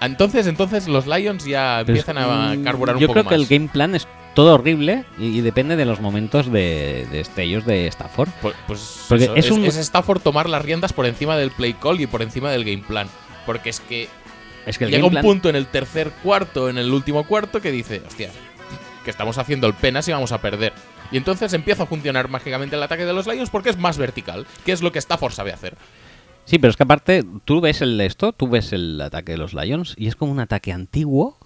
S2: Entonces, entonces los Lions ya
S1: Pero es-
S2: empiezan a
S1: mm,
S2: carburar un
S1: Yo
S2: poco
S1: creo
S2: más.
S1: que el game plan es todo horrible y, y depende de los momentos de, de estellos de Stafford.
S2: Pu- Pues,
S1: Porque
S2: eso,
S1: es
S2: es,
S1: un-
S2: es Stafford tomar las riendas por encima del play call y por encima del game plan. Porque es que
S1: Es que el
S2: llega
S1: game
S2: un
S1: plan,
S2: punto en el tercer cuarto, en el último cuarto, que dice, hostia, que estamos haciendo el penas y vamos a perder. Y entonces empieza a funcionar mágicamente el ataque de los Lions porque es más vertical, que es lo que Stafford sabe hacer.
S1: Sí, pero es que aparte tú ves el de esto, tú ves el ataque de los Lions y es como un ataque antiguo,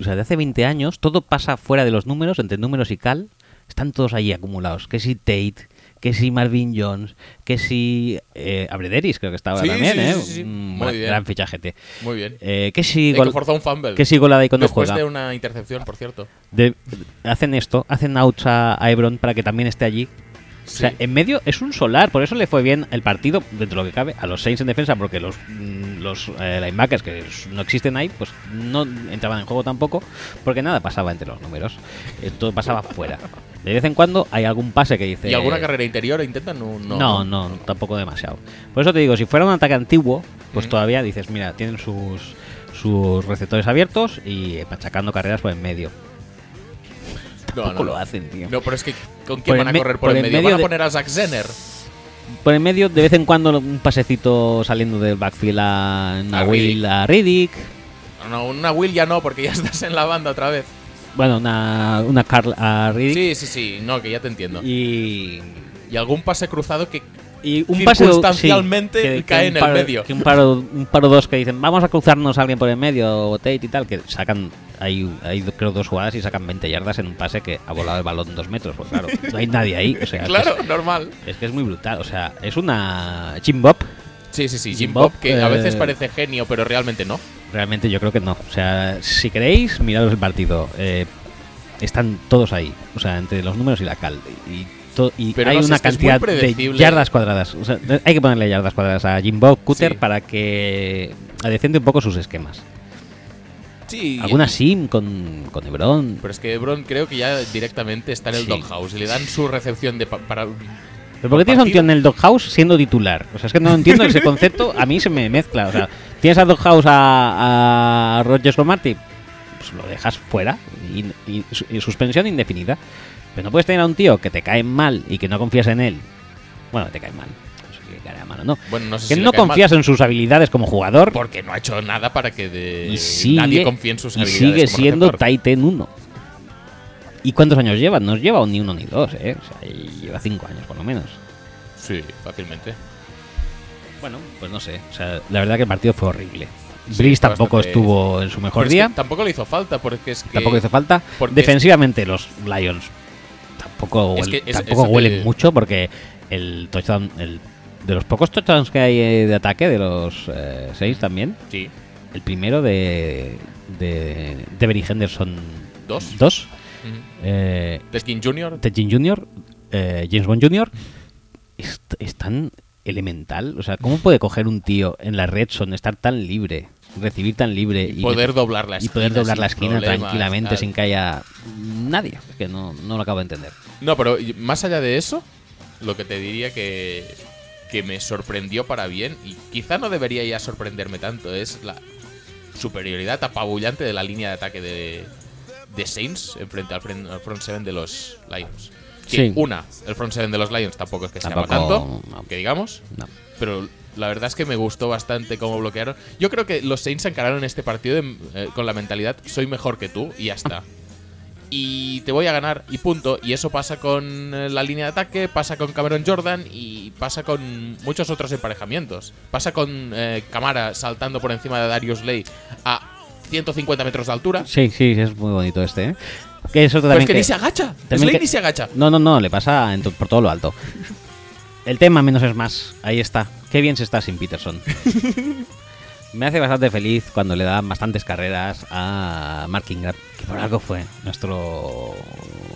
S1: o sea, de hace 20 años, todo pasa fuera de los números, entre números y cal, están todos ahí acumulados. Que si Tate, que si Marvin Jones, que si eh, Abrederis, creo que estaba
S2: Sí,
S1: también,
S2: sí,
S1: ¿eh?
S2: sí, sí, sí.
S1: Un
S2: Muy
S1: gran,
S2: bien.
S1: gran fichajete.
S2: Muy bien.
S1: Eh, que si
S2: Eh,
S1: Gol-
S2: que forzó un fumble.
S1: que si Golada y cuando
S2: Después
S1: juega.
S2: de una intercepción, por cierto.
S1: de- hacen esto, hacen outs a, a Ebron para que también esté allí. O sea, eh,
S2: Sí.
S1: en medio es un solar, por eso le fue bien el partido, dentro de lo que cabe, a los Saints en defensa, porque los, mm, los eh, linebackers que s- no existen ahí, pues no entraban en juego tampoco, porque nada pasaba entre los números, Eh, todo pasaba fuera. De vez en cuando hay algún pase que dice...
S2: ¿Y alguna carrera interior intentan? No, no.
S1: eh, No, no, tampoco demasiado. Por eso te digo, si fuera un ataque antiguo, pues
S2: Mm.
S1: todavía dices, mira, tienen sus, sus receptores abiertos y eh, machacando carreras por en medio.
S2: No,
S1: Tampoco
S2: no,
S1: lo
S2: no.
S1: hacen, tío.
S2: No, pero es que ¿con
S1: Por
S2: quién
S1: el
S2: van a
S1: me-
S2: correr por, el medio? ¿Van a
S1: de-
S2: poner a Zack Zener?
S1: Por en medio, de vez en cuando, un pasecito saliendo del backfield a Nahuil,
S2: Riddick.
S1: a Riddick.
S2: No, no, una Will ya no, porque ya estás en la banda otra vez.
S1: Bueno, una, una Carl a Riddick.
S2: Sí, sí, sí, no, que ya te entiendo. Y,
S1: Y,
S2: algún pase cruzado que...
S1: y un pase
S2: Circunstancialmente cae
S1: un
S2: en el
S1: paro-
S2: medio.
S1: Que un paro, un paro dos que dicen, vamos a cruzarnos a alguien por el medio, o Tate y tal, que sacan, hay, hay creo dos jugadas y sacan 20 yardas en un pase que ha volado el balón dos metros. Pues claro, no hay nadie ahí. O sea, es que
S2: Claro, normal.
S1: Es, es que es muy brutal. O sea, es una chimbop.
S2: Sí, sí, sí,
S1: Jim
S2: Jim
S1: Bob,
S2: Bob, que a veces
S1: eh,
S2: parece genio, pero realmente no.
S1: Realmente yo creo que no. O sea, si queréis, miraros el partido. Eh, están todos ahí. O sea, entre los números y la cal. Y, to- y
S2: Pero
S1: hay
S2: no sé,
S1: una
S2: es que es muy
S1: cantidad de
S2: predecible.
S1: yardas cuadradas. O sea, hay que ponerle yardas cuadradas a Jim Bob Cutter
S2: Sí.
S1: para que adecente un poco sus esquemas.
S2: Sí,
S1: Alguna sim con, con Hebron.
S2: pero es que Bron creo que ya directamente está en el
S1: Sí.
S2: doghouse y le dan su recepción de pa- para...
S1: ¿Pero por qué tienes a un tío
S2: partido.
S1: en el doghouse siendo titular? O sea, es que no entiendo ese concepto. A mí se me mezcla. O sea, tienes a doghouse a, a Rogers con Marty, pues lo dejas fuera y, y su- y suspensión indefinida. Pero no puedes tener a un tío que te cae mal y que no confías en él. Bueno, te cae mal. No sé si le caerá mal o no.
S2: Bueno, no sé
S1: que
S2: si le
S1: no
S2: cae mal.
S1: confías en sus habilidades como jugador
S2: Porque no ha hecho nada para que de-
S1: y sigue,
S2: nadie confíe en sus
S1: y
S2: habilidades.
S1: sigue
S2: como
S1: siendo
S2: receptor.
S1: Titan 1. ¿Y cuántos años lleva? No lleva ni uno ni dos, ¿eh? O sea, lleva cinco años por lo menos.
S2: Sí, fácilmente.
S1: Bueno, pues no sé. O sea, la verdad que el partido fue horrible. Brice
S2: fue
S1: tampoco
S2: bastante-
S1: estuvo en su mejor
S2: Pero es
S1: día.
S2: que tampoco le hizo falta, porque es que.
S1: Tampoco hizo falta.
S2: porque
S1: Defensivamente, los Lions tampoco,
S2: Es
S1: huel-
S2: que es-
S1: tampoco
S2: eso
S1: huelen
S2: te-
S1: mucho porque el touchdown. El, de los pocos touchdowns que hay eh, de ataque, de los eh, seis también,
S2: Sí,
S1: el primero de. de. de Benny Henderson.
S2: Dos.
S1: Dos.
S2: Ujú.
S1: Eh,
S2: De Skin Junior.
S1: Ted Ginn Jr., eh, James Bond Jr., es, es tan elemental. O sea, ¿cómo puede coger un tío en la red son, estar tan libre, recibir tan libre
S2: Y poder doblar la
S1: y
S2: esquina.
S1: poder doblar
S2: sin
S1: la esquina
S2: problemas,
S1: tranquilamente
S2: tal.
S1: sin que haya nadie? Es que no, no lo acabo de entender.
S2: No, pero y- más allá de eso, lo que te diría que, que me sorprendió para bien, y quizá no debería ya sorprenderme tanto, es la superioridad apabullante de la línea de ataque de, de Saints en frente al, fren- al front seven de los Lions. Que
S1: Sí.
S2: una, el front seven de los Lions tampoco es que se llama
S1: Tampoco,
S2: tanto,
S1: no.
S2: que digamos,
S1: No.
S2: pero la verdad es que me gustó bastante cómo bloquearon. Yo creo que los Saints encararon este partido en- eh, con la mentalidad soy mejor que tú y ya está. Y te voy a ganar y punto. Y eso pasa con eh, la línea de ataque, pasa con Cameron Jordan y pasa con muchos otros emparejamientos. Pasa con eh, Camara saltando por encima de Darius Lay a 150 metros de altura.
S1: Sí, sí, es muy bonito este, ¿eh? Que es otro
S2: Pero
S1: también
S2: es Pues que,
S1: que-
S2: ni se agacha.
S1: también
S2: Slay
S1: que-
S2: ni se agacha.
S1: No, no, no, le pasa en to- por todo lo alto. El tema menos es más, ahí está. Qué bien se está sin Peterson. Me hace bastante feliz cuando le dan bastantes carreras a Mark Ingram, que por algo fue nuestro...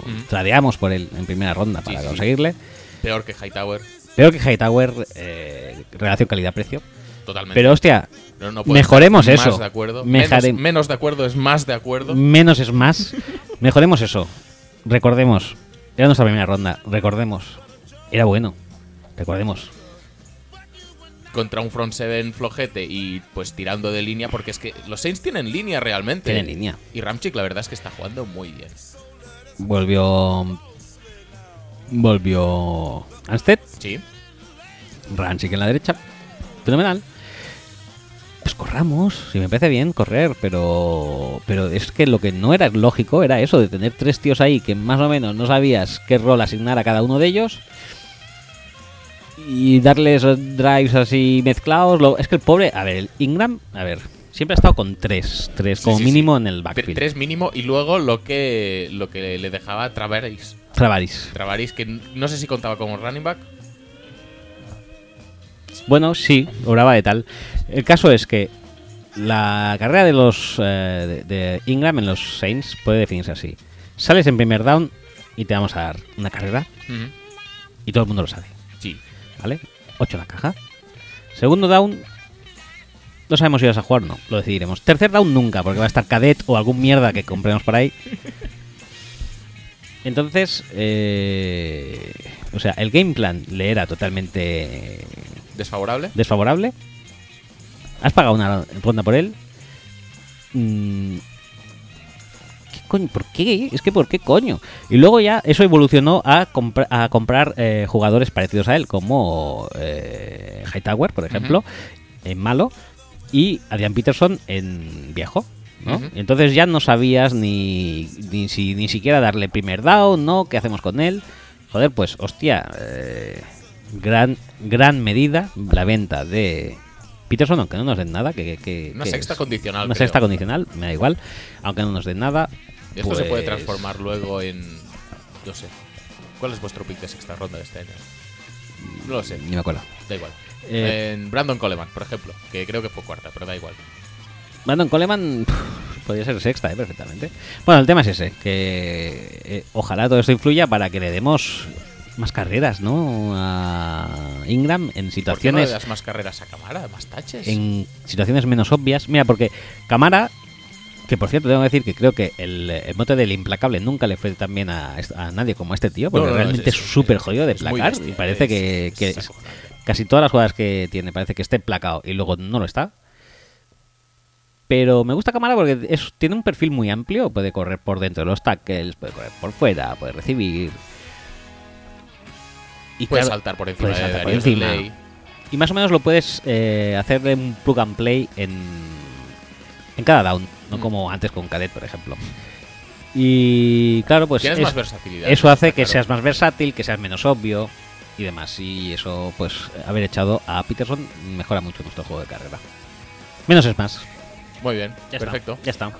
S2: Mm.
S1: Tradeamos por él en primera ronda para
S2: sí.
S1: conseguirle.
S2: Peor que Hightower.
S1: Creo que Hightower, eh, relación calidad-precio.
S2: Totalmente.
S1: Pero hostia,
S2: Pero no puedo
S1: mejoremos
S2: estar
S1: eso.
S2: Más de acuerdo.
S1: Mejare-
S2: Menos, menos de acuerdo es más de acuerdo.
S1: menos es más. Mejoremos eso. Recordemos. Era nuestra primera ronda. Recordemos. Era bueno. Recordemos.
S2: contra un front seven flojete y pues tirando de línea, porque es que los Saints tienen línea realmente.
S1: Tienen línea.
S2: Y Ramchick la verdad es que está jugando muy bien.
S1: Volvió. Volvió. Anstead.
S2: Sí.
S1: Rancic en la derecha. Fenomenal. Pues corramos. Si me parece bien correr, pero. Pero es que lo que no era lógico era eso, de tener tres tíos ahí que más o menos no sabías qué rol asignar a cada uno de ellos. Y darles drives así mezclados. Lo- es que el pobre. A ver, el Ingram. A ver. Siempre ha estado con tres. Tres,
S2: Sí,
S1: como
S2: sí,
S1: mínimo
S2: sí.
S1: en el
S2: Tre-
S1: backfield.
S2: Tres mínimo y luego lo que lo que le dejaba a Travaris.
S1: Travaris.
S2: Travaris, que n- no sé si contaba como running back.
S1: Bueno, sí, obraba de tal. El caso es que la carrera de los eh, de, de Ingram en los Saints puede definirse así. Sales en primer down y te vamos a dar una carrera
S2: Ujú.
S1: y todo el mundo lo sabe,
S2: Sí.
S1: ¿vale? 8 en la caja. Segundo down no sabemos si vas a jugar o no, lo decidiremos. Tercer down nunca, porque va a estar Cadet o algún mierda que compremos por ahí. Entonces, eh, o sea, el game plan le era totalmente
S2: Desfavorable.
S1: desfavorable. Has pagado una ronda por él. Mm, ¿Qué coño? ¿Por qué? Es que ¿por qué coño? Y luego ya eso evolucionó a, compra- a comprar eh, jugadores parecidos a él, como eh, Hightower, por ejemplo, en malo, y Adrian Peterson en viejo. ¿no?
S2: Ujú.
S1: Entonces ya no sabías ni, ni, si, ni siquiera darle primer down, ¿no? ¿Qué hacemos con él? Joder, pues hostia, eh, gran, gran medida la venta de Peterson, aunque no nos den nada. Que, que-
S2: Una
S1: que
S2: sexta condicional,
S1: Una
S2: creo.
S1: sexta condicional, me da igual, aunque no nos den nada.
S2: Esto se
S1: pues,
S2: puede transformar luego en. No sé. ¿Cuál es vuestro pick de sexta ronda de este año? No lo sé.
S1: Ni me acuerdo.
S2: Da igual.
S1: Eh,
S2: en Brandon Coleman, por ejemplo, que creo que fue cuarta, pero da igual.
S1: Brandon Coleman pf, podría ser sexta, eh, perfectamente. Bueno, el tema es ese, que eh, ojalá todo esto influya para que le demos más carreras, ¿no? A Ingram en
S2: ¿Por qué no le
S1: situaciones
S2: das más carreras a Camara? ¿Más taches?
S1: en situaciones menos obvias. Mira, porque Camara, que por cierto tengo que decir que creo que el, el mote del implacable nunca le fue tan bien a, est- a nadie como a este tío, porque
S2: No, no, no,
S1: realmente es
S2: es- es-
S1: súper jodido de
S2: es muy
S1: placar.
S2: bestia,
S1: y parece
S2: es-
S1: que,
S2: es
S1: que
S2: acojonante.
S1: casi todas las jugadas que tiene parece que esté placado y luego no lo está. Pero me gusta Camara porque es, tiene un perfil muy amplio. Puede correr por dentro de los tackles, puede correr por fuera, puede recibir. Y
S2: Puede
S1: claro,
S2: saltar por encima
S1: puede
S2: de
S1: saltar por
S2: Darius
S1: encima.
S2: Slay.
S1: Y más o menos lo puedes eh, hacer de un plug and play en, en cada down, no
S2: Mm.
S1: como antes con Cadet, por ejemplo. Y claro, pues
S2: Tienes
S1: es-
S2: más versatilidad.
S1: eso hace que
S2: claro.
S1: seas más versátil, que seas menos obvio y demás. Y eso, pues haber echado a Peterson mejora mucho nuestro juego de carrera. Menos es más.
S2: Muy bien,
S1: Ya está,
S2: perfecto.
S1: ya está.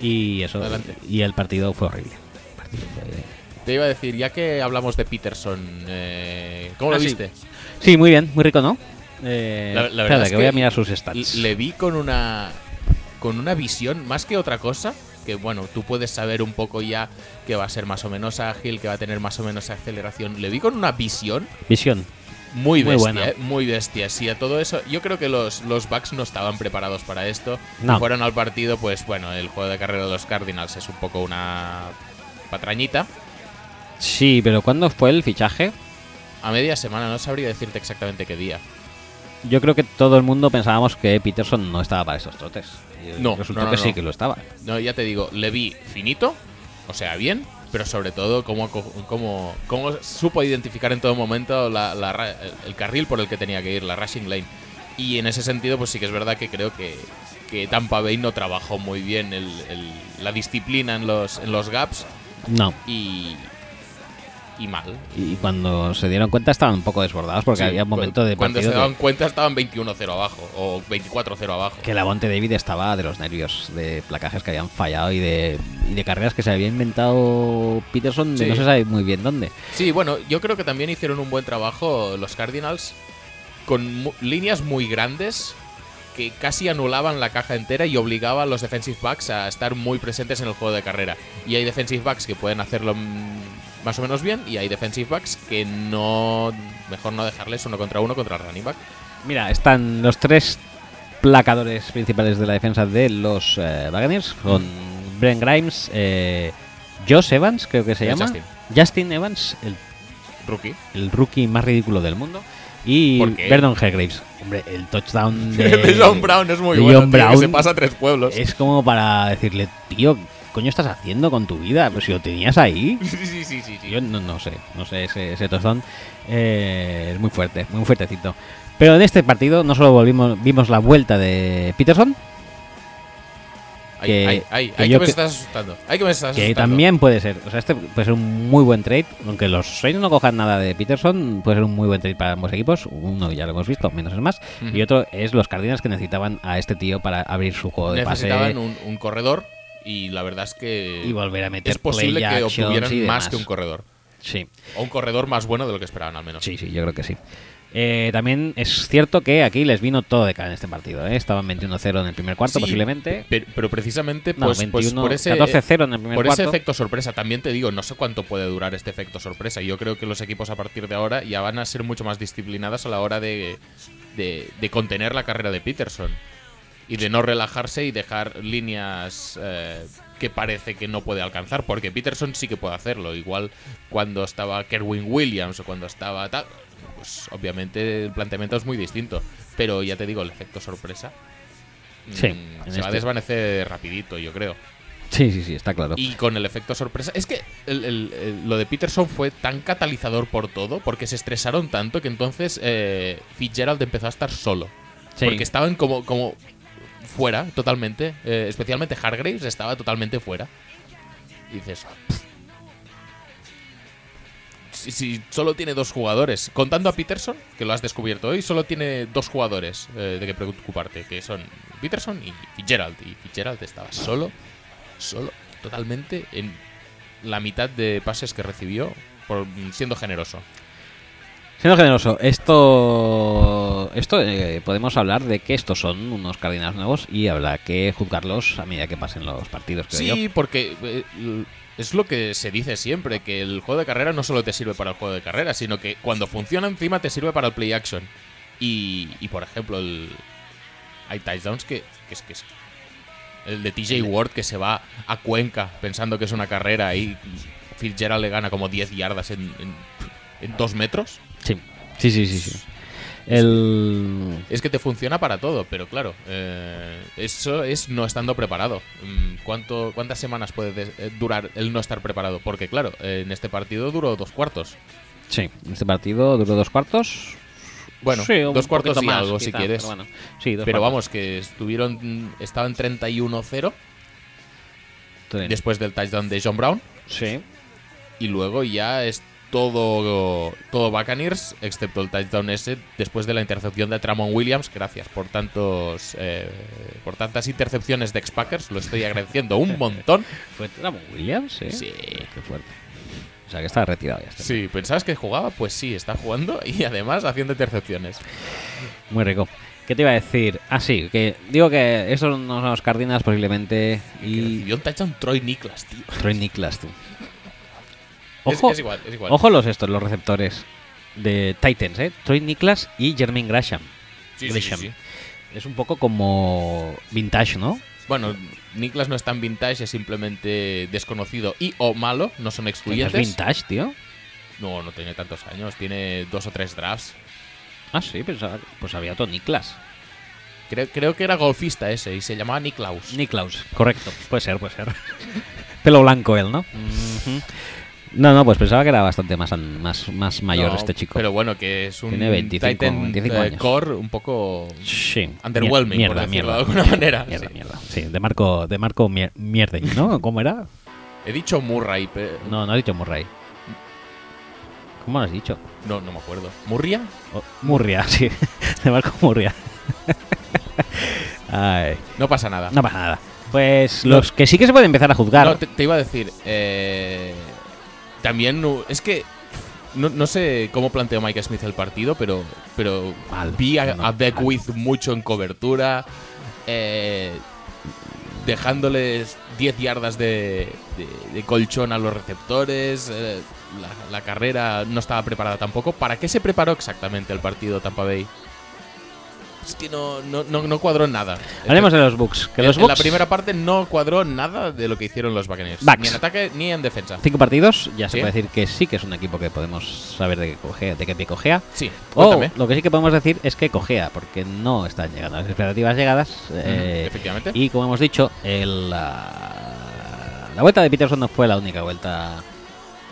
S1: Y eso.
S2: Adelante.
S1: Y el partido fue horrible. El partido fue-
S2: Te iba a decir, ya que hablamos de Peterson, eh, ¿cómo
S1: Ah,
S2: lo
S1: sí.
S2: viste?
S1: Sí, muy bien, muy rico, ¿no? Eh,
S2: La- la verdad
S1: espérate,
S2: es
S1: que, voy a
S2: que
S1: mirar sus
S2: L-
S1: stats.
S2: Le vi con una con una visión más que otra cosa, que bueno, tú puedes saber un poco ya que va a ser más o menos ágil, que va a tener más o menos aceleración. Le vi con una visión
S1: Visión.
S2: Muy
S1: Muy
S2: bestia,
S1: buena.
S2: eh, muy bestia. Sí, a todo eso. Yo creo que los, los Bucks no estaban preparados para esto.
S1: No.
S2: Y Fueron al partido, pues bueno, el juego de carrera de los Cardinals es un poco una patrañita.
S1: Sí, pero ¿cuándo fue el fichaje?
S2: A media semana, no sabría decirte exactamente qué día.
S1: yo creo que todo el mundo pensábamos que Peterson no estaba para esos trotes. Y
S2: No,
S1: resultó
S2: no, no,
S1: que
S2: no.
S1: sí que lo estaba.
S2: No, ya te digo, le vi finito, o sea, bien, pero sobre todo cómo, co- cómo, cómo supo identificar en todo momento la- la ra- el- el carril por el que tenía que ir, la rushing lane. Y en ese sentido, pues sí que es verdad que creo que, que Tampa Bay no trabajó muy bien el- el- la disciplina en los, en los gaps
S1: No.
S2: y, y mal.
S1: Y cuando se dieron cuenta estaban un poco desbordados porque
S2: Sí,
S1: había un momento
S2: cu-
S1: de
S2: Cuando se
S1: partido
S2: daban
S1: que,
S2: cuenta estaban 21-0 abajo o 24-0 abajo.
S1: que la Monte David estaba de los nervios, de placajes que habían fallado y de, y de carreras que se había inventado Peterson de
S2: Sí.
S1: no se sabe muy bien dónde.
S2: Sí, bueno, yo creo que también hicieron un buen trabajo los Cardinals con mu- líneas muy grandes que casi anulaban la caja entera y obligaba a los defensive backs a estar muy presentes en el juego de carrera. Y hay defensive backs que pueden hacerlo mm, más o menos bien y hay defensive backs que no... Mejor no dejarles uno contra uno contra el running back.
S1: Mira, están los tres placadores principales de la defensa de los eh, Buccaneers.
S2: Mm.
S1: Son Brent Grimes, eh, Josh Evans, creo que se
S2: El
S1: llama.
S2: Eh, Justin.
S1: Justin Evans, el,
S2: Rookie.
S1: el rookie más ridículo del mundo. Y
S2: ¿Por qué?
S1: Vernon Hargraves. Hombre, el touchdown de...
S2: De John Brown es muy
S1: de
S2: bueno.
S1: John
S2: tío, que se
S1: Eh, Brown
S2: pasa a tres pueblos.
S1: Es como para decirle, tío, ¿qué coño estás haciendo con tu vida? Pero si lo tenías ahí.
S2: Sí, sí, sí, sí. sí.
S1: Yo no, no sé, no sé, ese, ese tostón eh, es muy fuerte, muy fuertecito. Pero en este partido no solo volvimos, vimos la vuelta de Peterson,
S2: Ay,
S1: que-
S2: ay, ay,
S1: que
S2: ay,
S1: yo
S2: que me
S1: que-
S2: estás asustando. Ay, que me estás
S1: que
S2: asustando.
S1: también puede ser, o sea, este puede ser un muy buen trade, aunque los Saints no cojan nada de Peterson, puede ser un muy buen trade para ambos equipos, uno ya lo hemos visto, menos es más,
S2: Ujú.
S1: y otro es los Cardinals que necesitaban a este tío para abrir su juego de pase
S2: necesitaban un, un corredor y la verdad es que
S1: y volver a meter
S2: es posible
S1: play
S2: que
S1: actions
S2: obtuvieran
S1: y
S2: más
S1: demás.
S2: que un corredor.
S1: Sí.
S2: O un corredor más bueno de lo que esperaban al menos.
S1: Sí, sí, yo creo que sí. Eh, también es cierto que aquí les vino todo de cara en este partido. ¿eh? Estaban 21-0 en el primer cuarto,
S2: Sí,
S1: posiblemente.
S2: Pero, pero precisamente
S1: No,
S2: pues, pues
S1: 21,
S2: por ese
S1: 14-0 en el primer
S2: por
S1: cuarto.
S2: ese efecto sorpresa, también te digo, no sé cuánto puede durar este efecto sorpresa. Yo creo que los equipos a partir de ahora ya van a ser mucho más disciplinadas a la hora de, de- de contener la carrera de Peterson. Y de no relajarse y dejar líneas eh, que parece que no puede alcanzar, porque Peterson sí que puede hacerlo. Igual cuando estaba Kerwin Williams o cuando estaba tal, pues obviamente el planteamiento es muy distinto. Pero ya te digo, el efecto sorpresa mm,
S1: Sí, en
S2: se va a
S1: este-
S2: desvanecer rapidito, yo creo.
S1: Sí, sí, sí, está claro.
S2: Y con el efecto sorpresa. Es que el- el- el- lo de Peterson fue tan catalizador por todo, porque se estresaron tanto que entonces eh, Fitzgerald empezó a estar solo.
S1: Sí.
S2: Porque estaban como, como fuera totalmente. eh, especialmente Hargraves estaba totalmente fuera. Y dices. "Pff". Si, si solo tiene dos jugadores, contando a Peterson, que lo has descubierto hoy, solo tiene dos jugadores eh, de que preocuparte, que son Peterson y Fitzgerald. Y Fitzgerald estaba solo solo, totalmente en la mitad de pases que recibió, por, siendo generoso.
S1: Siendo generoso, esto, esto eh, podemos hablar de que estos son unos cardinales nuevos y habrá que juzgarlos a medida que pasen los partidos, creo yo.
S2: Sí, porque eh, l- es lo que se dice siempre, que el juego de carrera no solo te sirve para el juego de carrera, sino que cuando funciona encima te sirve para el play action. Y, y, por ejemplo, el, hay touchdowns que, que es que es... El de TJ Ward que se va a Cuenca pensando que es una carrera y Fitzgerald le gana como 10 yardas en, en, en dos metros.
S1: Sí, sí, sí, sí. sí. El...
S2: Es que te funciona para todo, pero claro, eh, eso es no estando preparado. Mm, ¿Cuánto, ¿Cuántas semanas puede des- eh, durar el no estar preparado? Porque claro, eh, en este partido duró dos cuartos.
S1: Sí, este partido duró dos cuartos.
S2: Bueno,
S1: Sí, un
S2: dos cuartos
S1: poquito
S2: y
S1: más,
S2: algo si
S1: quizá,
S2: quieres.
S1: Pero,
S2: Pero,
S1: bueno, sí, dos cuartos.
S2: vamos, que estuvieron estaban 31-0
S1: Tres.
S2: después del touchdown de John Brown
S1: Sí.
S2: y luego ya es todo todo Buccaneers excepto el touchdown ese después de la intercepción de Tramon Williams. Gracias por tantos eh, por tantas intercepciones de Ex-Packers, lo estoy agradeciendo un montón.
S1: ¿Fue Tramon Williams? ¿eh?
S2: Sí.
S1: Qué fuerte. O sea, que está retirado ya. este Está.
S2: Sí, ¿pensabas que jugaba? Pues sí, está jugando y además haciendo intercepciones.
S1: Muy rico. ¿Qué te iba a decir? Ah, sí, que digo que estos no son los Cardinals posiblemente
S2: Y
S1: y
S2: recibió un touchdown Troy Niklas, tío.
S1: Troy Niklas, tú.
S2: Es-
S1: Ojo,
S2: Es, igual, es igual.
S1: ojo los estos, los receptores de Titans, ¿eh? Troy Niklas y Jermaine Gresham.
S2: Sí, sí, sí,
S1: Gresham.
S2: sí.
S1: Es un poco como vintage, ¿no?
S2: Bueno, Niklas no es tan vintage, es simplemente desconocido y o malo, no son
S1: ¿Es
S2: excluyentes.
S1: vintage, tío?
S2: No, no tiene tantos años, tiene dos o tres drafts.
S1: Ah, sí, pensaba- pues había otro Niklas.
S2: Creo, creo que era golfista ese y se llamaba Niklaus.
S1: Niklaus, correcto. Puede ser, puede ser. Pelo blanco él, ¿no? No, no, pues pensaba que era bastante más, an- más, más mayor
S2: No,
S1: este chico.
S2: Pero bueno, que es un
S1: Tiene 25,
S2: Titan
S1: 25
S2: eh,
S1: años.
S2: Core un poco.
S1: Sí.
S2: Underwhelming,
S1: Mier-
S2: por decirlo de alguna manera,
S1: Mierda,
S2: sí.
S1: mierda. Sí, de Marco, de Marco Mier- Mierden, ¿no? ¿Cómo era?
S2: He dicho Murray, pero. No.
S1: No, no has dicho Murray. ¿Cómo lo has dicho?
S2: no, me acuerdo. ¿Murria?
S1: Oh, Murria, sí. De Marco Murria. Ay,
S2: No pasa nada.
S1: no pasa nada. Pues los que sí que se pueden empezar a juzgar.
S2: No, te, te iba a decir. eh, también no- es que. No, no sé cómo planteó Mike Smith el partido, pero, pero
S1: Mal,
S2: vi a,
S1: no,
S2: a Beckwith
S1: mal.
S2: mucho en cobertura, eh, dejándoles 10 yardas de, de- de colchón a los receptores. eh, la, la carrera no estaba preparada tampoco. ¿Para qué se preparó exactamente el partido Tampa Bay? Es que no, no, no, no cuadró nada.
S1: Hablemos de los Bucks. Que
S2: En-
S1: los
S2: en la
S1: Bucks-
S2: primera parte no cuadró nada de lo que hicieron los Buccaneers.
S1: Bucks.
S2: Ni en ataque ni en defensa.
S1: cinco partidos, ya se
S2: Sí.
S1: puede decir que sí que es un equipo que podemos saber de qué cojea. De qué pie cojea.
S2: Sí,
S1: O
S2: cuéntame.
S1: lo que sí que podemos decir es que cojea, porque no están llegando las expectativas llegadas. eh,
S2: efectivamente.
S1: Y como hemos dicho, el, la, la vuelta de Peterson no fue la única vuelta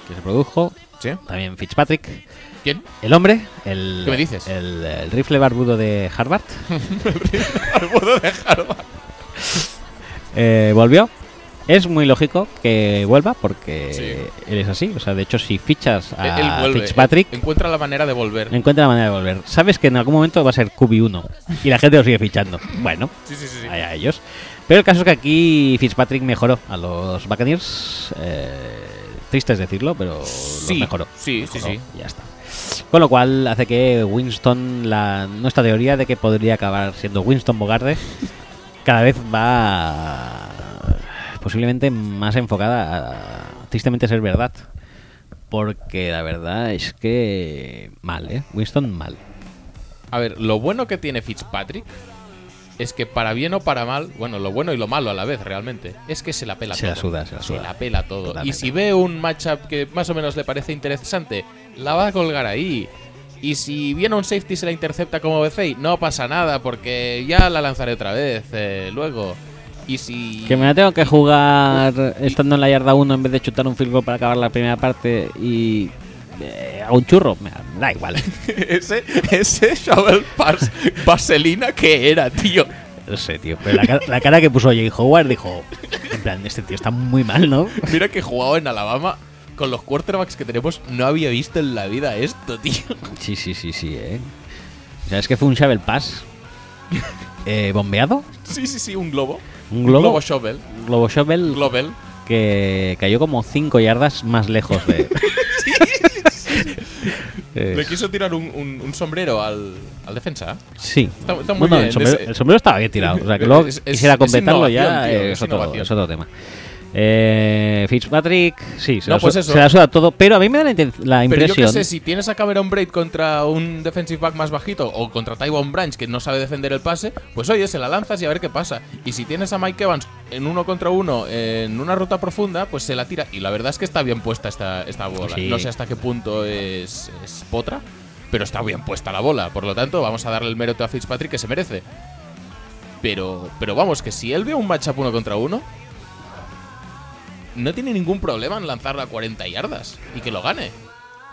S1: que se produjo.
S2: ¿Sí?
S1: También Fitzpatrick,
S2: ¿Quién?
S1: el hombre, el,
S2: ¿Qué me dices?
S1: el, el rifle barbudo de Harvard,
S2: Puedo dejarlo.
S1: eh, volvió. Es muy lógico que vuelva porque
S2: Sí.
S1: él es así. O sea, de hecho, si fichas
S2: Él- él
S1: a
S2: vuelve,
S1: Ah, Fitzpatrick,
S2: él encuentra la manera de volver.
S1: encuentra la manera de volver. Sabes que en algún momento va a ser QB1 y la gente lo sigue fichando. Bueno,
S2: Sí, sí, sí. sí.
S1: allá ellos. Pero el caso es que aquí Fitzpatrick mejoró a los Buccaneers. eh, triste es decirlo, pero
S2: Sí,
S1: los mejoró.
S2: sí,
S1: Mejoró,
S2: sí, sí.
S1: y Ya está. Con lo cual hace que Winston, la, nuestra teoría de que podría acabar siendo Winston Bogarde, cada vez va posiblemente más enfocada a tristemente ser verdad. Porque la verdad es que mal, ¿eh? Winston mal.
S2: A ver, lo bueno que tiene Fitzpatrick es que para bien o para mal, bueno, lo bueno y lo malo a la vez realmente, es que se la pela
S1: Se
S2: todo.
S1: la suda, se la suda.
S2: pela todo. Y
S1: Totalmente.
S2: si ve un matchup que más o menos le parece interesante, la va a colgar ahí. Y si viene un safety y se la intercepta como BCI, no pasa nada porque ya la lanzaré otra vez eh, luego. Y si...
S1: Que me la tengo que jugar estando en la yarda 1 en vez de chutar un field goal para acabar la primera parte y eh, hago un churro, me me da igual.
S2: ese, ese shovel pass, vaselina que era, tío.
S1: No sé, tío. Pero la, ca- la cara que puso Jay Howard dijo, en plan, este tío está muy mal, ¿no?
S2: Mira que he jugado en Alabama con los quarterbacks que tenemos. No había visto en la vida esto, tío.
S1: Sí, sí, sí, sí, eh. ¿Sabes que fue un shovel pass? Eh, ¿Bombeado?
S2: Sí, sí, sí, un globo.
S1: ¿Un globo?
S2: Globo shovel.
S1: Un Globo shovel
S2: Globel.
S1: que cayó como 5 yardas más lejos de...
S2: Le
S1: Eh,
S2: quiso tirar un, un- un sombrero al, al defensa.
S1: Sí.
S2: Está- está muy
S1: bueno,
S2: bien,
S1: El, sombrero,
S2: es- eh,
S1: el sombrero estaba bien tirado. O sea, que luego
S2: Es- es-
S1: quisiera
S2: es
S1: completarlo ya.
S2: innovación, tío,
S1: eh,
S2: es
S1: es, otro,
S2: innovación.
S1: es otro tema. Eh, Fitzpatrick, sí, se,
S2: No,
S1: la
S2: pues
S1: su-
S2: eso.
S1: se la suda todo. Pero a mí me da la, inten- la
S2: Pero yo
S1: impresión.
S2: qué sé, si tienes a Cameron Braid contra un defensive back más bajito o contra Tywon Branch que no sabe defender el pase, pues oye, se la lanzas y a ver qué pasa. Y si tienes a Mike Evans en uno contra uno en una ruta profunda, pues se la tira. Y la verdad es que está bien puesta esta, esta bola.
S1: Sí.
S2: No sé hasta qué punto es, es potra, pero está bien puesta la bola. Por lo tanto, vamos a darle el mérito a Fitzpatrick que se merece. Pero, pero vamos, que si él ve un matchup uno contra uno, no tiene ningún problema en lanzarla a 40 yardas y que lo gane.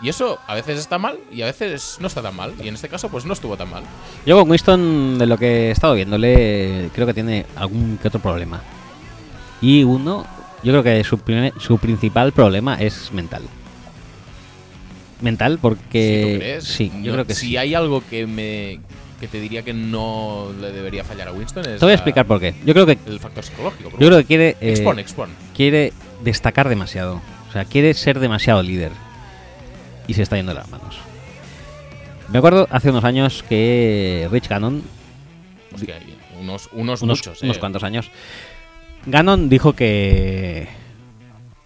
S2: Y eso a veces está mal y a veces no está tan mal. Y en este caso, pues no estuvo tan mal.
S1: Yo con Winston, de lo que he estado viéndole, creo que tiene algún que otro problema. Y uno, yo creo que su, primer- su principal problema es mental. Mental porque...
S2: Si tú crees,
S1: Sí, yo
S2: no-
S1: creo que
S2: si
S1: sí.
S2: hay algo que me que te diría que no le debería fallar a Winston es
S1: Te voy a
S2: la-
S1: explicar por qué. Yo creo que,
S2: el factor psicológico. por
S1: yo creo
S2: favor.
S1: que quiere... eh,
S2: expon, expon.
S1: quiere destacar demasiado. O sea, quiere ser demasiado líder. Y se está yendo de las manos. Me acuerdo hace unos años que Rich Gannon,
S2: Hostia, hay unos, unos,
S1: unos,
S2: muchos.
S1: unos
S2: eh.
S1: cuantos años, Gannon dijo que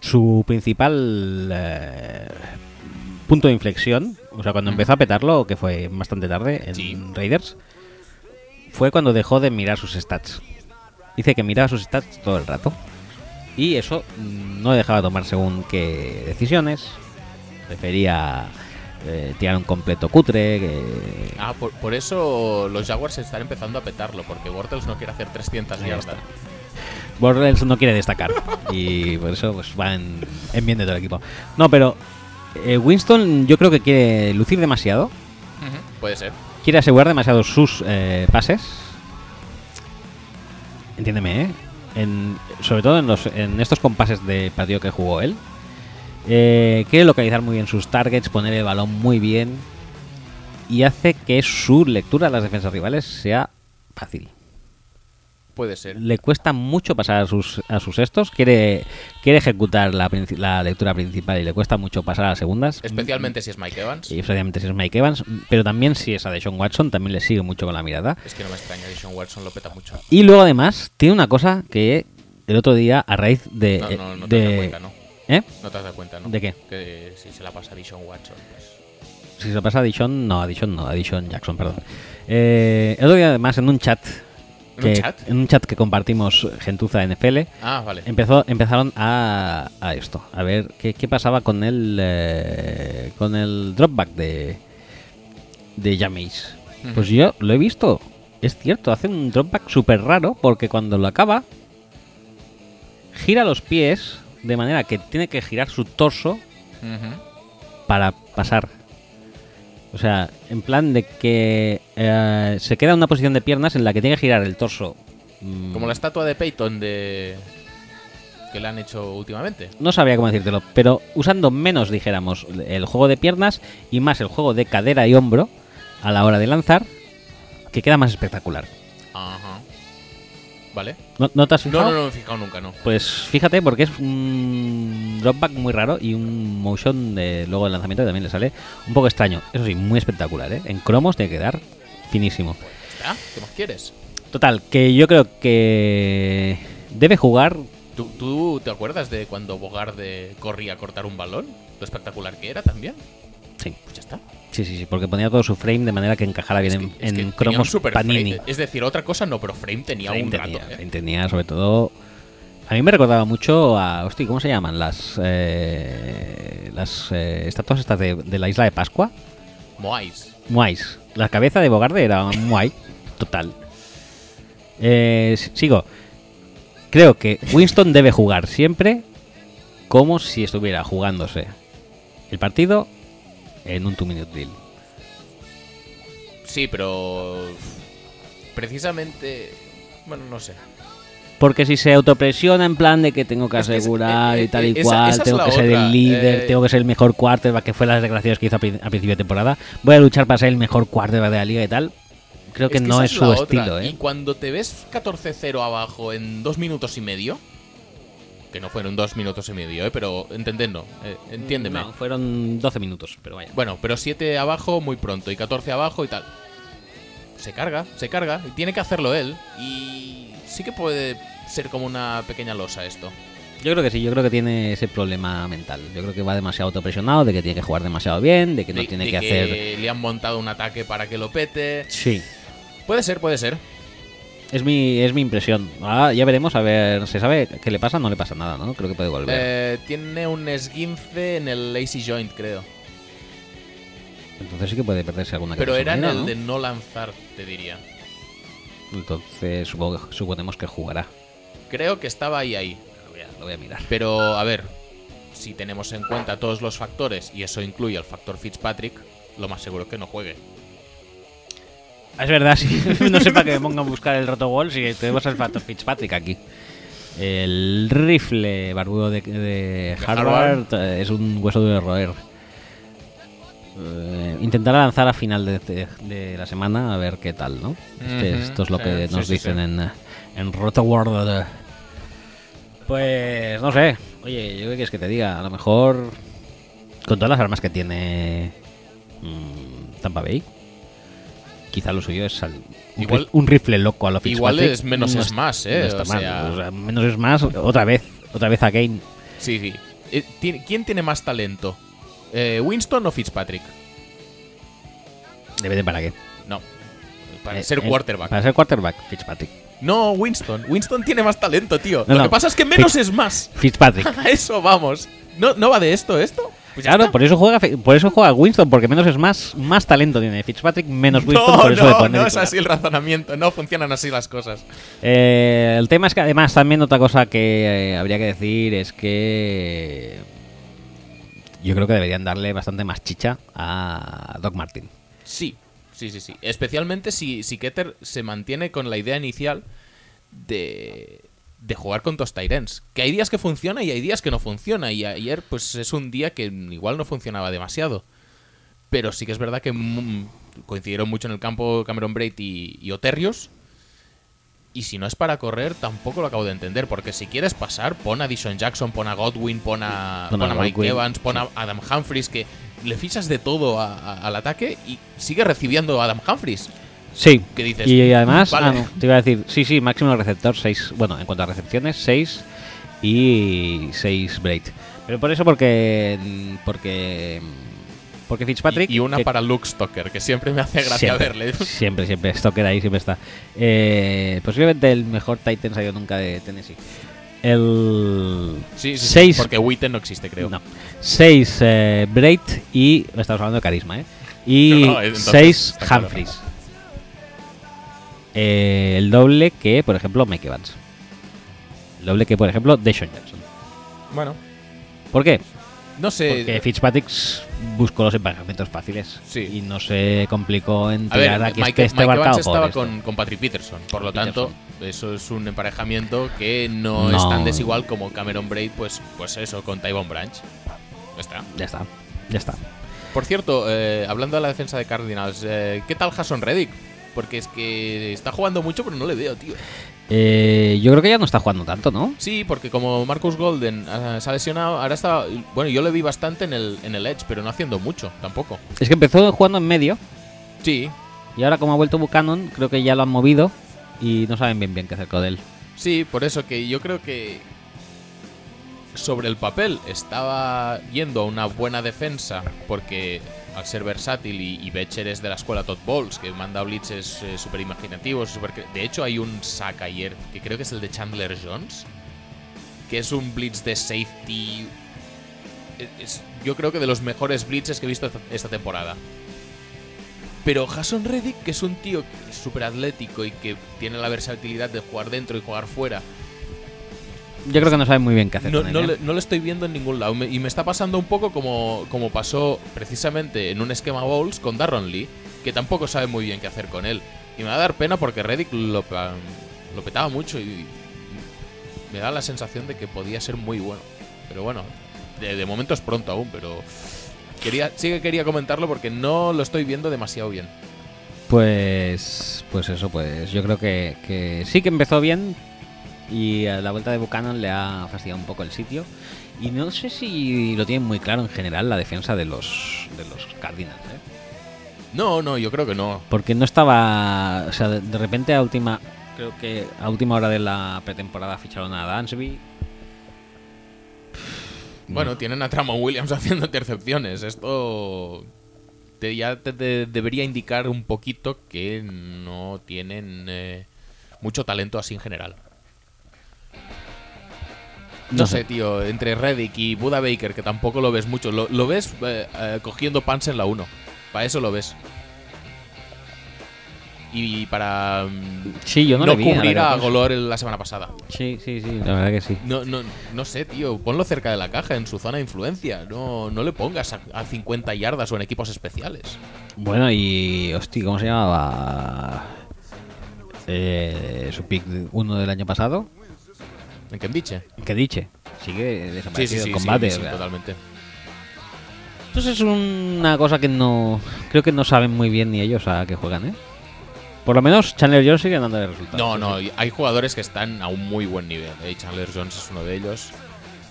S1: su principal eh, punto de inflexión, o sea, cuando empezó a petarlo, que fue bastante tarde en
S2: Sí.
S1: Raiders, fue cuando dejó de mirar sus stats. Dice que miraba sus stats todo el rato. Y eso mm, no le dejaba tomar según qué decisiones. Prefería eh, tiraron completo cutre. que-
S2: Ah, por, por eso los Jaguars están empezando a petarlo, porque Bortles no quiere hacer 300
S1: Ahí
S2: yardas.
S1: está. Borrells no quiere destacar y por eso pues, va en, en bien de todo el equipo. No, pero eh, Winston yo creo que quiere lucir demasiado,
S2: Ujú, Puede ser.
S1: quiere asegurar demasiado sus eh, pases. Entiéndeme, ¿eh? En- sobre todo en, los, en estos compases de partido que jugó él. Eh, quiere localizar muy bien sus targets, poner el balón muy bien y hace que su lectura de las defensas rivales sea fácil
S2: Puede ser.
S1: le cuesta mucho pasar a sus, a sus estos. Quiere, quiere ejecutar la, princi- la lectura principal y le cuesta mucho pasar a las segundas.
S2: Especialmente si es Mike Evans.
S1: Y especialmente si es Mike Evans, pero también si es a Deshaun Watson, también le sigue mucho con la mirada.
S2: Es que no me extraña que Sean Watson lo peta mucho.
S1: Y luego además tiene una cosa que el otro día a raíz de...
S2: No, no, no te
S1: de-
S2: das cuenta, ¿no?
S1: ¿Eh?
S2: No te has dado cuenta, ¿no?
S1: ¿De qué?
S2: Que si se la pasa a Dishon Watson, pues.
S1: Si se lo pasa a Dishon, no, a Dishon no, a Dishon Jackson, perdón. Eh, el otro día además en un chat...
S2: ¿En
S1: que-
S2: un chat?
S1: en un chat que compartimos Gentuza NFL,
S2: Ah, vale.
S1: Empezó, empezaron a, a esto, a ver qué, qué pasaba con el eh, con el dropback de de Jameis. Pues
S2: Ujú.
S1: yo lo he visto, es cierto, hace un dropback súper raro porque cuando lo acaba gira los pies de manera que tiene que girar su torso
S2: Ujú.
S1: para pasar. O sea, en plan de que eh, se queda en una posición de piernas en la que tiene que girar el torso. mm,
S2: Como la estatua de Peyton de. que le han hecho últimamente.
S1: no sabía cómo decírtelo, pero usando menos, dijéramos, el juego de piernas y más el juego de cadera y hombro a la hora de lanzar, que queda más espectacular.
S2: Ajá. ¿Vale?
S1: ¿No, no te has
S2: No,
S1: fijado?
S2: no, no me he fijado nunca, no.
S1: Pues fíjate, porque es un dropback muy raro y un motion de luego de lanzamiento que también le sale un poco extraño. Eso sí, muy espectacular, ¿eh? En cromos tiene que dar finísimo.
S2: ¿Está? ¿Qué más quieres?
S1: Total, que yo creo que debe jugar.
S2: ¿Tú, tú te acuerdas de cuando Bogarde corría a cortar un balón? Lo espectacular que era también.
S1: Sí,
S2: Pues ya está.
S1: sí, sí, sí, porque ponía todo su frame de manera que encajara bien en-
S2: Es que- es
S1: en,
S2: que tenía un
S1: cromos
S2: super
S1: panini.
S2: frame. Es decir, otra cosa no, pero Frame tenía
S1: Frame
S2: un rato.
S1: tenía,
S2: ¿eh?
S1: Frame tenía, sobre todo. A mí me recordaba mucho a. Hostia, ¿cómo se llaman? Las. eh, las eh, estatuas estas de, de la isla de Pascua.
S2: Moais.
S1: Muais. La cabeza de Bogarde era Muay. Total. Eh, s- sigo. Creo que Winston debe jugar siempre como si estuviera jugándose el partido en un two-minute drill.
S2: Sí, pero. Precisamente. Bueno, no sé.
S1: Porque si se autopresiona en plan de que tengo que
S2: Es que es-
S1: asegurar
S2: eh,
S1: y tal y
S2: eh, esa-
S1: cual,
S2: esa es
S1: tengo
S2: la
S1: que ser
S2: otra,
S1: el líder,
S2: eh.
S1: tengo que ser el mejor quarterback, que fue las declaraciones que hizo a, pri- a principio de temporada, voy a luchar para ser el mejor quarterback de la liga y tal, creo que,
S2: que
S1: no
S2: esa
S1: es su
S2: la otra.
S1: estilo,
S2: Y
S1: ¿eh?
S2: cuando te ves 14-0 abajo en dos minutos y medio, que no fueron dos minutos y medio, ¿eh? pero entendedlo, eh, entiéndeme.
S1: No, fueron 12 minutos, pero vaya.
S2: Bueno, pero 7 abajo muy pronto y 14 abajo y tal. Se carga, se carga y tiene que hacerlo él. Y sí que puede ser como una pequeña losa esto.
S1: Yo creo que sí, yo creo que tiene ese problema mental. Yo creo que va demasiado autopresionado, de que tiene que jugar demasiado bien, de que no
S2: De-
S1: tiene
S2: de
S1: que hacer...
S2: Le han montado un ataque para que lo pete.
S1: Sí,
S2: Puede ser, puede ser.
S1: es mi, es mi impresión. Ah, ya veremos, a ver, ¿se sabe qué le pasa? No le pasa nada, ¿no? Creo que puede volver.
S2: Eh, tiene un esguince en el lazy joint, creo.
S1: Entonces sí que puede perderse alguna Ah, que
S2: Pero
S1: otra
S2: era en
S1: semana,
S2: el
S1: ¿no?
S2: de no lanzar, te diría.
S1: Entonces supongo que- suponemos que jugará.
S2: Creo que estaba ahí, ahí.
S1: Lo voy a, lo voy a mirar.
S2: Pero, a ver, si tenemos en cuenta todos los factores, y eso incluye el factor Fitzpatrick, lo más seguro es que no juegue.
S1: Es verdad, sí. no sé para qué me ponga a buscar el Rotowall si tenemos al Factor Fitzpatrick aquí. El rifle barbudo de, de Harvard, eh, es un hueso de roer. Eh, intentará lanzar a final de, de- de la semana a ver qué tal, ¿no? Este-
S2: Ujú,
S1: esto es lo
S2: sí,
S1: que
S2: sí,
S1: nos
S2: sí,
S1: dicen
S2: sí.
S1: en, eh, en Rotoworld. Pues no sé. Oye, yo qué quieres que te diga. A lo mejor con todas las armas que tiene mm, Tampa Bay, quizá lo suyo es sal- un,
S2: Igual-
S1: rif- un rifle loco a lo
S2: Igual
S1: Fitzpatrick.
S2: es menos
S1: No
S2: es
S1: est-
S2: más, ¿eh?
S1: no está
S2: O
S1: mal.
S2: sea-
S1: O sea, menos es más, otra vez. Otra vez a Game.
S2: Sí, sí. Eh, ti- ¿Quién tiene más talento? Eh, ¿Winston o Fitzpatrick?
S1: Depende para qué.
S2: No. Para
S1: Eh,
S2: ser
S1: eh,
S2: quarterback.
S1: Para ser quarterback, Fitzpatrick.
S2: No, Winston. Winston tiene más talento, tío.
S1: No,
S2: lo
S1: no.
S2: que pasa es que menos
S1: Fitz-
S2: es más.
S1: Fitzpatrick.
S2: A eso vamos. ¿No, ¿No va de esto esto? Pues ya
S1: Claro,
S2: está.
S1: por eso juega Fe- por eso juega Winston, porque menos es más, más talento tiene Fitzpatrick, menos Winston,
S2: No,
S1: por eso le
S2: no,
S1: pone
S2: no es
S1: titular.
S2: así el razonamiento. No funcionan así las cosas.
S1: Eh, el tema es que además también otra cosa que eh, habría que decir es que eh, yo creo que deberían darle bastante más chicha a Doc Martin.
S2: Sí, sí, sí, sí. Especialmente si, si Keter se mantiene con la idea inicial de, de jugar con dos Tyrens. Que hay días que funciona y hay días que no funciona. Y ayer, pues es un día que igual no funcionaba demasiado. Pero sí que es verdad que mm, coincidieron mucho en el campo Cameron Braid y, y Oterrios. Y si no es para correr, tampoco lo acabo de entender. Porque si quieres pasar, pon a Dishon Jackson, pon a Godwin, pon a,
S1: Pon a
S2: pon a Mike
S1: Godwin,
S2: Evans, pon a Adam Humphries. Que le fichas de todo a- a- al ataque y sigue recibiendo a Adam Humphries.
S1: Sí.
S2: ¿Qué dices?
S1: Y además,
S2: Vale.
S1: ah, no, te iba a decir, sí, sí, máximo receptor 6. Bueno, en cuanto a recepciones, 6 y 6 Braid. Pero por eso, porque. Porque. Porque Fitzpatrick.
S2: Y, y una
S1: que-
S2: para Luke Stoker, que siempre me hace gracia
S1: siempre,
S2: verle.
S1: Siempre, siempre. Esto queda ahí, siempre está. Eh, posiblemente el mejor Titan salió nunca de Tennessee. El.
S2: Sí, sí, sí,
S1: 6.
S2: porque Witten no existe, creo.
S1: No. 6 eh, Braid y. Estamos hablando de carisma, ¿eh? Y
S2: No, no, entonces,
S1: 6
S2: está claro.
S1: Humphries. Eh, el doble que, por ejemplo, Mike Evans. El doble que, por ejemplo, Deshaun Jackson.
S2: Bueno,
S1: ¿Por qué?
S2: no sé.
S1: Porque Fitzpatrick s- buscó los emparejamientos fáciles
S2: Sí.
S1: y no se complicó en
S2: a
S1: tirar
S2: ver,
S1: a que
S2: Mike,
S1: este
S2: Mike
S1: barcao
S2: Evans
S1: por
S2: estaba
S1: esto.
S2: con, con Patrick Peterson, por lo
S1: Peterson.
S2: tanto, eso es un emparejamiento que no,
S1: No.
S2: es tan desigual como Cameron Braid, pues, pues eso, con Tyvon Branch. Ya está.
S1: este. Ya está, ya está.
S2: Por cierto, eh, hablando de la defensa de Cardinals, eh, ¿qué tal Jason Reddick? Porque es que está jugando mucho, pero no le veo, tío.
S1: Eh, yo creo que ya no está jugando tanto, ¿no?
S2: Sí, porque como Marcus Golden ah, se ha lesionado, ahora está. Bueno, yo le vi bastante en el, en el Edge, pero no haciendo mucho tampoco.
S1: Es que empezó jugando en medio
S2: Sí,
S1: y ahora como ha vuelto Buchanan, creo que ya lo han movido y no saben bien bien qué hacer con él.
S2: sí, por eso que yo creo que. Sobre el papel estaba yendo a una buena defensa, porque al ser versátil y, y Becher es de la escuela Todd Bowles, que manda blitzes eh, súper imaginativos. súper cre- de hecho, hay un sack ayer, que creo que es el de Chandler Jones, que es un blitz de safety. eh, es- yo creo que de los mejores blitzes que he visto esta- esta temporada. Pero Jason Reddick, que es un tío que es súper atlético y que tiene la versatilidad de jugar dentro y jugar fuera,
S1: Yo creo que no saben muy bien qué hacer
S2: no,
S1: con él.
S2: no
S1: ¿eh?
S2: le, no le estoy viendo en ningún lado. Me- y me está pasando un poco como, como pasó precisamente en un esquema Bowls con Darron Lee, que tampoco sabe muy bien qué hacer con él. Y me va a dar pena porque Reddick lo, pa- lo petaba mucho y me da la sensación de que podía ser muy bueno. Pero bueno, de, de momento es pronto aún, pero quería, sí que quería comentarlo porque no lo estoy viendo demasiado bien.
S1: Pues, pues eso, pues yo creo que, que sí que empezó bien y a la vuelta de Buchanan le ha fastidiado un poco el sitio. Y no sé si lo tienen muy claro en general la defensa de los, de los Cardinals, ¿eh?
S2: No, no, yo creo que no.
S1: Porque no estaba. O sea, de, de repente a última. Creo que a última hora de la pretemporada ficharon a Dansby.
S2: Bueno,
S1: Mm.
S2: tienen a Tramon Williams haciendo intercepciones. Esto te- ya te, te debería indicar un poquito que no tienen eh, mucho talento así en general. No,
S1: No
S2: sé,
S1: sé.
S2: tío, entre Reddick y Buda Baker, que tampoco lo ves mucho, lo, lo ves eh, eh, cogiendo pants en la 1. Para eso lo ves. Y para mm,
S1: Sí, yo no,
S2: no
S1: le vi. ahora
S2: cubrir
S1: que lo
S2: a
S1: pienso.
S2: Golor en la semana pasada.
S1: Sí, sí, sí, la verdad que sí.
S2: No, no, no sé, tío. Ponlo cerca de la caja, en su zona de influencia. No, no le pongas a, a 50 yardas o en equipos especiales.
S1: Bueno, y. Hostia, ¿cómo se llamaba? Eh, su pick 1 del año pasado.
S2: ¿En qué diche?
S1: Que diche. Sigue
S2: Sí,
S1: desaparecido
S2: sí, sí,
S1: el combate.
S2: sí, sí,
S1: o sea.
S2: totalmente.
S1: Entonces es una cosa que no. Creo que no saben muy bien ni ellos a qué juegan, ¿eh? Por lo menos Chandler Jones sigue dando resultados.
S2: No, no, y hay jugadores que están a un muy buen nivel. eh, Chandler Jones es uno de ellos.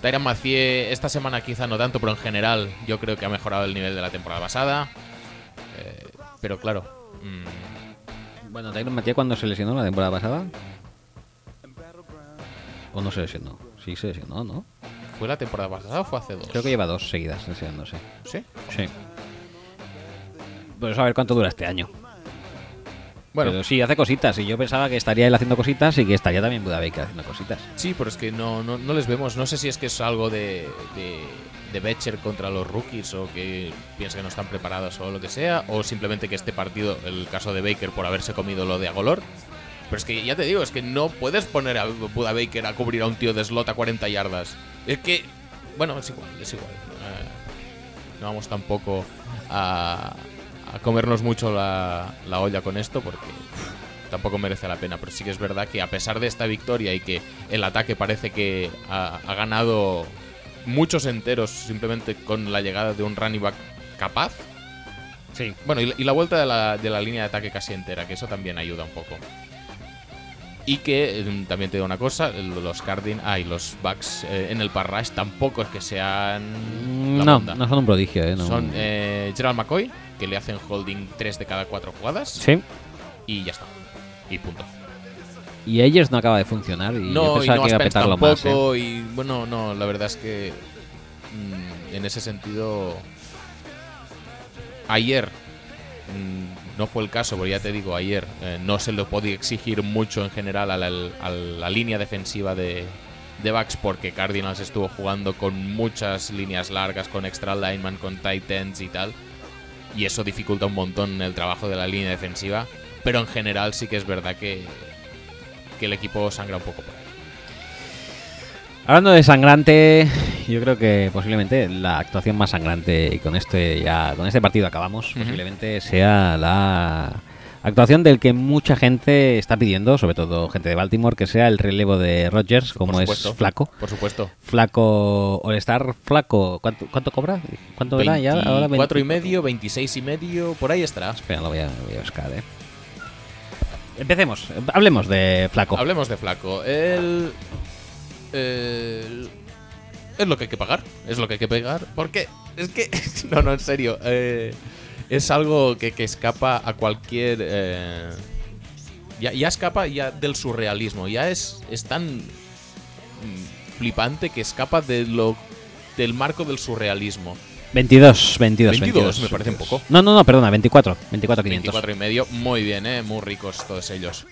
S2: Tyron Macié esta semana quizá no tanto, pero en general yo creo que ha mejorado el nivel de la temporada pasada. Eh, pero claro, mm,
S1: Bueno, Tyron Mathieu cuando se lesionó la temporada pasada. O no se lesionó. Sí, se lesionó, ¿no?
S2: ¿fue la temporada pasada o fue hace dos?
S1: Creo que lleva dos seguidas lesionándose.
S2: ¿Sí?
S1: Sí. Pues a ver cuánto dura este año.
S2: Bueno,
S1: Pero sí, hace cositas. Y yo pensaba que estaría él haciendo cositas y que estaría también Buda Baker haciendo cositas.
S2: Sí, pero es que no, no, no les vemos. No sé si es que es algo de, de, de Becher contra los rookies o que piensa que no están preparados o lo que sea, o simplemente que este partido, el caso de Baker por haberse comido lo de Agolor. Pero es que ya te digo, es que no puedes poner a Buda Baker a cubrir a un tío de slot a 40 yardas. Es que, bueno, es igual, es igual. Eh, no vamos tampoco a, a comernos mucho la, la olla con esto porque tampoco merece la pena. Pero sí que es verdad que a pesar de esta victoria y que el ataque parece que ha, ha ganado muchos enteros simplemente con la llegada de un running back capaz.
S1: Sí.
S2: Bueno, y, la- y la vuelta de la, de la línea de ataque casi entera, que eso también ayuda un poco. Y que eh, también te digo una cosa, los Cardin, ah, y los backs eh, en el parrash tampoco es que sean la
S1: No,
S2: monda.
S1: no son un prodigio, ¿eh? no.
S2: Son eh, Gerald McCoy, que le hacen holding 3 de cada 4 jugadas,
S1: Sí.
S2: y ya está. Y punto.
S1: Y ellos no acaba de funcionar y yo
S2: No, y
S1: pensaba
S2: no
S1: que iba a
S2: Spence
S1: petarlo
S2: tampoco.
S1: más. ¿eh?
S2: Y bueno, no, la verdad es que mm, en ese sentido, ayer mm, no fue el caso, porque ya te digo, ayer eh, no se le podía exigir mucho en general a la, a la línea defensiva de, de backs, porque Cardinals estuvo jugando con muchas líneas largas, con extra lineman, con tight ends y tal y eso dificulta un montón el trabajo de la línea defensiva. Pero en general sí que es verdad que, que el equipo sangra un poco por ahí.
S1: Hablando de sangrante, yo creo que posiblemente la actuación más sangrante y con este ya con este partido acabamos,
S2: Ujú.
S1: posiblemente sea la actuación del que mucha gente está pidiendo, sobre todo gente de Baltimore, que sea el relevo de Rodgers, como
S2: por
S1: es
S2: supuesto.
S1: flaco.
S2: Por supuesto.
S1: Flaco All-Star, flaco. ¿Cuánto, cuánto cobra? ¿Cuánto era ya? Ahora
S2: 24 y
S1: 20.
S2: medio, 26 y medio, por ahí estará.
S1: Espera, lo voy a, lo voy a buscar, eh. Empecemos, hablemos de flaco.
S2: Hablemos de Flaco. El, el- es lo que hay que pagar. Es lo que hay que pagar. Porque es que. No, no, en serio. eh, es algo que, que escapa a cualquier. eh, ya, ya escapa ya del surrealismo. Ya es, es tan mm, flipante que escapa de lo, del marco del surrealismo.
S1: 22, 22,
S2: 22, me parece un poco.
S1: No, no, no, perdona, 24, 24, 500.
S2: 24 y medio. Muy bien, ¿eh? Muy ricos todos ellos.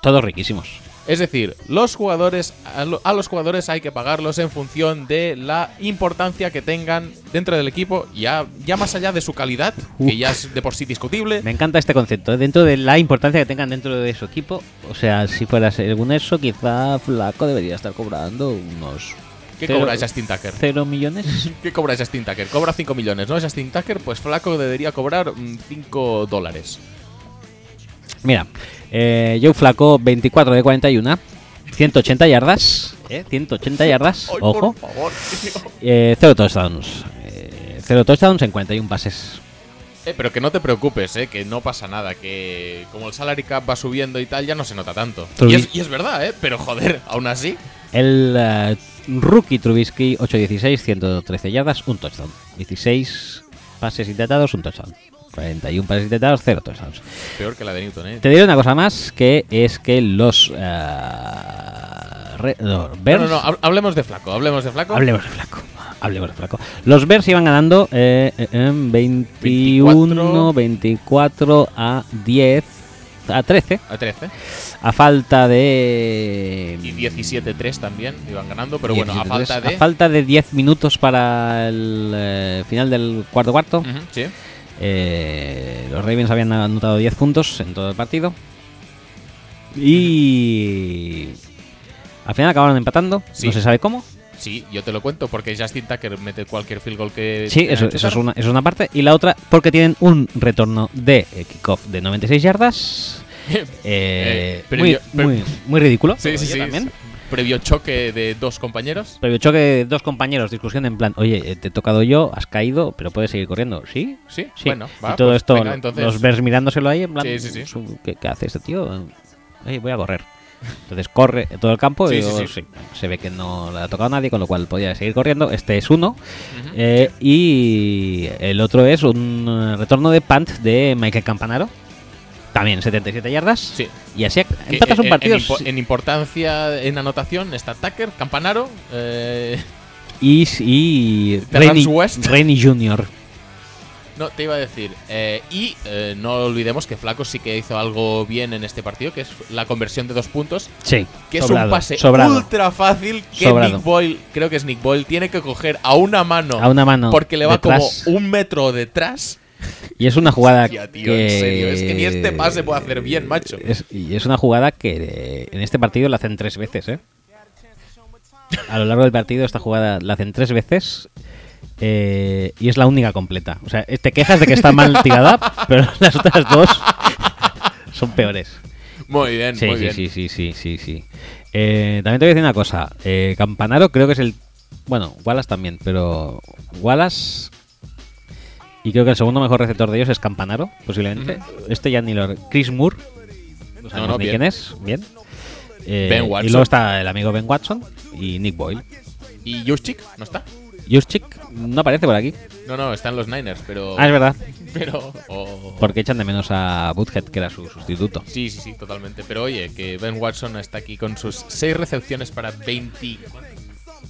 S1: Todos riquísimos.
S2: Es decir, los jugadores a, lo- a los jugadores hay que pagarlos en función de la importancia que tengan dentro del equipo, ya, ya más allá de su calidad, que ya es de por sí discutible.
S1: Me encanta este concepto, ¿eh? dentro de la importancia que tengan dentro de su equipo. O sea, si fuera según eso, quizá Flaco debería estar cobrando unos.
S2: ¿Qué
S1: cero-
S2: cobra Justin Tucker?
S1: ¿Cero millones?
S2: ¿Qué cobra Justin Tucker? Cobra 5 millones, ¿no? Justin Tucker, pues Flaco debería cobrar 5 dólares.
S1: Mira, eh, Joe Flaco, 24 de 41, 180 yardas. ¿eh? 180 yardas,
S2: Ay,
S1: ojo.
S2: por favor, tío.
S1: Eh, cero touchdowns. Eh, cero touchdowns en 41 pases.
S2: Eh, pero que no te preocupes, eh, que no pasa nada, que como el salary cap va subiendo y tal, ya no se nota tanto.
S1: Trubi-
S2: Y es, y es verdad, ¿eh? Pero joder, aún así.
S1: El eh, rookie Trubisky, 8-16, 113 yardas, un touchdown. 16 pases intentados, un touchdown. 41 pases intentados, cero touchdowns.
S2: Peor que la de Newton, ¿eh?
S1: Te diré una cosa más, que es que los... eh, re- no, Bears...
S2: No, no, no, hab- hablemos de flaco, hablemos de flaco.
S1: Hablemos de flaco. Hablemos de flaco. Los Bears iban ganando eh, eh, eh, 21, 24.
S2: 24.
S1: a 10, a 13,
S2: A 13.
S1: a falta de...
S2: Y 17-3 también iban ganando, pero bueno, a
S1: 17-3,
S2: falta de.
S1: A falta de 10 minutos para el eh, final del cuarto cuarto,
S2: Ujú, sí.
S1: eh, los Ravens habían anotado 10 puntos en todo el partido. Y... Al final acabaron empatando,
S2: Sí.
S1: no se sabe cómo.
S2: Sí, yo te lo cuento, porque Justin Tucker mete cualquier field goal que.
S1: Sí,
S2: tenga
S1: eso,
S2: que
S1: eso es
S2: chutar.
S1: una, eso es una parte. Y la otra, porque tienen un retorno de eh, kickoff de 96 yardas. Eh,
S2: Eh, pero
S1: muy,
S2: yo- pero-
S1: muy- muy ridículo.
S2: Sí, sí,
S1: yo
S2: sí.
S1: también.
S2: Previo choque de dos compañeros.
S1: Previo choque de dos compañeros, discusión en plan, oye, eh, te he tocado yo, has caído, pero puedes seguir corriendo. ¿Sí?
S2: Sí,
S1: Sí.
S2: bueno, va.
S1: y todo
S2: pues
S1: esto,
S2: venga,
S1: lo-
S2: entonces.
S1: los ves mirándoselo ahí, en plan,
S2: Sí, sí, sí.
S1: su- ¿qué, qué hace este tío? Oye, voy a correr. Entonces corre todo el campo y
S2: Sí, sí,
S1: luego
S2: sí.
S1: se- se ve que no le ha tocado a nadie, con lo cual podía seguir corriendo. Este es uno. Eh, y el otro es un eh, retorno de punt de Michael Campanaro. También 77 yardas.
S2: Sí.
S1: Y así ac-
S2: Que
S1: empatas un
S2: en-
S1: partido.
S2: En, impo-
S1: sí.
S2: en importancia, en anotación, está Tucker, Campanaro. Eh,
S1: Y, y
S2: Terrance
S1: Rainey,
S2: West.
S1: Rainey Jr.
S2: No, te iba a decir. eh, y eh, no olvidemos que Flaco sí que hizo algo bien en este partido, que es la conversión de dos puntos,
S7: Sí.
S2: que es
S7: sobrado,
S2: un pase
S7: sobrado.
S2: ultra fácil que
S7: Sobrado.
S2: Nick Boyle, creo que es Nick Boyle, tiene que coger a una mano,
S1: A una mano.
S2: porque le va
S1: detrás.
S2: como un metro detrás.
S1: Y es una jugada
S2: Hostia, tío,
S1: que...
S2: en serio, es que ni este pase puede hacer bien, macho.
S1: Es- y es una jugada que eh, en este partido la hacen tres veces, ¿eh? A lo largo del partido esta jugada la hacen tres veces eh, y es la única completa. O sea, eh, te quejas de que está mal tirada, pero las otras dos son peores.
S2: Muy bien,
S1: Sí,
S2: muy
S1: sí,
S2: bien.
S1: sí, sí, sí, sí, sí. Eh, también te voy a decir una cosa. Eh, Campanaro creo que es el... Bueno, Wallace también, pero Wallace... Y creo que el segundo mejor receptor de ellos es Campanaro, posiblemente. Este ya ni lo... Chris Moore. No sabemos
S2: no,
S1: ni
S2: bien.
S1: quién es. Bien. Eh,
S2: Ben
S1: Y
S2: Watson.
S1: luego está el amigo Ben Watson y Nick Boyle.
S2: ¿Y Juszczyk? ¿No está?
S1: Juszczyk no aparece por aquí.
S2: No, no, están los Niners, pero.
S1: Ah, es verdad.
S2: Pero. o-
S1: Porque echan de menos a Butthead, que era su sustituto.
S2: Sí, sí, sí, totalmente. Pero oye, que Ben Watson está aquí con sus 6 recepciones para 20,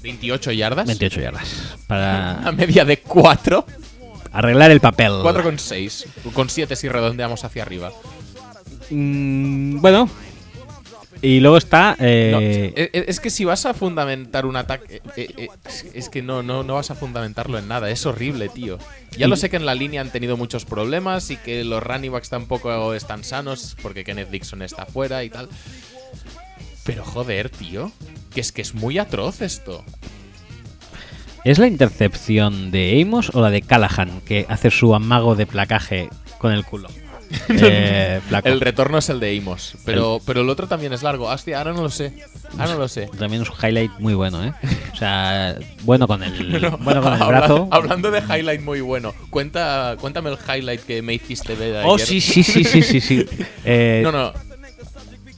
S2: 28 yardas.
S1: 28 yardas. Para
S2: A media de 4.
S1: arreglar el papel.
S2: 4,6. Con 7 si redondeamos hacia arriba.
S1: Mm, bueno. Y luego está.
S2: No,
S1: eh,
S2: es, es que si vas a fundamentar un ataque. eh, eh, es- es que no, no, no vas a fundamentarlo en nada. Es horrible, tío. Ya lo sé que en la línea han tenido muchos problemas y que los running backs tampoco están sanos porque Kenneth Dixon está fuera y tal. Pero joder, tío. Que es que es muy atroz esto.
S1: ¿Es la intercepción de Amos o la de Callahan que hace su amago de placaje con el culo? Eh, flaco.
S2: El retorno es el de Imos. Pero, pero el otro también es largo. Hostia, ahora no lo sé. Ahora no lo sé.
S1: También es un highlight muy bueno, ¿eh? O sea, bueno con el, bueno con el
S2: Habla-
S1: brazo.
S2: Hablando de highlight muy bueno, cuenta, cuéntame el highlight que me hiciste ver ayer.
S1: Oh, sí, sí, sí, sí, sí. sí. Eh,
S2: No, no.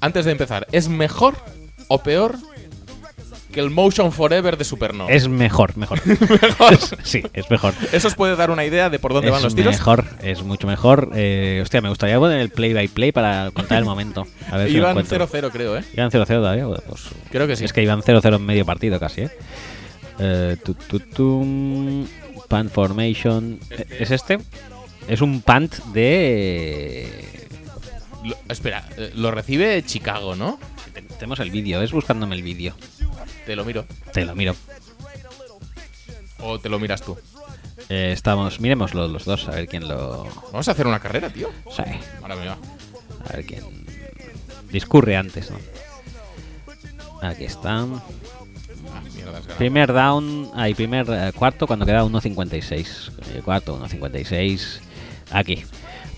S2: Antes de empezar, ¿es mejor o peor que el Motion Forever de Supernova?
S1: Es mejor, mejor. sí, es mejor.
S2: Eso os puede dar una idea de por dónde
S1: es
S2: van los tiros.
S1: mejor, es mucho mejor. Eh, hostia, me gustaría poner el play by play para contar el momento. A ver si lo
S2: Iban
S1: encuentro.
S2: 0-0, creo, ¿eh?
S1: Iban 0-0 todavía. Bueno, pues,
S2: Creo que sí.
S1: Es que iban 0-0 en medio partido casi, ¿eh? Eh, tu, tu, tum, punt formation. Eh, ¿Es este? Es un punt de.
S2: Lo- espera, eh, lo recibe Chicago, ¿no?
S1: Te- Tenemos el vídeo, es buscándome el vídeo.
S2: Te lo miro.
S1: Te lo miro.
S2: O te lo miras tú.
S1: Eh, estamos, miremoslo los dos, a ver quién lo.
S2: Vamos a hacer una carrera, tío.
S1: sí,
S2: Ahora me va.
S1: a ver quién. Discurre antes, ¿no? Aquí está.
S2: Ah, mierda, es grave.
S1: Primer down, hay primer eh, cuarto cuando queda 1.56. Eh, Cuarto, 1.56. Aquí.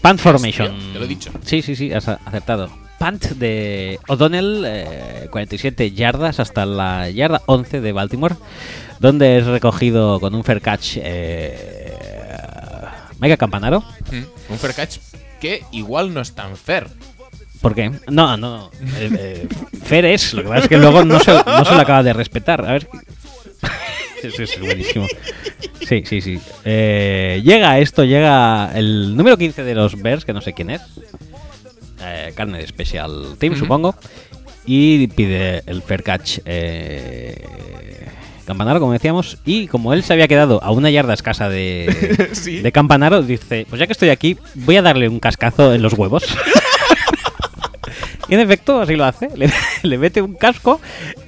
S1: Punt formation.
S2: Hostia, te lo he dicho.
S1: Sí, sí, sí, has a- acertado. Punt de O'Donnell, eh, 47 yardas hasta la yarda 11 de Baltimore, donde es recogido con un fair catch eh, Mega Campanaro.
S2: Mm, Un fair catch que igual no es tan fair.
S1: ¿Por qué? No, no, no. Eh, eh, fair es, lo que pasa es que luego no se, no se lo acaba de respetar. A ver. Eso es buenísimo. Sí, sí, sí. Eh, llega esto, llega el número 15 de los Bears, que no sé quién es. Eh, carne de Special Team,
S2: Ujú.
S1: supongo. Y pide el fair catch. Eh, Campanaro, como decíamos. Y como él se había quedado a una yarda escasa de,
S2: Sí.
S1: de Campanaro, dice: Pues ya que estoy aquí, voy a darle un cascazo en los huevos. Y en efecto, así lo hace. Le, le mete un casco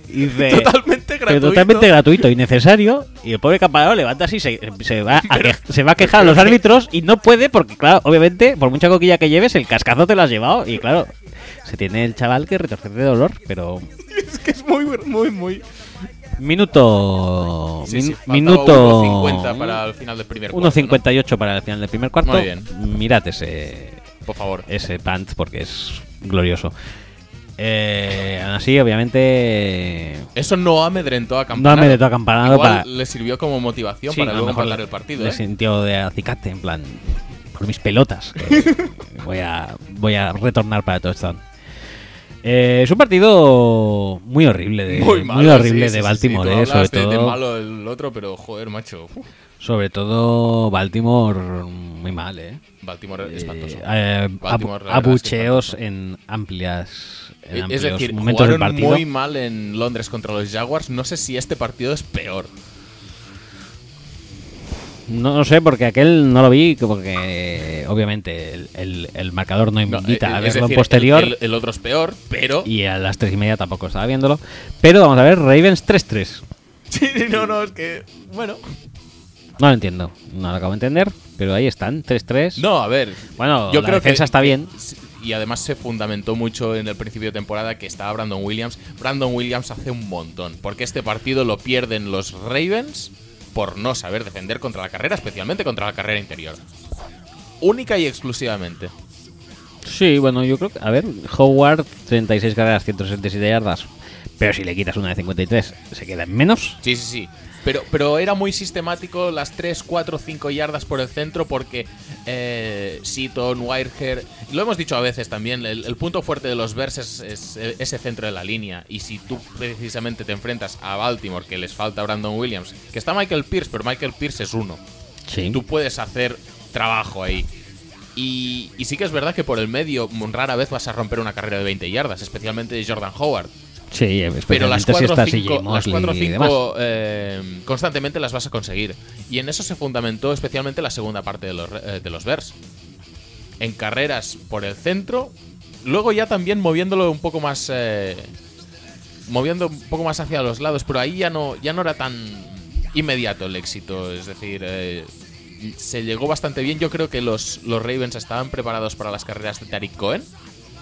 S1: y dice.
S2: totalmente
S1: pero
S2: gratuito.
S1: totalmente gratuito y necesario. Y el pobre campanero levanta así, se, se va a que- se va a quejar a los árbitros y no puede porque, claro, obviamente, por mucha coquilla que lleves, el cascazo te lo has llevado. Y claro, se tiene el chaval que retorcer de dolor, pero...
S2: Es que es muy, muy, muy.
S1: Minuto...
S2: Sí,
S1: min-
S2: sí, faltaba
S1: minuto...
S2: 1.50 para el final del primer cuarto.
S1: 1.58 para el final del primer cuarto.
S2: Muy bien.
S1: Mirad ese,
S2: ¿no? Por favor.
S1: ese punt porque es glorioso. Eh, aún así, obviamente,
S2: Eso no amedrentó a
S1: no
S2: Campanaro.
S1: me detuvo acampanado
S2: Igual
S1: para.
S2: le sirvió como motivación
S1: Sí,
S2: para
S1: a lo
S2: luego
S1: mejor
S2: empatar el partido.
S1: Le
S2: ¿eh?
S1: sintió de acicate, en plan, por mis pelotas. que voy, a, voy a retornar para touchdown. Eh, es un partido muy horrible de, horrible
S2: sí, sí,
S1: de
S2: sí,
S1: Baltimore,
S2: sí. Tú
S1: eh, sobre
S2: hablas de-
S1: todo.
S2: De, malo el otro, pero joder, macho. uf,
S1: Sobre todo Baltimore muy mal, eh.
S2: Baltimore espantoso.
S1: Eh, eh, abu-
S2: Baltimore, la verdad,
S1: abucheos
S2: es que
S1: en amplias en
S2: Eh, es
S1: amplios
S2: decir,
S1: momentos del
S2: jugaron
S1: partido.
S2: muy mal en Londres contra los Jaguars. No sé si este partido es peor.
S1: No, no sé, porque aquel no lo vi, porque eh, obviamente el, el- el marcador no
S2: No,
S1: invita
S2: eh,
S1: a
S2: es
S1: verlo
S2: decir,
S1: en posterior.
S2: El, el otro es peor, pero.
S1: Y a las 3 y media tampoco estaba viéndolo. Pero vamos a ver, Ravens 3-3.
S2: Sí, no, no, es que. Bueno.
S1: No lo entiendo, no lo acabo de entender, pero ahí están, 3-3.
S2: No, a ver.
S1: Bueno,
S2: yo
S1: la
S2: creo
S1: defensa
S2: que,
S1: está
S2: que-
S1: bien.
S2: Y además se fundamentó mucho en el principio de temporada que estaba Brandon Williams. Brandon Williams hace un montón, porque este partido lo pierden los Ravens por no saber defender contra la carrera, especialmente contra la carrera interior. Única y exclusivamente.
S1: Sí, bueno, yo creo que. A ver, Howard, 36 carreras, 167 yardas. Pero si le quitas una de 53, ¿se queda en menos?
S2: Sí, sí, sí. Pero, pero era muy sistemático las 3, 4, 5 yardas por el centro porque eh, Seaton, Whitehair... Lo hemos dicho a veces también, el, el punto fuerte de los Bears es, es ese centro de la línea. Y si tú precisamente te enfrentas a Baltimore, que les falta Brandon Williams, que está Michael Pierce, pero Michael Pierce es uno.
S1: Sí.
S2: Tú puedes hacer trabajo ahí. Y, y sí que es verdad que por el medio rara vez vas a romper una carrera de 20 yardas, especialmente de Jordan Howard.
S1: Sí,
S2: Pero las
S1: especialmente
S2: cuatro o
S1: si
S2: cinco-
S1: Pues está CJ
S2: las
S1: Mosley
S2: cuatro o
S1: y demás.
S2: cinco, eh, constantemente las vas a conseguir. Y en eso se fundamentó especialmente la segunda parte de los, eh, de los Bears. En carreras por el centro, luego ya también moviéndolo un poco más... eh, moviendo un poco más hacia los lados, pero ahí ya no, ya no era tan inmediato el éxito. Es decir, eh, se llegó bastante bien. Yo creo que los, los Ravens estaban preparados para las carreras de Tariq Cohen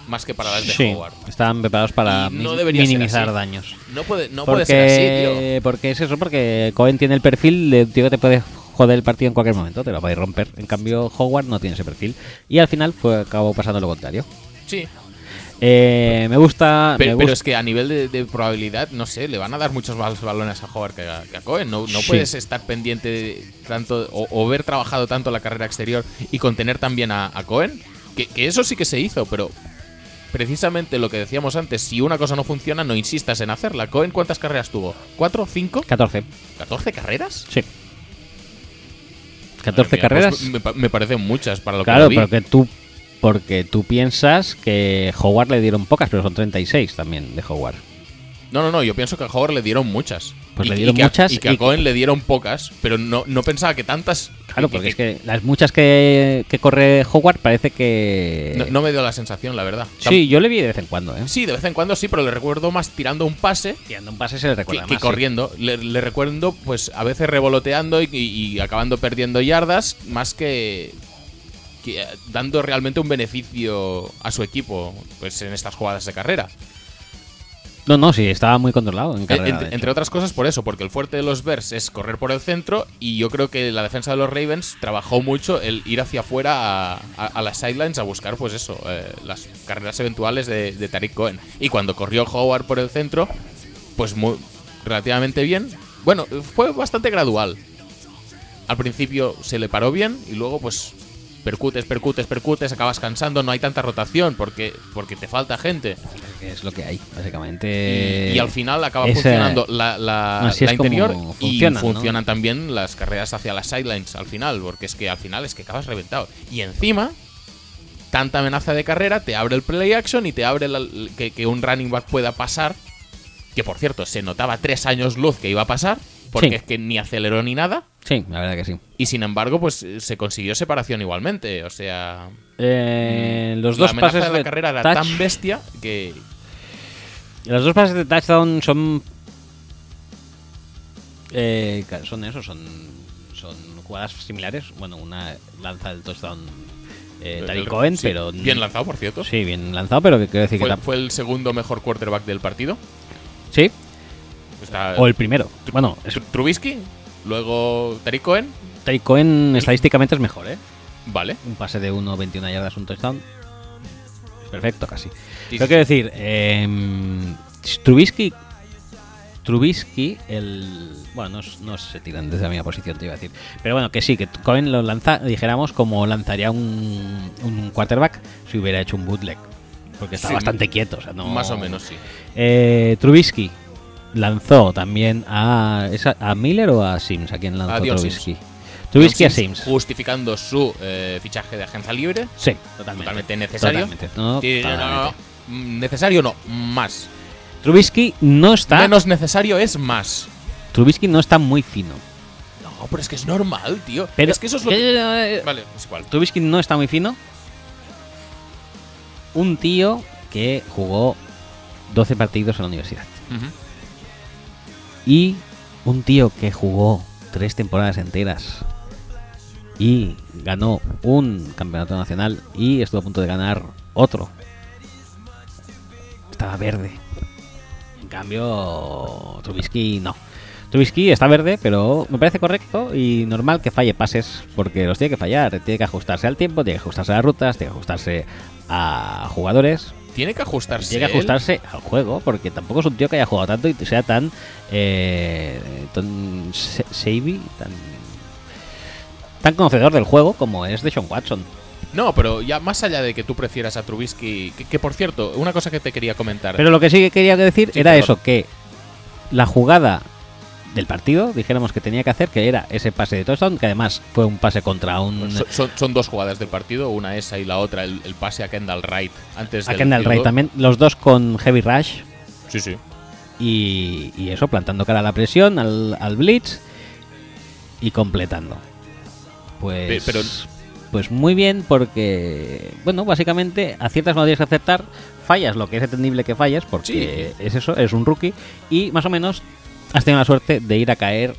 S2: más que para las de
S1: Sí,
S2: Howard.
S1: estaban preparados para
S2: Y no
S1: mi-
S2: debería ser
S1: minimizar
S2: así.
S1: daños.
S2: No puede, no puede
S1: porque,
S2: ser así, tío.
S1: porque es eso, porque Cohen tiene el perfil de un tío que te puede joder el partido en cualquier momento, te lo puede romper. En cambio, Howard no tiene ese perfil. Y al final fue, acabó pasando lo contrario.
S2: Sí,
S1: Eh, me gusta.
S2: pero,
S1: me
S2: pero
S1: gusta-
S2: es que a nivel de, de probabilidad, no sé, le van a dar muchos más balones a Howard que a, que a Cohen. No, no
S1: Sí.
S2: puedes estar pendiente de tanto o, o ver trabajado tanto la carrera exterior y contener también a, a Cohen. Que, que eso sí que se hizo, pero precisamente lo que decíamos antes, si una cosa no funciona, no insistas en hacerla. Cohen, ¿cuántas carreras tuvo? ¿Cuatro? ¿Cinco?
S1: 14,
S2: ¿14 carreras?
S1: sí. 14
S2: Madre mía,
S1: carreras.
S2: pues me, pa- me parecen muchas para lo
S1: claro,
S2: que lo vi.
S1: pero que tú. Porque tú piensas que Howard le dieron pocas, pero son 36 también de Howard.
S2: No, no, no, yo pienso que a Howard le dieron muchas.
S1: Pues
S2: Y-
S1: le
S2: y
S1: dieron
S2: que a-
S1: muchas
S2: Y que a
S1: y-
S2: Cohen le dieron pocas, pero no, no pensaba que tantas.
S1: Claro,
S2: y-
S1: porque
S2: y-
S1: es que las muchas que, que corre Howard parece que.
S2: No, no me dio la sensación, la verdad.
S1: Sí, yo le vi de vez en cuando, ¿eh?
S2: Tam- Sí, de vez en cuando sí, pero le recuerdo más tirando un pase
S1: Tirando un pase se le
S2: que,
S1: recuerda
S2: que
S1: más, Pues sí.
S2: corriendo. Le, le recuerdo, pues, a veces revoloteando y, y- y acabando perdiendo yardas, más que, que, eh, dando realmente un beneficio a su equipo pues, en estas jugadas de carrera.
S1: No, no, sí, estaba muy controlado en carrera.
S2: Eh,
S1: de
S2: entre,
S1: hecho.
S2: entre otras cosas por eso, porque el fuerte de los Bears es correr por el centro y yo creo que la defensa de los Ravens trabajó mucho el ir hacia afuera a, a- a las sidelines a buscar, pues eso, eh, las carreras eventuales de, de Tariq Cohen. Y cuando corrió Howard por el centro, pues muy, relativamente bien. Bueno, fue bastante gradual. Al principio se le paró bien y luego pues percutes, percutes, percutes, acabas cansando, no hay tanta rotación porque, porque te falta gente.
S1: Que es lo que hay,
S2: Y,
S1: básicamente.
S2: y al final acaba
S1: esa-
S2: funcionando la, la-
S1: así
S2: la
S1: es como
S2: interior y
S1: funcionan, ¿no?
S2: funcionan también las carreras hacia las sidelines al final, porque es que al final es que acabas reventado. Y encima, tanta amenaza de carrera te abre el play action y te abre la- que, que un running back pueda pasar, que por cierto se notaba tres años luz que iba a pasar, porque
S1: Sí.
S2: es que ni aceleró ni nada,
S1: Sí, la verdad que sí.
S2: y sin embargo pues eh, se consiguió separación igualmente, o sea...
S1: Eh, los
S2: la
S1: dos
S2: amenaza
S1: pases
S2: de la
S1: de
S2: carrera era
S1: touch-
S2: tan bestia que...
S1: Los dos pases de touchdown son. Eh, ca- son eso, son. Son jugadas similares. Bueno, una lanza el touchdown eh, Tariq Cohen,
S2: sí,
S1: pero.
S2: Bien lanzado, por cierto.
S1: Sí, bien lanzado, pero que quiero decir que
S2: Fue,
S1: tam-
S2: fue el segundo mejor quarterback del partido.
S1: Sí,
S2: Está
S1: o el primero. Bueno, es-
S2: Tr- Trubisky, luego Tariq Cohen,
S1: Tariq Cohen estadísticamente es mejor, ¿eh?
S2: vale.
S1: Un pase de 1, 21 yardas, un touchdown. Es Perfecto, casi.
S2: Sí,
S1: Pero
S2: sí,
S1: quiero decir, em, Trubisky. Trubisky, el. Bueno, no, es- no se tiran desde la misma posición, te iba a decir. Pero bueno, que sí, que Cohen lo lanza, dijéramos, como lanzaría un, un quarterback si hubiera hecho un bootleg. Porque está
S2: Sí,
S1: bastante quieto, o sea, no.
S2: Más o menos, sí.
S1: Eh, Trubisky lanzó también a. ¿es a, a Miller o a Sims? ¿A quién lanzó
S2: Dion
S1: Trubisky? Trubisky a
S2: John
S1: Sims.
S2: Justificando su eh, fichaje de agencia libre.
S1: Sí, totalmente.
S2: Totalmente necesario.
S1: Totalmente, no,
S2: Sí, no, no, no,
S1: totalmente.
S2: Mm, Necesario no, más.
S1: Trubisky no está.
S2: Menos necesario es más.
S1: Trubisky no está muy fino.
S2: No, No, pero es que es normal, tío.
S1: Pero
S2: es que eso es lo que...
S1: Eh,
S2: Vale, es igual.
S1: Trubisky no está muy fino. Un tío que jugó 12 partidos en la universidad. Y un tío que jugó tres temporadas enteras y ganó un campeonato nacional y estuvo a punto de ganar otro. Estaba verde. En cambio, Trubisky no. Trubisky está verde, pero me parece correcto y normal que falle pases, porque los tiene que fallar. Tiene que ajustarse al tiempo, tiene que ajustarse a las rutas, tiene que ajustarse a jugadores,
S2: Tiene que ajustarse.
S1: tiene que
S2: él.
S1: ajustarse al juego, porque tampoco es un tío que haya jugado tanto y sea tan. Eh, tan. se- savvy, tan. tan conocedor del juego como es de Sean Watson.
S2: No, pero ya más allá de que tú prefieras a Trubisky, que, que, por cierto, una cosa que te quería comentar.
S1: Pero lo que sí que quería decir
S2: Sí,
S1: era
S2: perdón.
S1: eso, que la jugada del partido, dijéramos que tenía que hacer, que era ese pase de touchdown, que además fue un pase contra un.
S2: So- son, son dos jugadas del partido, una esa y la otra, el, el pase a Kendall Wright antes
S1: a
S2: del
S1: Kendall
S2: field
S1: Ray
S2: goal.
S1: también, los dos con Heavy Rush.
S2: Sí, sí.
S1: y, y eso, plantando cara a la presión, al, al blitz y completando. Pues,
S2: Pe- pero-
S1: pues muy bien porque, bueno, básicamente aciertas cuando tienes que aceptar, fallas lo que es entendible que fallas porque es eso, es un rookie y más o menos has tenido la suerte de ir a caer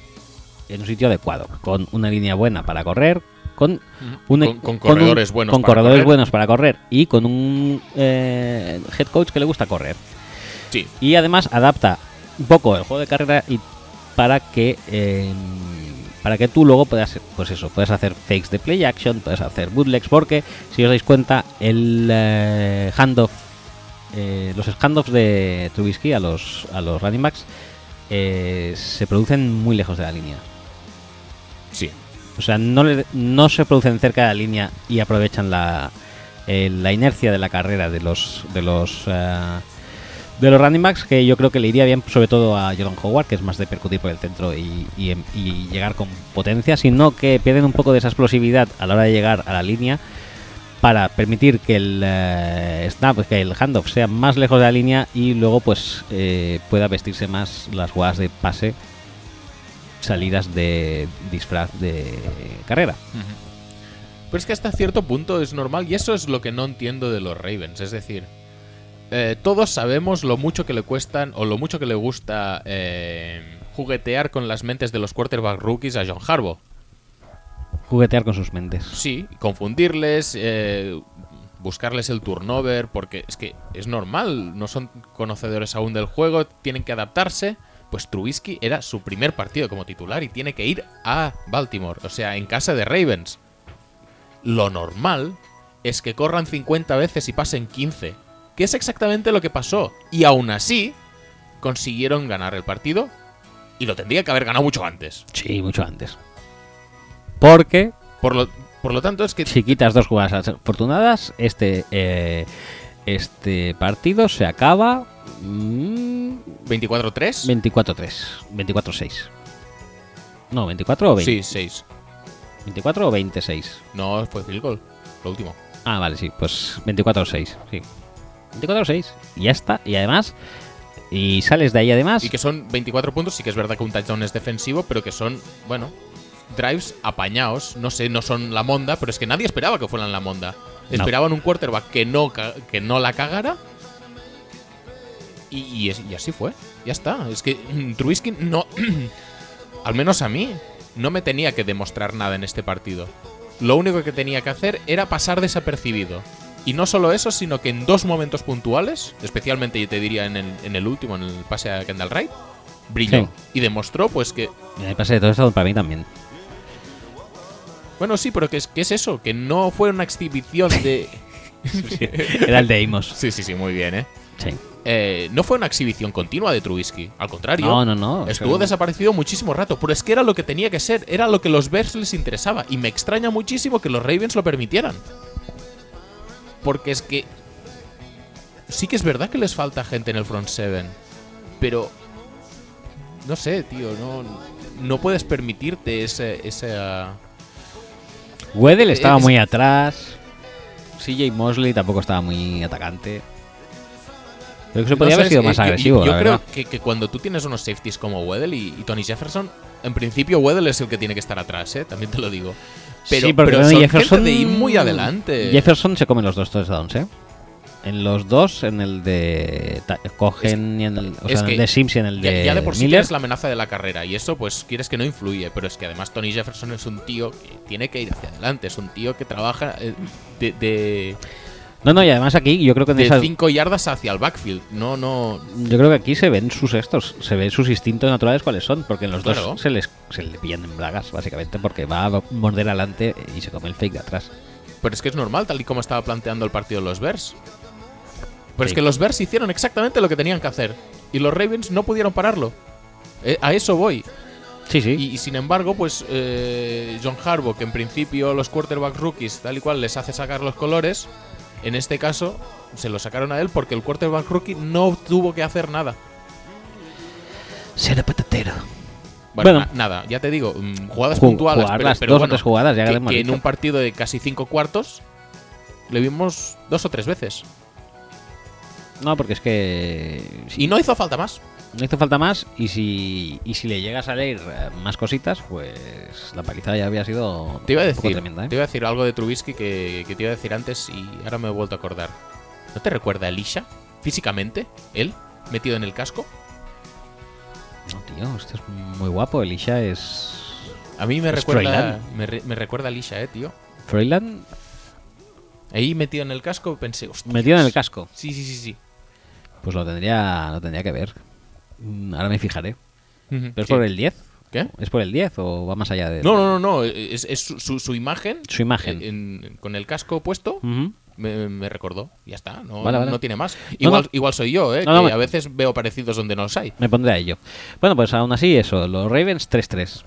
S1: en un sitio adecuado, con una línea buena para correr, con, un,
S2: Con- con corredores buenos
S1: con
S2: para
S1: corredores
S2: correr.
S1: buenos para correr y con un eh, head coach que le gusta correr
S2: Sí,
S1: y además adapta un poco el juego de carrera y para que eh, para que tú luego puedas pues eso puedes hacer fakes de play action puedes hacer bootlegs porque si os dais cuenta el eh, handoff eh, los handoffs de Trubisky a los a los running backs eh, se producen muy lejos de la línea
S2: sí.
S1: o sea no le- no se producen cerca de la línea y aprovechan la eh, la inercia de la carrera de los de los eh, de los running backs que yo creo que le iría bien sobre todo a Jordan Howard, que es más de percutir por el centro y, y- em, y llegar con potencia, sino que pierden un poco de esa explosividad a la hora de llegar a la línea para permitir que el eh, snap, que el handoff sea más lejos de la línea y luego pues eh, pueda vestirse más las jugadas de pase, salidas de disfraz de carrera.
S2: Pero es que hasta cierto punto es normal y eso es lo que no entiendo de los Ravens. Es decir, eh, todos sabemos lo mucho que le cuestan o lo mucho que le gusta eh, juguetear con las mentes de los quarterback rookies a John Harbaugh.
S1: Juguetear con sus mentes.
S2: Sí, confundirles, eh, buscarles el turnover, porque es que es normal, no son conocedores aún del juego, tienen que adaptarse. Pues Trubisky era su primer partido como titular y tiene que ir a Baltimore, o sea, en casa de Ravens. Lo normal es que corran 50 veces y pasen 15, que es exactamente lo que pasó. Y aún así, consiguieron ganar el partido y lo tendría que haber ganado mucho antes.
S1: Sí, mucho antes. Porque
S2: Por lo, por lo tanto, es que
S1: Si quitas dos jugadas afortunadas, este, eh, este partido se acaba mm,
S2: 24-3.
S1: 24-3, 24-6. No, 24 o 20.
S2: Sí, 6.
S1: 24 o 26.
S2: No, fue field goal, lo último.
S1: Ah, vale, sí, pues 24-6, sí. 24-6, y ya está. Y además, y sales de ahí además.
S2: Y que son 24 puntos, sí que es verdad que un touchdown es defensivo, pero que son, bueno, drives apañados. No sé, no son la monda, pero es que nadie esperaba que fueran la monda.
S1: No.
S2: Esperaban un quarterback que no, ca- que no la cagara. Y, y es- y así fue. Ya está. Es que mm, Trubisky no. al menos a mí. No me tenía que demostrar nada en este partido. Lo único que tenía que hacer era pasar desapercibido. Y no solo eso, sino que en dos momentos puntuales, especialmente yo te diría en el, en el último, en el pase a Kendall Wright, brilló.
S1: Sí.
S2: Y demostró, pues, que
S1: Y ahí pasa de todo esto para mí también.
S2: Bueno, sí, pero ¿qué es, qué es eso? Que no fue una exhibición de...
S1: Era el de Amos.
S2: sí, sí, sí, muy bien, ¿eh?
S1: Sí.
S2: Eh, No fue una exhibición continua de Trubisky. Al contrario.
S1: No, no, no.
S2: Estuvo
S1: Pero-
S2: desaparecido muchísimo rato, pero es que era lo que tenía que ser, era lo que los Bears les interesaba, y me extraña muchísimo que los Ravens lo permitieran. Porque es que... Sí que es verdad que les falta gente en el front seven, pero... No sé, tío, no, no puedes permitirte ese... ese ah,
S1: Weddell estaba
S2: Eh, Es-
S1: muy atrás. CJ Mosley tampoco estaba muy atacante. Creo que se podía
S2: No
S1: haber
S2: sé,
S1: sido
S2: es-
S1: más
S2: yo- yo-
S1: agresivo,
S2: Yo,
S1: la
S2: creo
S1: verdad.
S2: que, que cuando tú tienes unos safeties como Weddle y, y Tony Jefferson, en principio Weddle es el que tiene que estar atrás, ¿eh? también te lo digo. Pero,
S1: sí, porque
S2: pero
S1: no,
S2: son
S1: Jefferson.
S2: gente de ir muy adelante.
S1: Jefferson se come los dos touchdowns, ¿eh? En los dos, en el de Ta- Cohen y en el, o sea,
S2: es
S1: en el
S2: que
S1: de Sims y en el
S2: ya,
S1: de
S2: ya de por sí
S1: Miller.
S2: tienes la amenaza de la carrera y eso pues quieres que no influye, pero es que además Tony Jefferson es un tío que tiene que ir hacia adelante, es un tío que trabaja eh, de, de,
S1: No, no, y además aquí yo creo que en
S2: de
S1: esas-
S2: cinco yardas hacia el backfield. No, no,
S1: yo creo que aquí se ven sus estos, se ven sus instintos naturales cuáles son, porque en los
S2: Claro.
S1: dos se les se le pillan en bragas, básicamente, porque va a morder adelante y se come el fake de atrás.
S2: Pero es que es normal, tal y como estaba planteando el partido de los Bears. Pero
S1: Sí.
S2: es que los Bears hicieron exactamente lo que tenían que hacer. Y los Ravens no pudieron pararlo. Eh, a eso voy.
S1: Sí, sí.
S2: Y, y sin embargo, pues eh, John Harbaugh, que en principio los quarterback rookies, tal y cual, les hace sacar los colores. En este caso, se lo sacaron a él porque el quarterback rookie no tuvo que hacer nada.
S1: Ser patatero.
S2: Bueno,
S1: Bueno.
S2: na- nada, ya te digo, mm, jugadas
S1: Ju-
S2: puntuales,
S1: jugar
S2: pero,
S1: las
S2: pero
S1: dos o
S2: bueno,
S1: tres jugadas, ya
S2: que-
S1: lo hemos
S2: que en
S1: dicho.
S2: un partido de casi cinco cuartos le vimos dos o tres veces.
S1: No, porque es que
S2: Y no hizo falta más.
S1: No hizo falta más y si, y si le llega a salir eh, más cositas, pues la paliza ya había sido
S2: Te iba a
S1: un poco
S2: decir,
S1: tremenda. ¿eh?
S2: te iba a decir algo de Trubisky que, que te iba a decir antes y ahora me he vuelto a acordar. ¿No te recuerda a Elisha? Físicamente, él, metido en el casco.
S1: No, tío, este es muy guapo. Elisha es...
S2: A mí me
S1: Es
S2: recuerda,
S1: Freiland.
S2: me, re- me recuerda a Elisha, eh, tío.
S1: Freiland
S2: Ahí metido en el casco pensé, hostia.
S1: metido en el casco.
S2: Sí, sí, sí, sí.
S1: Pues lo tendría, lo tendría que ver. Mm, Ahora me fijaré. ¿Pero
S2: Ujú,
S1: es
S2: sí.
S1: por el 10?
S2: ¿Qué?
S1: ¿Es por el 10 o va más allá de...?
S2: No, no, no, no. Es, es su, su- su imagen.
S1: Su imagen.
S2: en- en- con el casco puesto.
S1: Ujú.
S2: Me, me recordó, ya está, no,
S1: Vale, vale.
S2: no tiene más.
S1: No,
S2: Igual,
S1: no.
S2: igual soy yo, ¿eh?
S1: No, no,
S2: que
S1: me-
S2: a veces veo parecidos donde no los hay.
S1: Me pondré a ello. Bueno, pues aún así eso. Los Ravens 3-3.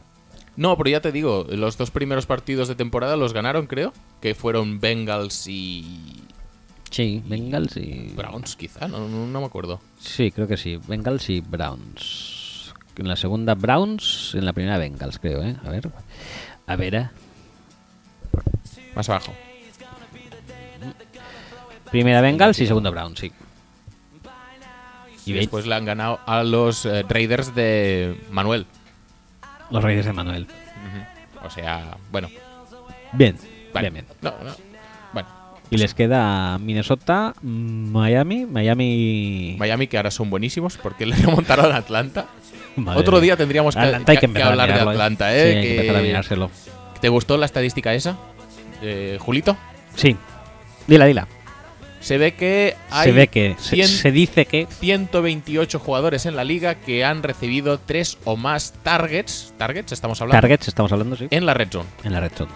S2: No, pero ya te digo, los dos primeros partidos de temporada los ganaron, creo, que fueron Bengals y
S1: Sí, Bengals y...
S2: Browns, quizá, no, no- no me acuerdo.
S1: Sí, creo que sí. Bengals y Browns. En la segunda Browns, en la primera Bengals, creo, ¿eh? A ver. A ver. ah.
S2: Más abajo.
S1: Primera Bengals y segunda Browns, sí.
S2: Y
S1: Y veis
S2: después le han ganado a los eh, Raiders de Manuel.
S1: los Reyes de Manuel.
S2: O sea, bueno.
S1: Bien,
S2: Vale.
S1: bien, bien.
S2: No, no. Bueno,
S1: Y les queda Minnesota, Miami, Miami.
S2: Miami que ahora son buenísimos porque le remontaron a Atlanta.
S1: Madre
S2: Otro
S1: mía.
S2: día tendríamos que,
S1: Atlanta hay que
S2: que- que
S1: empezar a
S2: hablar de
S1: mirarlo,
S2: Atlanta,
S1: Sí,
S2: ¿eh?
S1: hay que empezar a mirárselo.
S2: ¿Te gustó la estadística esa, Eh, Julito?
S1: Sí. Dila, dila.
S2: Se ve que hay
S1: Se ve que. se-
S2: 100
S1: se dice que.
S2: 128 jugadores en la liga que han recibido 3 o más targets, targets estamos hablando,
S1: Targets, estamos hablando, sí.
S2: en la red zone.
S1: En la red zone.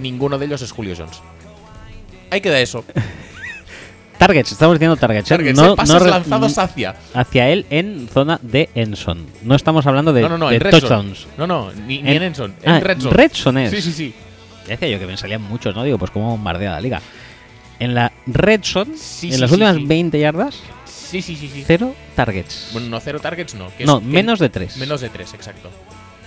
S2: Ninguno de ellos es Julio Jones. Ahí queda eso.
S1: Targets, estamos diciendo targets. ¿eh?
S2: Targets,
S1: no,
S2: eh, pases
S1: no re-
S2: lanzados hacia.
S1: hacia él en zona de Enson. No estamos hablando de,
S2: No, no, no,
S1: de
S2: en red zone.
S1: touchdowns.
S2: No, no, ni, ni
S1: En-
S2: en Enson. En
S1: Ah,
S2: red zone.
S1: red zone es.
S2: Sí, sí, sí.
S1: Ya Decía yo que me salían muchos, ¿no? Digo, pues cómo bombardea la liga. En la red zone,
S2: Sí,
S1: en
S2: sí,
S1: las
S2: sí,
S1: últimas
S2: sí.
S1: 20 yardas,
S2: Sí, sí, sí, sí.
S1: cero targets.
S2: Bueno, no, cero targets no. que es-
S1: no,
S2: que-
S1: menos de tres.
S2: Menos de 3, exacto.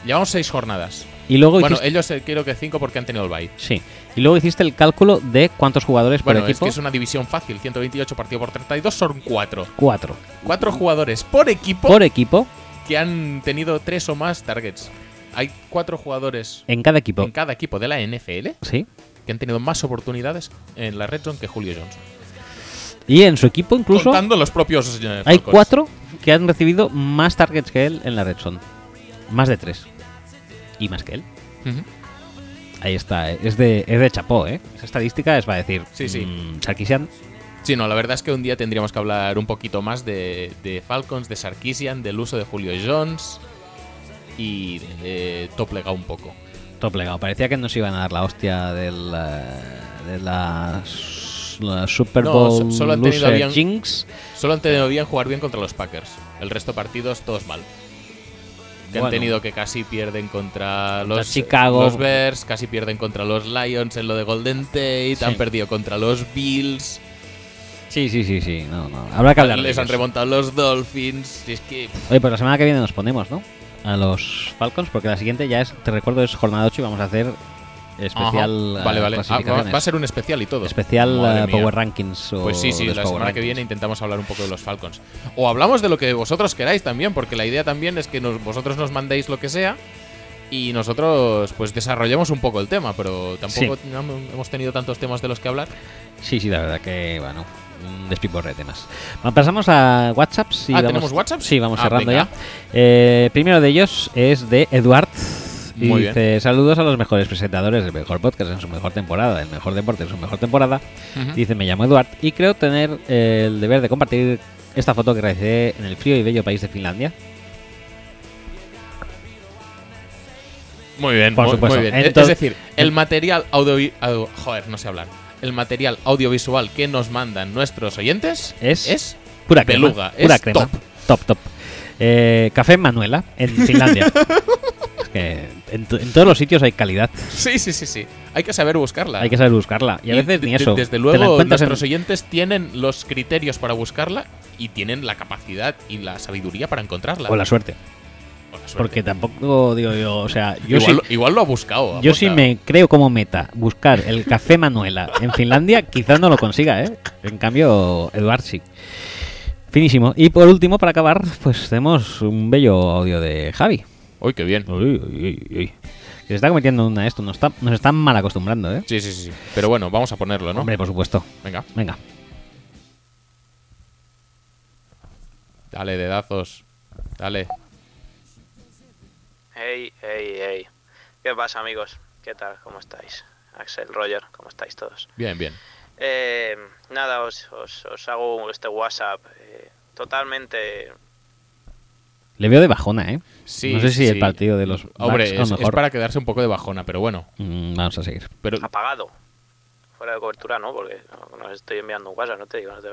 S2: Llevamos 6 jornadas.
S1: y luego
S2: Bueno,
S1: hiciste,
S2: ellos eh, creo que 5 porque han tenido el bye.
S1: sí. Y luego hiciste el cálculo de cuántos jugadores
S2: Bueno,
S1: por
S2: es
S1: equipo.
S2: que es una división fácil. 128 partido por 32 son 4.
S1: Cuatro.
S2: 4 jugadores por equipo.
S1: Por equipo,
S2: que han tenido tres o más targets. Hay cuatro jugadores
S1: en cada equipo.
S2: en cada equipo de la NFL
S1: Sí.
S2: que han tenido más oportunidades en la red zone que Julio Jones.
S1: Y en su equipo incluso
S2: Contando los propios. eh,
S1: hay
S2: Falcons.
S1: cuatro que han recibido más targets que él en la red zone. Más de tres. Y más que él.
S2: Ujú.
S1: Ahí está, eh. es de, es de chapó, ¿eh? Esa estadística es para decir.
S2: Sí, sí.
S1: mm, Sarkisian,
S2: Sí, no, la verdad es que un día tendríamos que hablar un poquito más de, de Falcons, de Sarkisian, del uso de Julio Jones y de, Toplega un poco.
S1: todo plegado. Parecía que nos iban a dar la hostia del, eh, de la, s- la Super
S2: No,
S1: Bowl
S2: so- solo han tenido
S1: loser
S2: bien-
S1: Jinx.
S2: Solo han tenido bien jugar bien contra los Packers. El resto de partidos, todos mal. Que
S1: Bueno.
S2: han tenido que casi pierden contra
S1: Contra
S2: los
S1: Chicago.
S2: los Bears, casi pierden contra los Lions en lo de Golden State,
S1: Sí.
S2: han perdido contra los Bills,
S1: Sí, sí, sí, sí. No, no. Habrá que hablar. de
S2: Ah, les han
S1: ellos.
S2: remontado los Dolphins. Si es que pff,
S1: Oye, pues la semana que viene nos ponemos, ¿no? A los Falcons, porque la siguiente ya es, te recuerdo, es jornada 8 y vamos a hacer Especial.
S2: Ajá.
S1: eh,
S2: Vale, vale. Ah, va,
S1: clasificaciones.
S2: va a ser un especial y todo.
S1: Especial
S2: Madre
S1: eh,
S2: mía.
S1: Power Rankings o
S2: Pues sí, sí, la
S1: Despower
S2: semana que
S1: Rankings.
S2: viene intentamos hablar un poco de los Falcons. O hablamos de lo que vosotros queráis también, porque la idea también es que nos- vosotros nos mandéis lo que sea y nosotros pues desarrollemos un poco el tema, pero tampoco no hemos tenido tantos temas de los que hablar.
S1: Sí, sí, la verdad que, bueno, un despiporre de temas. Va, Pasamos a WhatsApps. Y
S2: Ah,
S1: vamos,
S2: ¿tenemos WhatsApps?
S1: Sí, vamos
S2: Ah,
S1: cerrando
S2: venga.
S1: ya. Eh, primero de ellos es de Eduard. Y
S2: Muy
S1: dice, saludos a los mejores presentadores del mejor podcast en su mejor temporada, el mejor deporte en su mejor temporada. Dice, me llamo Eduard y creo tener eh, el deber de compartir esta foto que realicé en el frío y bello país de Finlandia.
S2: Muy bien,
S1: Por
S2: muy,
S1: supuesto.
S2: muy bien.
S1: Ento-
S2: es decir, el material audio joder, no sé hablar. El material audiovisual que nos mandan nuestros oyentes
S1: Es- Pura crema.
S2: Beluga,
S1: pura
S2: es
S1: crema.
S2: top.
S1: top. top. Eh, Café Manuela, en Finlandia. es que en, to- en todos los sitios hay calidad.
S2: Sí, sí, sí, sí. Hay que saber buscarla.
S1: Hay que saber buscarla. Y a veces
S2: de-
S1: ni
S2: de-
S1: eso.
S2: Desde
S1: Te la
S2: luego,
S1: encuentras en-
S2: nuestros oyentes tienen los criterios para buscarla y tienen la capacidad y la sabiduría para encontrarla.
S1: O la suerte.
S2: O la suerte.
S1: Porque tampoco digo yo, o sea, yo
S2: igual,
S1: sí.
S2: lo- igual lo ha buscado.
S1: Yo
S2: apunta.
S1: sí me creo como meta buscar el café Manuela en Finlandia, quizás no lo consiga, ¿eh? En cambio, Eduard sí. Finísimo. Y por último, para acabar, pues tenemos un bello audio de Javi.
S2: Uy, qué bien.
S1: Uy, uy, uy, uy. Que se está cometiendo una de esto, nos, está- nos están mal acostumbrando, ¿eh?
S2: Sí, sí, sí. sí. Pero bueno, vamos a ponerlo, ¿no?
S1: Hombre, por supuesto.
S2: Venga.
S1: Venga.
S2: Dale, dedazos. Dale.
S7: Hey, hey, hey. ¿Qué pasa, amigos? ¿Qué tal? ¿Cómo estáis? Axel, Roger, ¿cómo estáis todos?
S2: Bien, bien.
S7: Eh, nada, os, os, os hago este WhatsApp eh, totalmente.
S1: Le veo de bajona, ¿eh?
S2: Sí,
S1: no sé si
S2: sí.
S1: el partido de los
S2: Hombre,
S1: Bucks, a lo
S2: es, es
S1: mejor.
S2: para quedarse un poco de bajona, pero bueno.
S1: Mm, vamos a seguir.
S2: Pero
S7: apagado. Fuera de cobertura, ¿no? Porque no, no os estoy enviando un WhatsApp, no te digo. No te...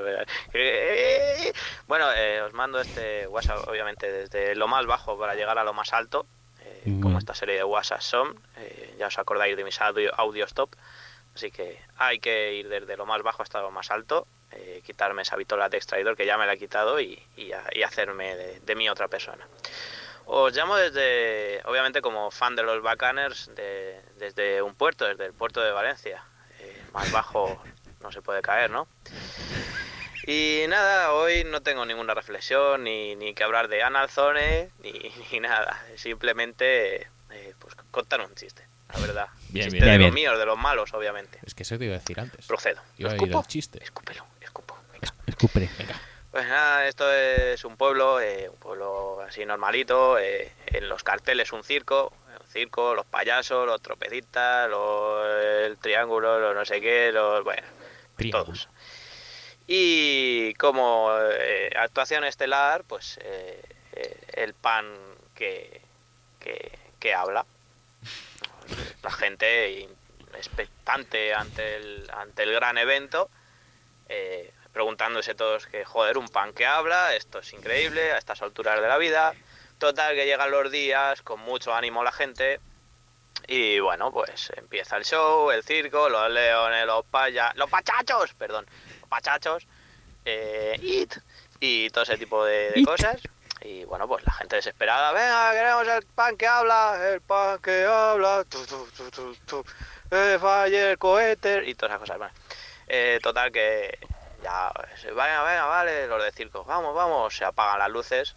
S7: Eh, Bueno, eh, os mando este WhatsApp, obviamente, desde lo más bajo para llegar a lo más alto, eh,
S1: Bueno.
S7: como esta serie de WhatsApp son. Eh, ya os acordáis de mis audio, audios top. Así que hay que ir desde lo más bajo hasta lo más alto, eh, quitarme esa vitola de extraidor que ya me la he quitado y, y a- y hacerme de- de mí otra persona. Os llamo desde, obviamente como fan de los Bacaners, de- desde un puerto, desde el puerto de Valencia. Eh, más bajo no se puede caer, ¿no? Y nada, hoy no tengo ninguna reflexión, ni, ni que hablar de Analzone, ni, ni nada. Simplemente, eh, pues contar un chiste, la verdad.
S2: Bien,
S7: chiste
S2: bien.
S7: de
S1: Bien, bien.
S7: los míos, de los malos, obviamente.
S2: es que eso te iba a decir antes.
S7: Procedo. ¿Lo
S2: Iba a ir
S7: escupo?
S2: al chiste.
S7: Escúpelo, escupo. venga.
S1: Escupre.
S7: Pues nada, esto es un pueblo, eh, un pueblo así normalito, eh, en los carteles un circo, un circo, los payasos, los tropecistas, los, el triángulo, los no sé qué, los... bueno,
S2: Triángulo.
S7: todos. Y como eh, actuación estelar, pues eh, eh, el pan que, que, que habla. La gente expectante ante el, ante el gran evento eh, preguntándose todos que, joder, un pan que habla, esto es increíble, a estas alturas de la vida. Total, que llegan los días, con mucho ánimo la gente. Y bueno, pues empieza el show, el circo, los leones, los payas, los pachachos, perdón, los pachachos, eh, it, y todo ese tipo de, de cosas. Y bueno, pues la gente desesperada, venga, queremos el pan que habla, el pan que habla, tu, tu, tu, tu, tu, eh, falle el cohete, y todas esas cosas. Bueno, eh, total que ya, pues, venga, venga, vale, los de circo, vamos, vamos, se apagan las luces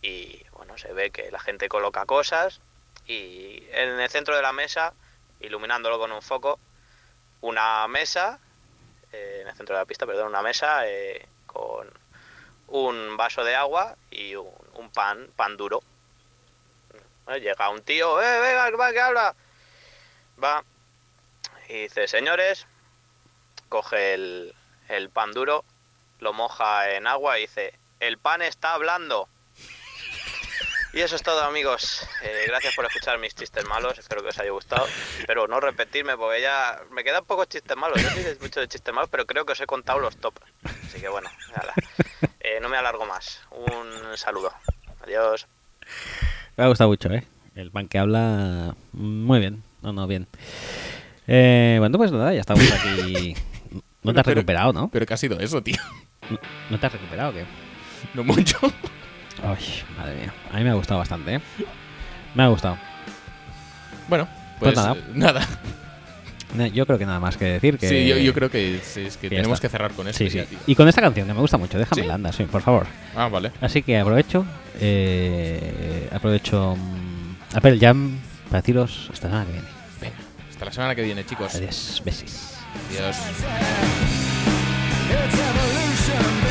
S7: y bueno, se ve que la gente coloca cosas y en el centro de la mesa, iluminándolo con un foco, una mesa, eh, en el centro de la pista, perdón, una mesa eh, con un vaso de agua y un, un pan, pan duro. Eh, Llega un tío, eh, venga, que va, que habla. Va y dice, señores, coge el, el pan duro, lo moja en agua y dice, el pan está hablando. Y eso es todo amigos. Eh, gracias por escuchar mis chistes malos, espero que os haya gustado. Pero no repetirme porque ya me quedan pocos chistes malos. Yo sí mucho de chistes malos, pero creo que os he contado los top. Así que bueno, ala. Eh, no me alargo más. Un saludo. Adiós.
S1: Me ha gustado mucho, ¿eh? El pan que habla. mm, Muy bien. No, no, bien. Eh, bueno, pues nada, ya estamos aquí. No te has
S2: Pero-
S1: recuperado, ¿no?
S2: Pero ¿qué ha sido eso, tío?
S1: ¿No te has recuperado o qué?
S2: No mucho.
S1: Ay, madre mía. A mí me ha gustado bastante, ¿eh? Me ha gustado.
S2: Bueno,
S1: Pues
S2: pues,
S1: nada.
S2: eh, nada.
S1: No, yo creo que nada más que decir que...
S2: Sí, yo, yo creo que, sí, es que
S1: ya
S2: tenemos
S1: está.
S2: que cerrar con esto.
S1: Sí,
S2: ya,
S1: sí.
S2: tío.
S1: Y con esta canción que me gusta mucho, déjame
S2: ¿Sí?
S1: la anda, sí, por favor.
S2: Ah, vale.
S1: Así que aprovecho, eh, aprovecho mm, Apple Jam para deciros hasta la semana que viene.
S2: Venga, hasta la semana que viene, chicos.
S1: Adiós, besis.
S2: Adiós.
S8: It's evolution.
S3: Uh-huh.